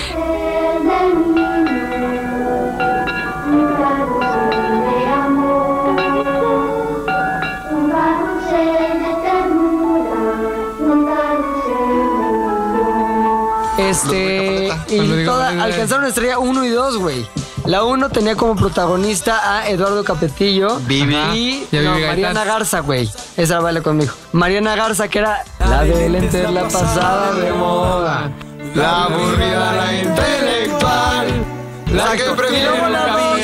A: Este.
C: Cuando
A: Y
C: digo
A: toda-
C: Capetilla.
A: alcanzaron estrella 1 y 2, güey. La 1 tenía como protagonista a Eduardo Capetillo.
B: Vivi.
A: Y
C: Y a
A: no,
C: Vivi Gaitán.
A: Mariana Garza, güey. Esa baila conmigo. Mariana Garza, que era la de lentes, la pasada de moda.
B: La aburrida, la intelectual. La que
A: Y
B: premió
A: luego la
B: la
A: dos,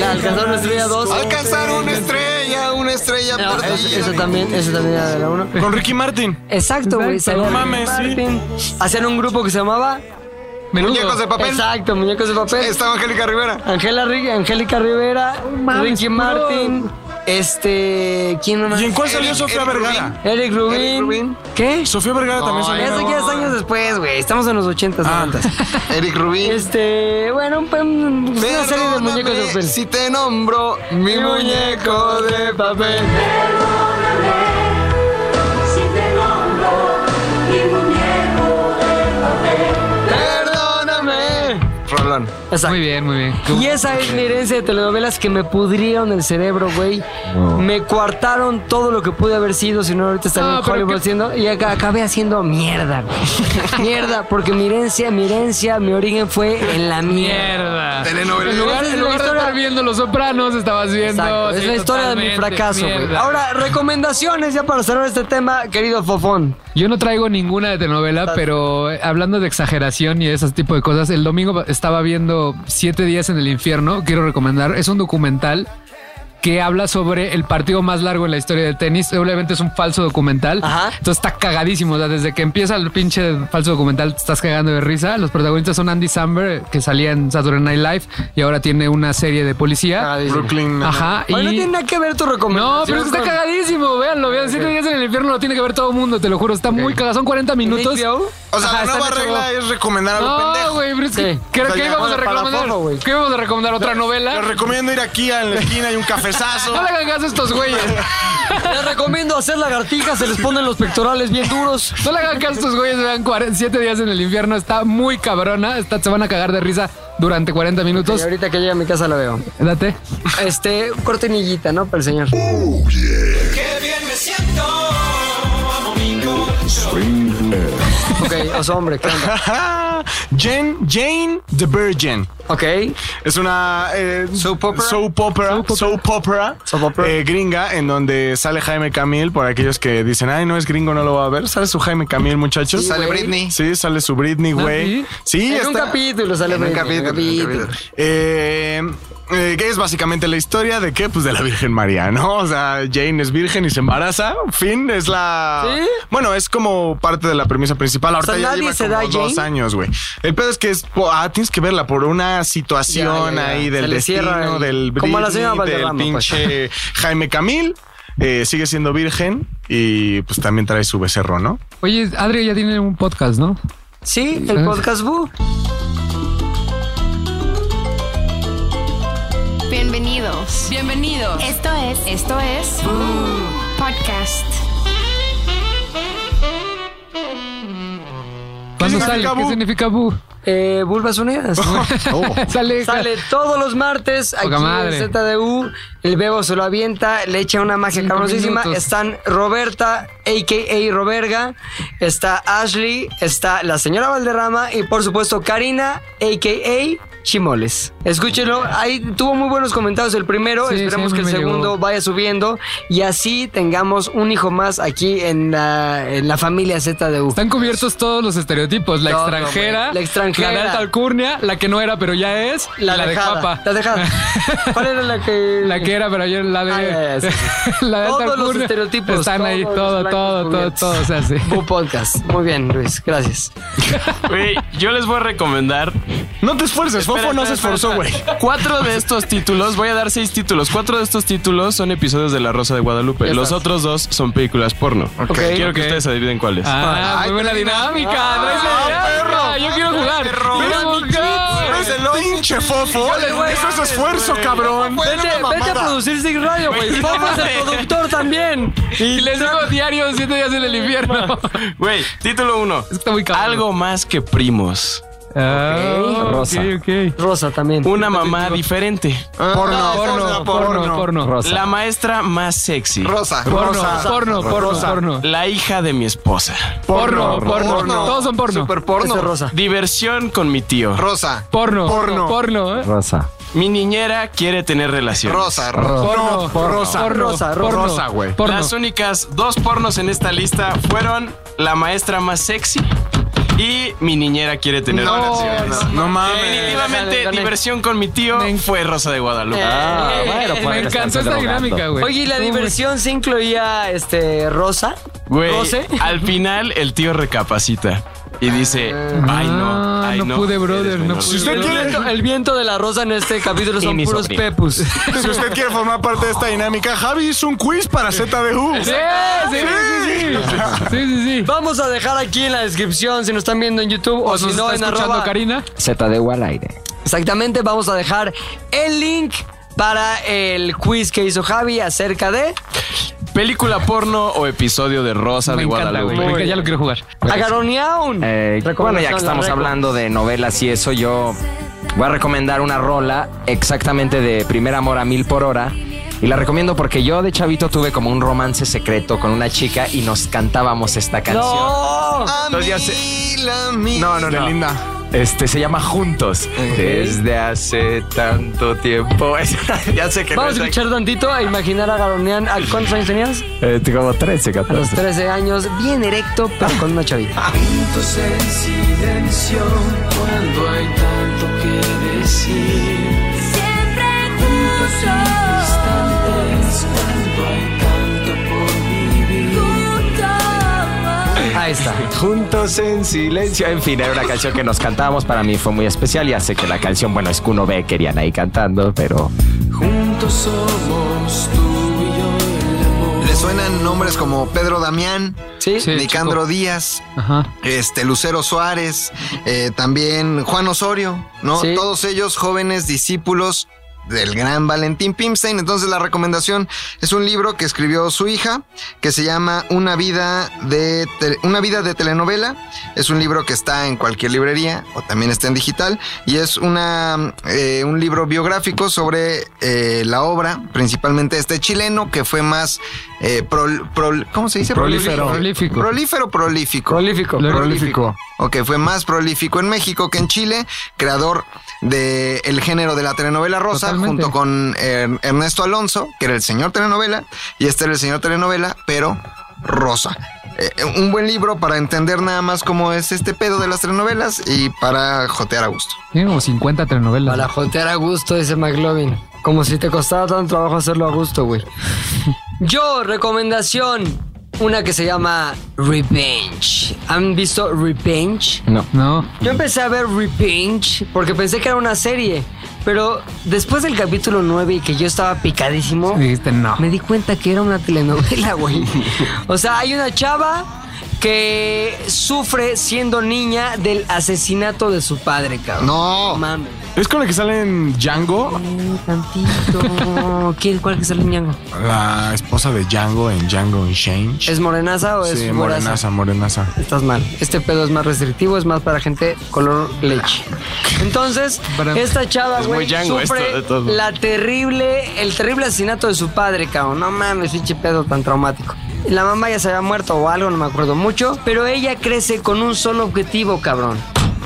A: La alcanzaron estrella 2.
B: Alcanzar una estrella, una estrella
A: No,
B: perdida.
A: eso, eso también, eso también era de la 1.
G: Con Ricky Martin.
A: Exacto, güey.
C: Exacto.
A: salía
G: No mames,
A: Martin. Hacían un grupo que se llamaba.
C: Menudo.
B: Muñecos de papel.
A: Exacto, muñecos de papel.
B: Estaba Angélica Rivera.
A: Angela Ri- Angélica Rivera,
C: mames,
A: Ricky
C: puro-
A: Martin, este, ¿quién más?
G: ¿Y en cuál salió
B: Eric-
G: Sofía
B: Eric
G: Vergara?
A: Eric Rubin.
B: Eric Rubin.
A: ¿Qué?
G: Sofía Vergara también salió.
A: Eso ya es años después, güey. Estamos en los 80s,
C: Ah.
A: 90s.
B: Eric Rubín.
A: Este, bueno, un- un- una serie de muñecos de
B: Perdóname
A: papel.
B: Si te nombro mi muñeco de papel.
H: Si te nombro mi muñeco de papel.
B: Perdóname.
F: perdón.
C: Muy bien, muy bien.
A: Y esa es mi herencia de telenovelas que me pudrieron el cerebro, güey. Me coartaron todo lo que pude haber sido, si no ahorita estaría
C: No,
A: en
C: pero
A: Hollywood
C: qué-
A: haciendo. Y acá- acabé haciendo mierda, güey. mierda, porque mi herencia, mi herencia, mi origen fue en la mierda.
C: En lugar, en lugar de estar viendo Los Sopranos, estabas viendo.
A: Exacto, es
C: sí,
A: la historia de mi
C: totalmente,
A: fracaso, güey.
C: mierda.
A: Ahora, recomendaciones ya para cerrar este tema, querido Fofón.
C: Yo no traigo ninguna de telenovela, pero eh, hablando de exageración y de ese tipo de cosas, el domingo estaba viendo Siete Días en el Infierno. Quiero recomendar, es un documental que habla sobre el partido más largo en la historia del tenis. Obviamente es un falso documental. Entonces está cagadísimo. O sea, desde que empieza el pinche falso documental, te estás cagando de risa. Los protagonistas son Andy Samberg, que salía en Saturday Night Live y ahora tiene una serie de
A: Ah,
C: policía.
G: Brooklyn.
C: Ajá.
A: Oye, no
C: y-
A: tiene nada que ver tu recomendación.
C: no, pero es que está
A: con-
C: cagadísimo, véanlo, vean, Siete días en el infierno lo tiene que ver todo el mundo, te lo juro, está muy cagado, son 40 minutos.
G: O sea,
C: Ajá,
G: la
C: está
G: nueva
C: en HBO.
G: regla es recomendar a lo
C: No,
G: pendejo.
C: güey, pero es que,
G: Sí.
C: ¿qué,
G: O sea,
C: qué
G: ya,
C: íbamos a
G: para la
C: recomendar?
G: foto, güey.
C: ¿Qué íbamos a recomendar? ¿Otra novela?
G: Les recomiendo ir aquí a la esquina, hay un cafezazo.
C: No le hagan caso a estos güeyes.
A: Les recomiendo hacer lagartijas, se les ponen los pectorales bien duros.
C: No le hagan caso a estos güeyes, vean 40 siete días en el infierno, está muy cabrona, está, se van a cagar de risa durante 40
A: Y
C: minutos.
A: ahorita que llegue a mi casa la veo.
C: Date.
A: Este, cortinillita, ¿no? Para el señor.
B: Uh.
L: Qué bien me siento. Domingo.
A: Ok, oso hombre, ¿qué onda?
G: Jane, Jane the Virgin.
A: Ok.
G: Es una eh, soap opera, soap opera, eh, gringa en donde sale Jaime Camil. Por aquellos que dicen, ay, no es gringo, no lo va a ver. Sale su Jaime Camil, muchachos.
B: Sí, Sale güey. Britney.
G: Sí, sale su Britney, güey. Sí,
A: en un
G: está-
A: capítulo sale
B: En un
A: Britney, en
B: capítulo, en un
G: Eh, eh, que es básicamente la historia de qué? Pues de la Virgen María, ¿no? O sea, Jane es virgen y se embaraza. Fin, es la. Bueno, es como parte de la premisa principal. Ahorita
A: O sea,
G: ya
A: nadie
G: lleva
A: se
G: como
A: da
G: dos
A: Jane.
G: años, güey. El pedo es que es. po- Ah, tienes que verla por una situación
A: Ya, ya, ya.
G: ahí del
A: Se le cierra
G: destino,
A: el-
G: del
A: como a la señora
G: Britney, del
A: Valderrama, pues.
G: pinche Jaime Camil. Eh, sigue siendo virgen y pues también trae su becerro, ¿no?
C: Oye, Adri ya tiene un podcast, ¿no?
A: Sí, el podcast Boo.
M: Bienvenidos. Bienvenidos. Esto es. Esto es. Podcast.
C: ¿Cuándo
A: significa
C: sale? ¿Qué
A: Bu?
C: significa Bu?
A: Eh, Bulbas Unidas.
G: Oh.
C: Sale.
A: Sale todos los martes aquí
C: Poca madre.
A: en ZDU. El Bebo se lo avienta, le echa una magia cabroncísima.
C: minutos.
A: Están Roberta, a.k.a. Roberga. Está Ashley, está la señora Valderrama y por supuesto Karina, a.k.a. Chimoles. Escúchenlo, ahí tuvo muy buenos comentarios el primero.
C: Sí,
A: Esperemos
C: sí, a
A: que
C: mí
A: el
C: me llegó.
A: segundo vaya subiendo y así tengamos un hijo más aquí en la, en la familia ZDU.
C: Están cubiertos todos los estereotipos. La
A: Todo,
C: extranjera,
A: güey. La extranjera.
C: la de alta alcurnia, la que no era pero ya es, y la, de
A: dejada,
C: papa.
A: La dejada. ¿Cuál era la que...?
C: La que era pero ayer la de...
A: Ah, ya, ya, sí,
C: la de alta
A: Todos los
C: alcurnia.
A: estereotipos.
C: Están ahí,
A: todos los
C: todo,
A: blancos cubiertos.
C: todo, todo, todo se hace.
A: Bu Podcast. Muy bien, Luis. Gracias.
F: Güey, yo les voy a recomendar.
G: No te esfuerces,
F: Espera,
G: Fofo no se
F: espera,
G: esforzó, güey.
F: espera. Cuatro de estos títulos, voy a dar seis títulos. Cuatro de estos títulos son episodios de La Rosa de Guadalupe.
A: Ya
F: Los
A: estás.
F: otros dos son películas porno. Quiero que ustedes adivinen cuáles.
C: Ah, muy buena dinámica. traes la dinámica. Ah, Yo quiero jugar. Quiero jugar.
G: Eres el pinche fofo. Eso es esfuerzo, cabrón.
A: Vete, vete a producir Sig Radio, güey. Vamos el productor también.
C: Y les digo diario siete días en el infierno.
F: Güey, título uno.
C: Está muy cabrón.
F: Algo más que primos.
C: Ah, ok,
F: Rosa.
C: ok.
A: Rosa también.
F: Una mamá diferente.
G: Porno,
C: Porno, porno, porno.
F: La maestra más sexy.
B: Rosa.
C: Porno,
B: Rosa.
C: porno, porno, porno.
F: La hija de mi esposa.
C: Porno, porno. Todos son porno.
B: Super porno.
A: Esa es Rosa.
F: Diversión con mi tío.
B: Rosa.
C: Porno,
G: Porno.
C: porno, porno, ¿eh?
D: Rosa.
F: Mi niñera quiere tener relaciones.
B: Rosa. Rosa.
C: porno,
G: Rosa.
C: porno,
A: Rosa,
C: porno,
G: Rosa, güey.
C: porno.
F: Las únicas dos pornos en esta lista fueron La maestra más sexy y Mi niñera quiere tener relaciones.
G: No mames.
F: Definitivamente,
A: Gané.
F: Diversión con mi tío fue Rosa de Guadalupe.
D: Ah,
C: Ah.
A: Eh,
C: Me encantó esta dinámica, güey.
A: Oye, ¿y la diversión se incluía este Rosa?
F: Güey,
A: ¿Rose?
F: al final el tío recapacita y dice, ay no,
C: Ah,
F: ay
C: no
F: no.
C: pude, brother,
F: eres
C: no
F: menor".
C: pude.
A: El viento, el viento de la rosa en este capítulo son
F: mi
A: puros
F: sobrino.
A: pepus.
G: Si usted quiere formar parte de esta dinámica, Javi hizo un quiz para ZDU.
C: Sí, ¡Eh, sí, sí, sí. Sí, sí, sí.
A: Vamos a dejar aquí en la descripción si nos están viendo en YouTube o,
C: ¿Nos
A: si no
C: está
A: en
C: escuchando
A: arroba.
C: Karina?
D: ZDU al aire.
A: Exactamente, vamos a dejar el link para el quiz que hizo Javi acerca de...
F: Película porno o episodio de Rosa
C: Me
F: de
C: encanta,
F: Guadalupe.
C: güey. Me encanta, Ya lo quiero jugar.
A: Agaroneaun.
D: Eh, bueno, ya
A: Recomendación,
D: que estamos
A: la reco.
D: hablando de novelas y eso, yo voy a recomendar una rola exactamente de Primer Amor a Mil por Hora. Y la recomiendo porque yo de chavito tuve como un romance secreto con una chica y nos cantábamos esta canción.
B: ¡No!
D: Entonces ya se- No, no, no.
G: linda.
D: Este se llama Juntos. Desde hace tanto tiempo. ya sé que no
A: Vamos
D: es
A: a escuchar tantito a imaginar a Garonian. ¿A cuántos años tenías?
D: Eh, como 13,
A: A
D: 14.
A: los 13 años, bien erecto, pero con una chavita.
L: Juntos en silencio cuando hay tanto que decir. Siempre juntos. Instantes cuando hay tanto por vivir. Juntos.
D: Ahí está. Juntos en silencio. En fin, era una canción que nos cantábamos. Para mí fue muy especial. Ya sé que la canción, bueno, es Kuno B, querían ahí cantando, pero.
B: Juntos somos tú y yo. Le suenan nombres como Pedro Damián,
A: Sí,
B: Nicandro Díaz, este Lucero Suárez, eh, también Juan Osorio, ¿no?
A: Sí.
B: Todos ellos jóvenes discípulos del gran Valentín Pimstein. Entonces la recomendación es un libro que escribió su hija que se llama Una vida de tele- una vida de telenovela. Es un libro que está en cualquier librería o también está en digital y es una eh, un libro biográfico sobre eh, la obra principalmente este chileno que fue más eh, prol- prol- ¿cómo se dice?
G: Prolífero.
B: Prolífico. Prolífero, prolífico.
A: Prolífico.
B: Prolífico. Ok, fue más prolífico en México que en Chile, creador del el género de la telenovela rosa,
C: Totalmente.
B: junto con eh, Ernesto Alonso, que era el señor telenovela, y este era el señor telenovela, pero rosa. Eh, un buen libro para entender nada más cómo es este pedo de las telenovelas y para jotear a gusto.
C: Tiene como 50 telenovelas.
A: Para jotear a gusto, dice McLovin. Como si te costara tanto trabajo hacerlo a gusto, güey. Yo, recomendación. Una que se llama Revenge. ¿Han visto Revenge?
D: No.
C: No.
A: Yo empecé a ver Revenge porque pensé que era una serie. Pero después del capítulo 9 y que yo estaba picadísimo,
C: Dijiste no.
A: me di cuenta que era una telenovela, güey. O sea, hay una chava que sufre siendo niña del asesinato de su padre, cabrón.
B: No.
A: Mames.
G: ¿Es con la que sale en Django?
A: Tantito. ¿Quién, ¿Cuál que sale en Ñango?
G: La esposa de Django en Django en Change.
A: ¿Es morenaza o es
G: Sí,
A: moraza?
G: morenaza, morenaza.
A: Estás mal. Este pedo es más restrictivo, es más para gente color leche. Entonces, esta chava,
F: Es muy
A: güey,
F: Django esto,
A: sufre
F: de todos modos.
A: la terrible, el terrible asesinato de su padre, cabrón. No mames, pinche pedo tan traumático. La mamá ya se había muerto o algo, no me acuerdo mucho. Pero ella crece con un solo objetivo, cabrón.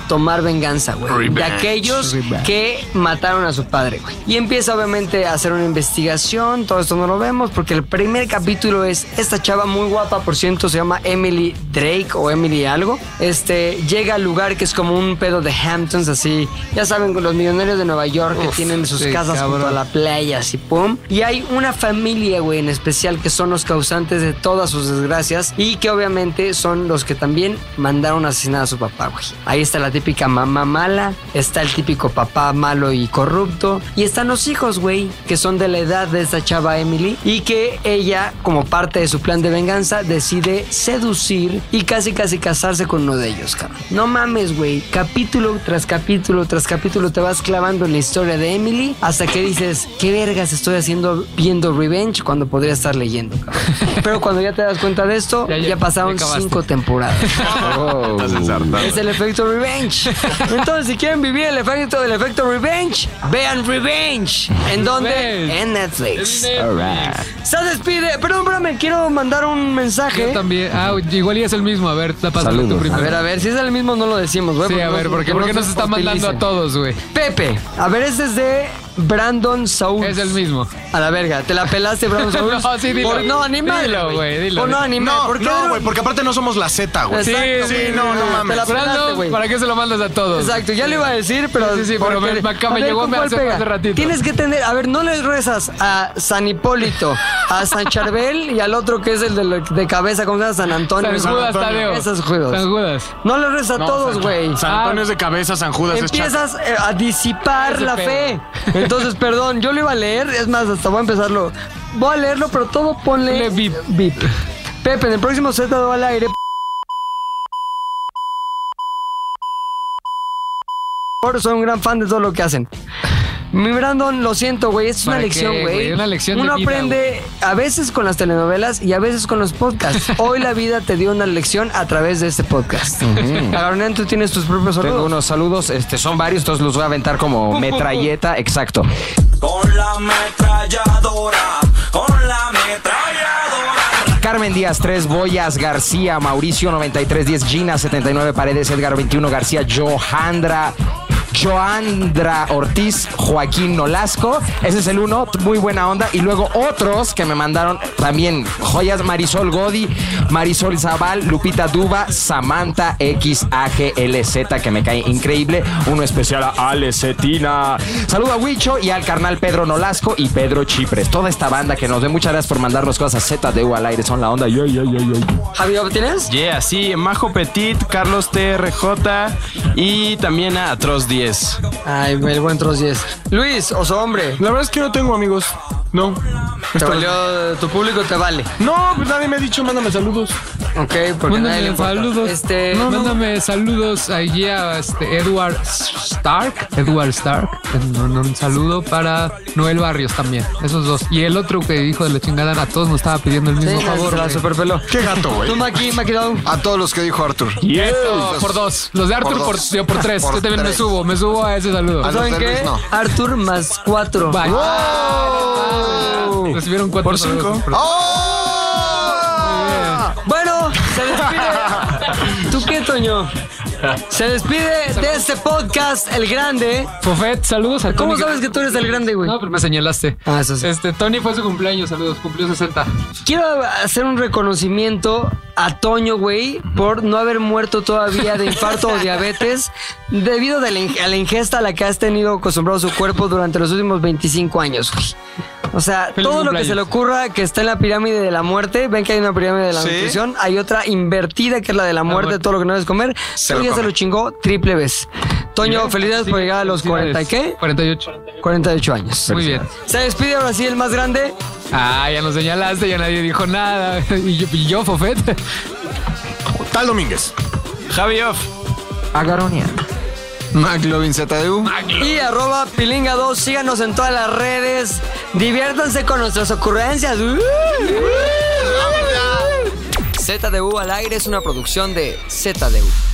A: Tomar venganza, güey. De
F: Revenge.
A: aquellos
F: Revenge.
A: que mataron a su padre, güey. Y empieza obviamente a hacer una investigación. Todo esto no lo vemos porque el primer capítulo es esta chava muy guapa, por cierto, se llama Emily Drake o Emily algo. Este llega al lugar que es como un pedo de Hamptons, así. Ya saben, con los millonarios de Nueva York que
C: Uf,
A: tienen sus
C: sí,
A: casas junto a
C: cabrón.
A: la playa, así pum. Y hay una familia, güey, en especial que son los causantes de todas sus desgracias y que obviamente son los que también mandaron a asesinar a su papá, güey. Ahí está la típica mamá mala, está el típico papá malo y corrupto y están los hijos, güey, que son de la edad de esta chava Emily y que ella, como parte de su plan de venganza, decide seducir y casi casi casarse con uno de ellos, cabrón. No mames, güey. Capítulo tras capítulo tras capítulo te vas clavando en la historia de Emily hasta que dices, ¿qué vergas estoy haciendo viendo Revenge cuando podría estar leyendo, cabrón? Pero cuando ya te das cuenta de esto, ya, pasaron
C: ya acabaste.
A: cinco temporadas.
F: Estás ensartado.
A: Es el efecto Revenge. Entonces, si quieren vivir el efecto del efecto Revenge, vean Revenge. ¿En dónde? En Netflix. Se despide. Perdón, me quiero mandar un mensaje.
C: Yo también. Ah, igual y es el mismo. A ver, la pasas tú primero.
A: A ver, a ver, si es el mismo no lo decimos, güey.
C: Sí, a ver, porque, porque nos está mandando a todos, güey.
A: Pepe, a ver, este es de Brandon Saúl.
C: Es el mismo.
A: A la verga, te la pelaste, Brandon Saúl.
C: No, sí, dilo.
A: Por- no, animal.
C: Dilo, güey, dilo.
A: no, animal.
G: No,
A: ¿Por qué
G: no,
A: no?
G: güey, porque aparte no somos la Z, güey.
A: Exacto,
G: sí,
A: güey, Ah,
G: no, no mames.
A: Te la pelaste,
C: Brandon,
A: güey.
C: ¿para qué se lo mandas a todos?
A: Exacto, ya le iba a decir, pero.
C: Sí, sí, pero
A: porque-
C: me- me acaba-
A: A ver,
C: llegó
A: ¿con
C: me
A: cuál
C: hace-
A: pega?
C: hace ratito.
A: Tienes que tener. A ver, no le rezas a San Hipólito, a San Charbel y al otro que es el de, la- de cabeza, ¿cómo se llama? San Antonio.
C: San Judas, Tadeo.
A: Esos juegos.
C: San Judas. Ah,
A: No le rezas a
G: No,
A: todos,
G: San-
A: güey.
G: San Antonio es de cabeza, San Judas es chato.
A: Empiezas eh, a disipar
C: Ese
A: la
C: pedo.
A: fe. Entonces, perdón, yo lo iba a leer, es más, hasta voy a empezarlo. Voy a leerlo, pero todo ponle.
C: Ponle bip.
A: bip. Pepe, en el próximo Z do al aire. Por- Soy un gran fan de todo lo que hacen. Mi Brandon, lo siento, güey. Es una
C: ¿Para
A: lección,
C: qué,
A: güey.
C: güey? Una lección de
A: Uno
C: vida,
A: aprende a veces con las telenovelas y a veces con los podcasts. Hoy la vida te dio una lección a través de este podcast. Agarronen, tú tienes tus propios saludos.
D: Tengo unos saludos, este, son varios, entonces los voy a aventar como
A: pum, pum.
D: metralleta, exacto.
N: Con la ametralladora, con la ametralladora.
D: Carmen Díaz 3, Boyas García, Mauricio 9310, Gina 79 Paredes, Edgar 21 García, Johandra. Joandra Ortiz, Joaquín Nolasco, ese es el uno, muy buena onda. Y luego otros que me mandaron también joyas, Marisol Godi, Marisol Zaval, Lupita Duba, Samantha XAGLZ, que me cae increíble. Uno especial a Ale Cetina. Saludo a Huicho y al carnal Pedro Nolasco y Pedro Chipres. Toda esta banda que nos ve, muchas gracias por mandarnos cosas ZDU al aire, son la onda. Yo, yo, yo, yo.
A: Javi, ¿tienes?
F: Yeah, sí, Majo Petit, Carlos TRJ y también a Atroz 10.
A: Ay, el buen Tros 10. Luis, oso hombre.
G: La verdad es que no tengo amigos. No.
A: Te valió, tu público te vale.
G: No, pues nadie me ha dicho, mándame saludos.
A: Ok, porque nadie le
C: Mándame
A: importa.
C: saludos.
A: Este,
C: No, no. Mándame saludos allí a este Edward Stark. Edward Stark. Un, un- un saludo para Noel Barrios también. Esos dos. Y el otro que dijo de la chingada a todos nos estaba pidiendo el mismo
A: Sí,
C: favor.
A: la
C: güey.
A: superpeló.
G: Qué gato, güey.
A: Tú, Maki, Maki Down.
B: A todos los que dijo Arthur.
C: Y eso, por dos. Los de Arthur
B: Por
C: por,
B: dos.
C: yo por tres.
B: Por
C: yo también
B: tres.
C: me subo, me subo a ese saludo.
B: A los
A: ¿Saben
B: de Luis
A: qué?
B: no.
A: Arthur más cuatro.
C: Bye. Recibieron cuatro
G: Por cinco.
C: saludos.
B: Ah. ¡Oh!
A: Bueno, se despide. ¿Tú qué, Toño? Se despide de este podcast El Grande.
C: Fofet, saludos a
A: ¿Cómo
C: Tony.
A: sabes que tú eres el grande, güey?
C: No, pero me señalaste.
A: Ah, eso sí.
C: Este, Tony fue su cumpleaños, saludos, cumplió 60.
A: Quiero hacer un reconocimiento a Toño, güey, por no haber muerto todavía de infarto o diabetes debido de la in- a la ingesta a la que has tenido acostumbrado su cuerpo durante los últimos 25 años, güey. O sea,
C: Feliz
A: todo lo que
C: cumpleaños.
A: se le ocurra que está en la pirámide de la muerte, ven que hay una pirámide de la nutrición, hay otra invertida que es la de la muerte,
C: muerte.
A: todo lo que no debes comer,
B: lo
A: Toño ya se
B: come.
A: lo chingó triple vez. Toño, felicidades por llegar a los 40 y qué?
C: 48.
A: 48 años.
C: Muy bien.
A: Se despide ahora sí el más grande.
C: Ah, ya nos señalaste, ya nadie dijo nada. Y yo, y yo, Fofet.
G: Tal Domínguez.
F: Javi Off.
D: Agaronia.
B: McLovin ZDU.
A: y arroba pilinga2. Síganos en todas las redes. Diviértanse con nuestras ocurrencias. ¡Uh! ZDU al aire es una producción de ZDU.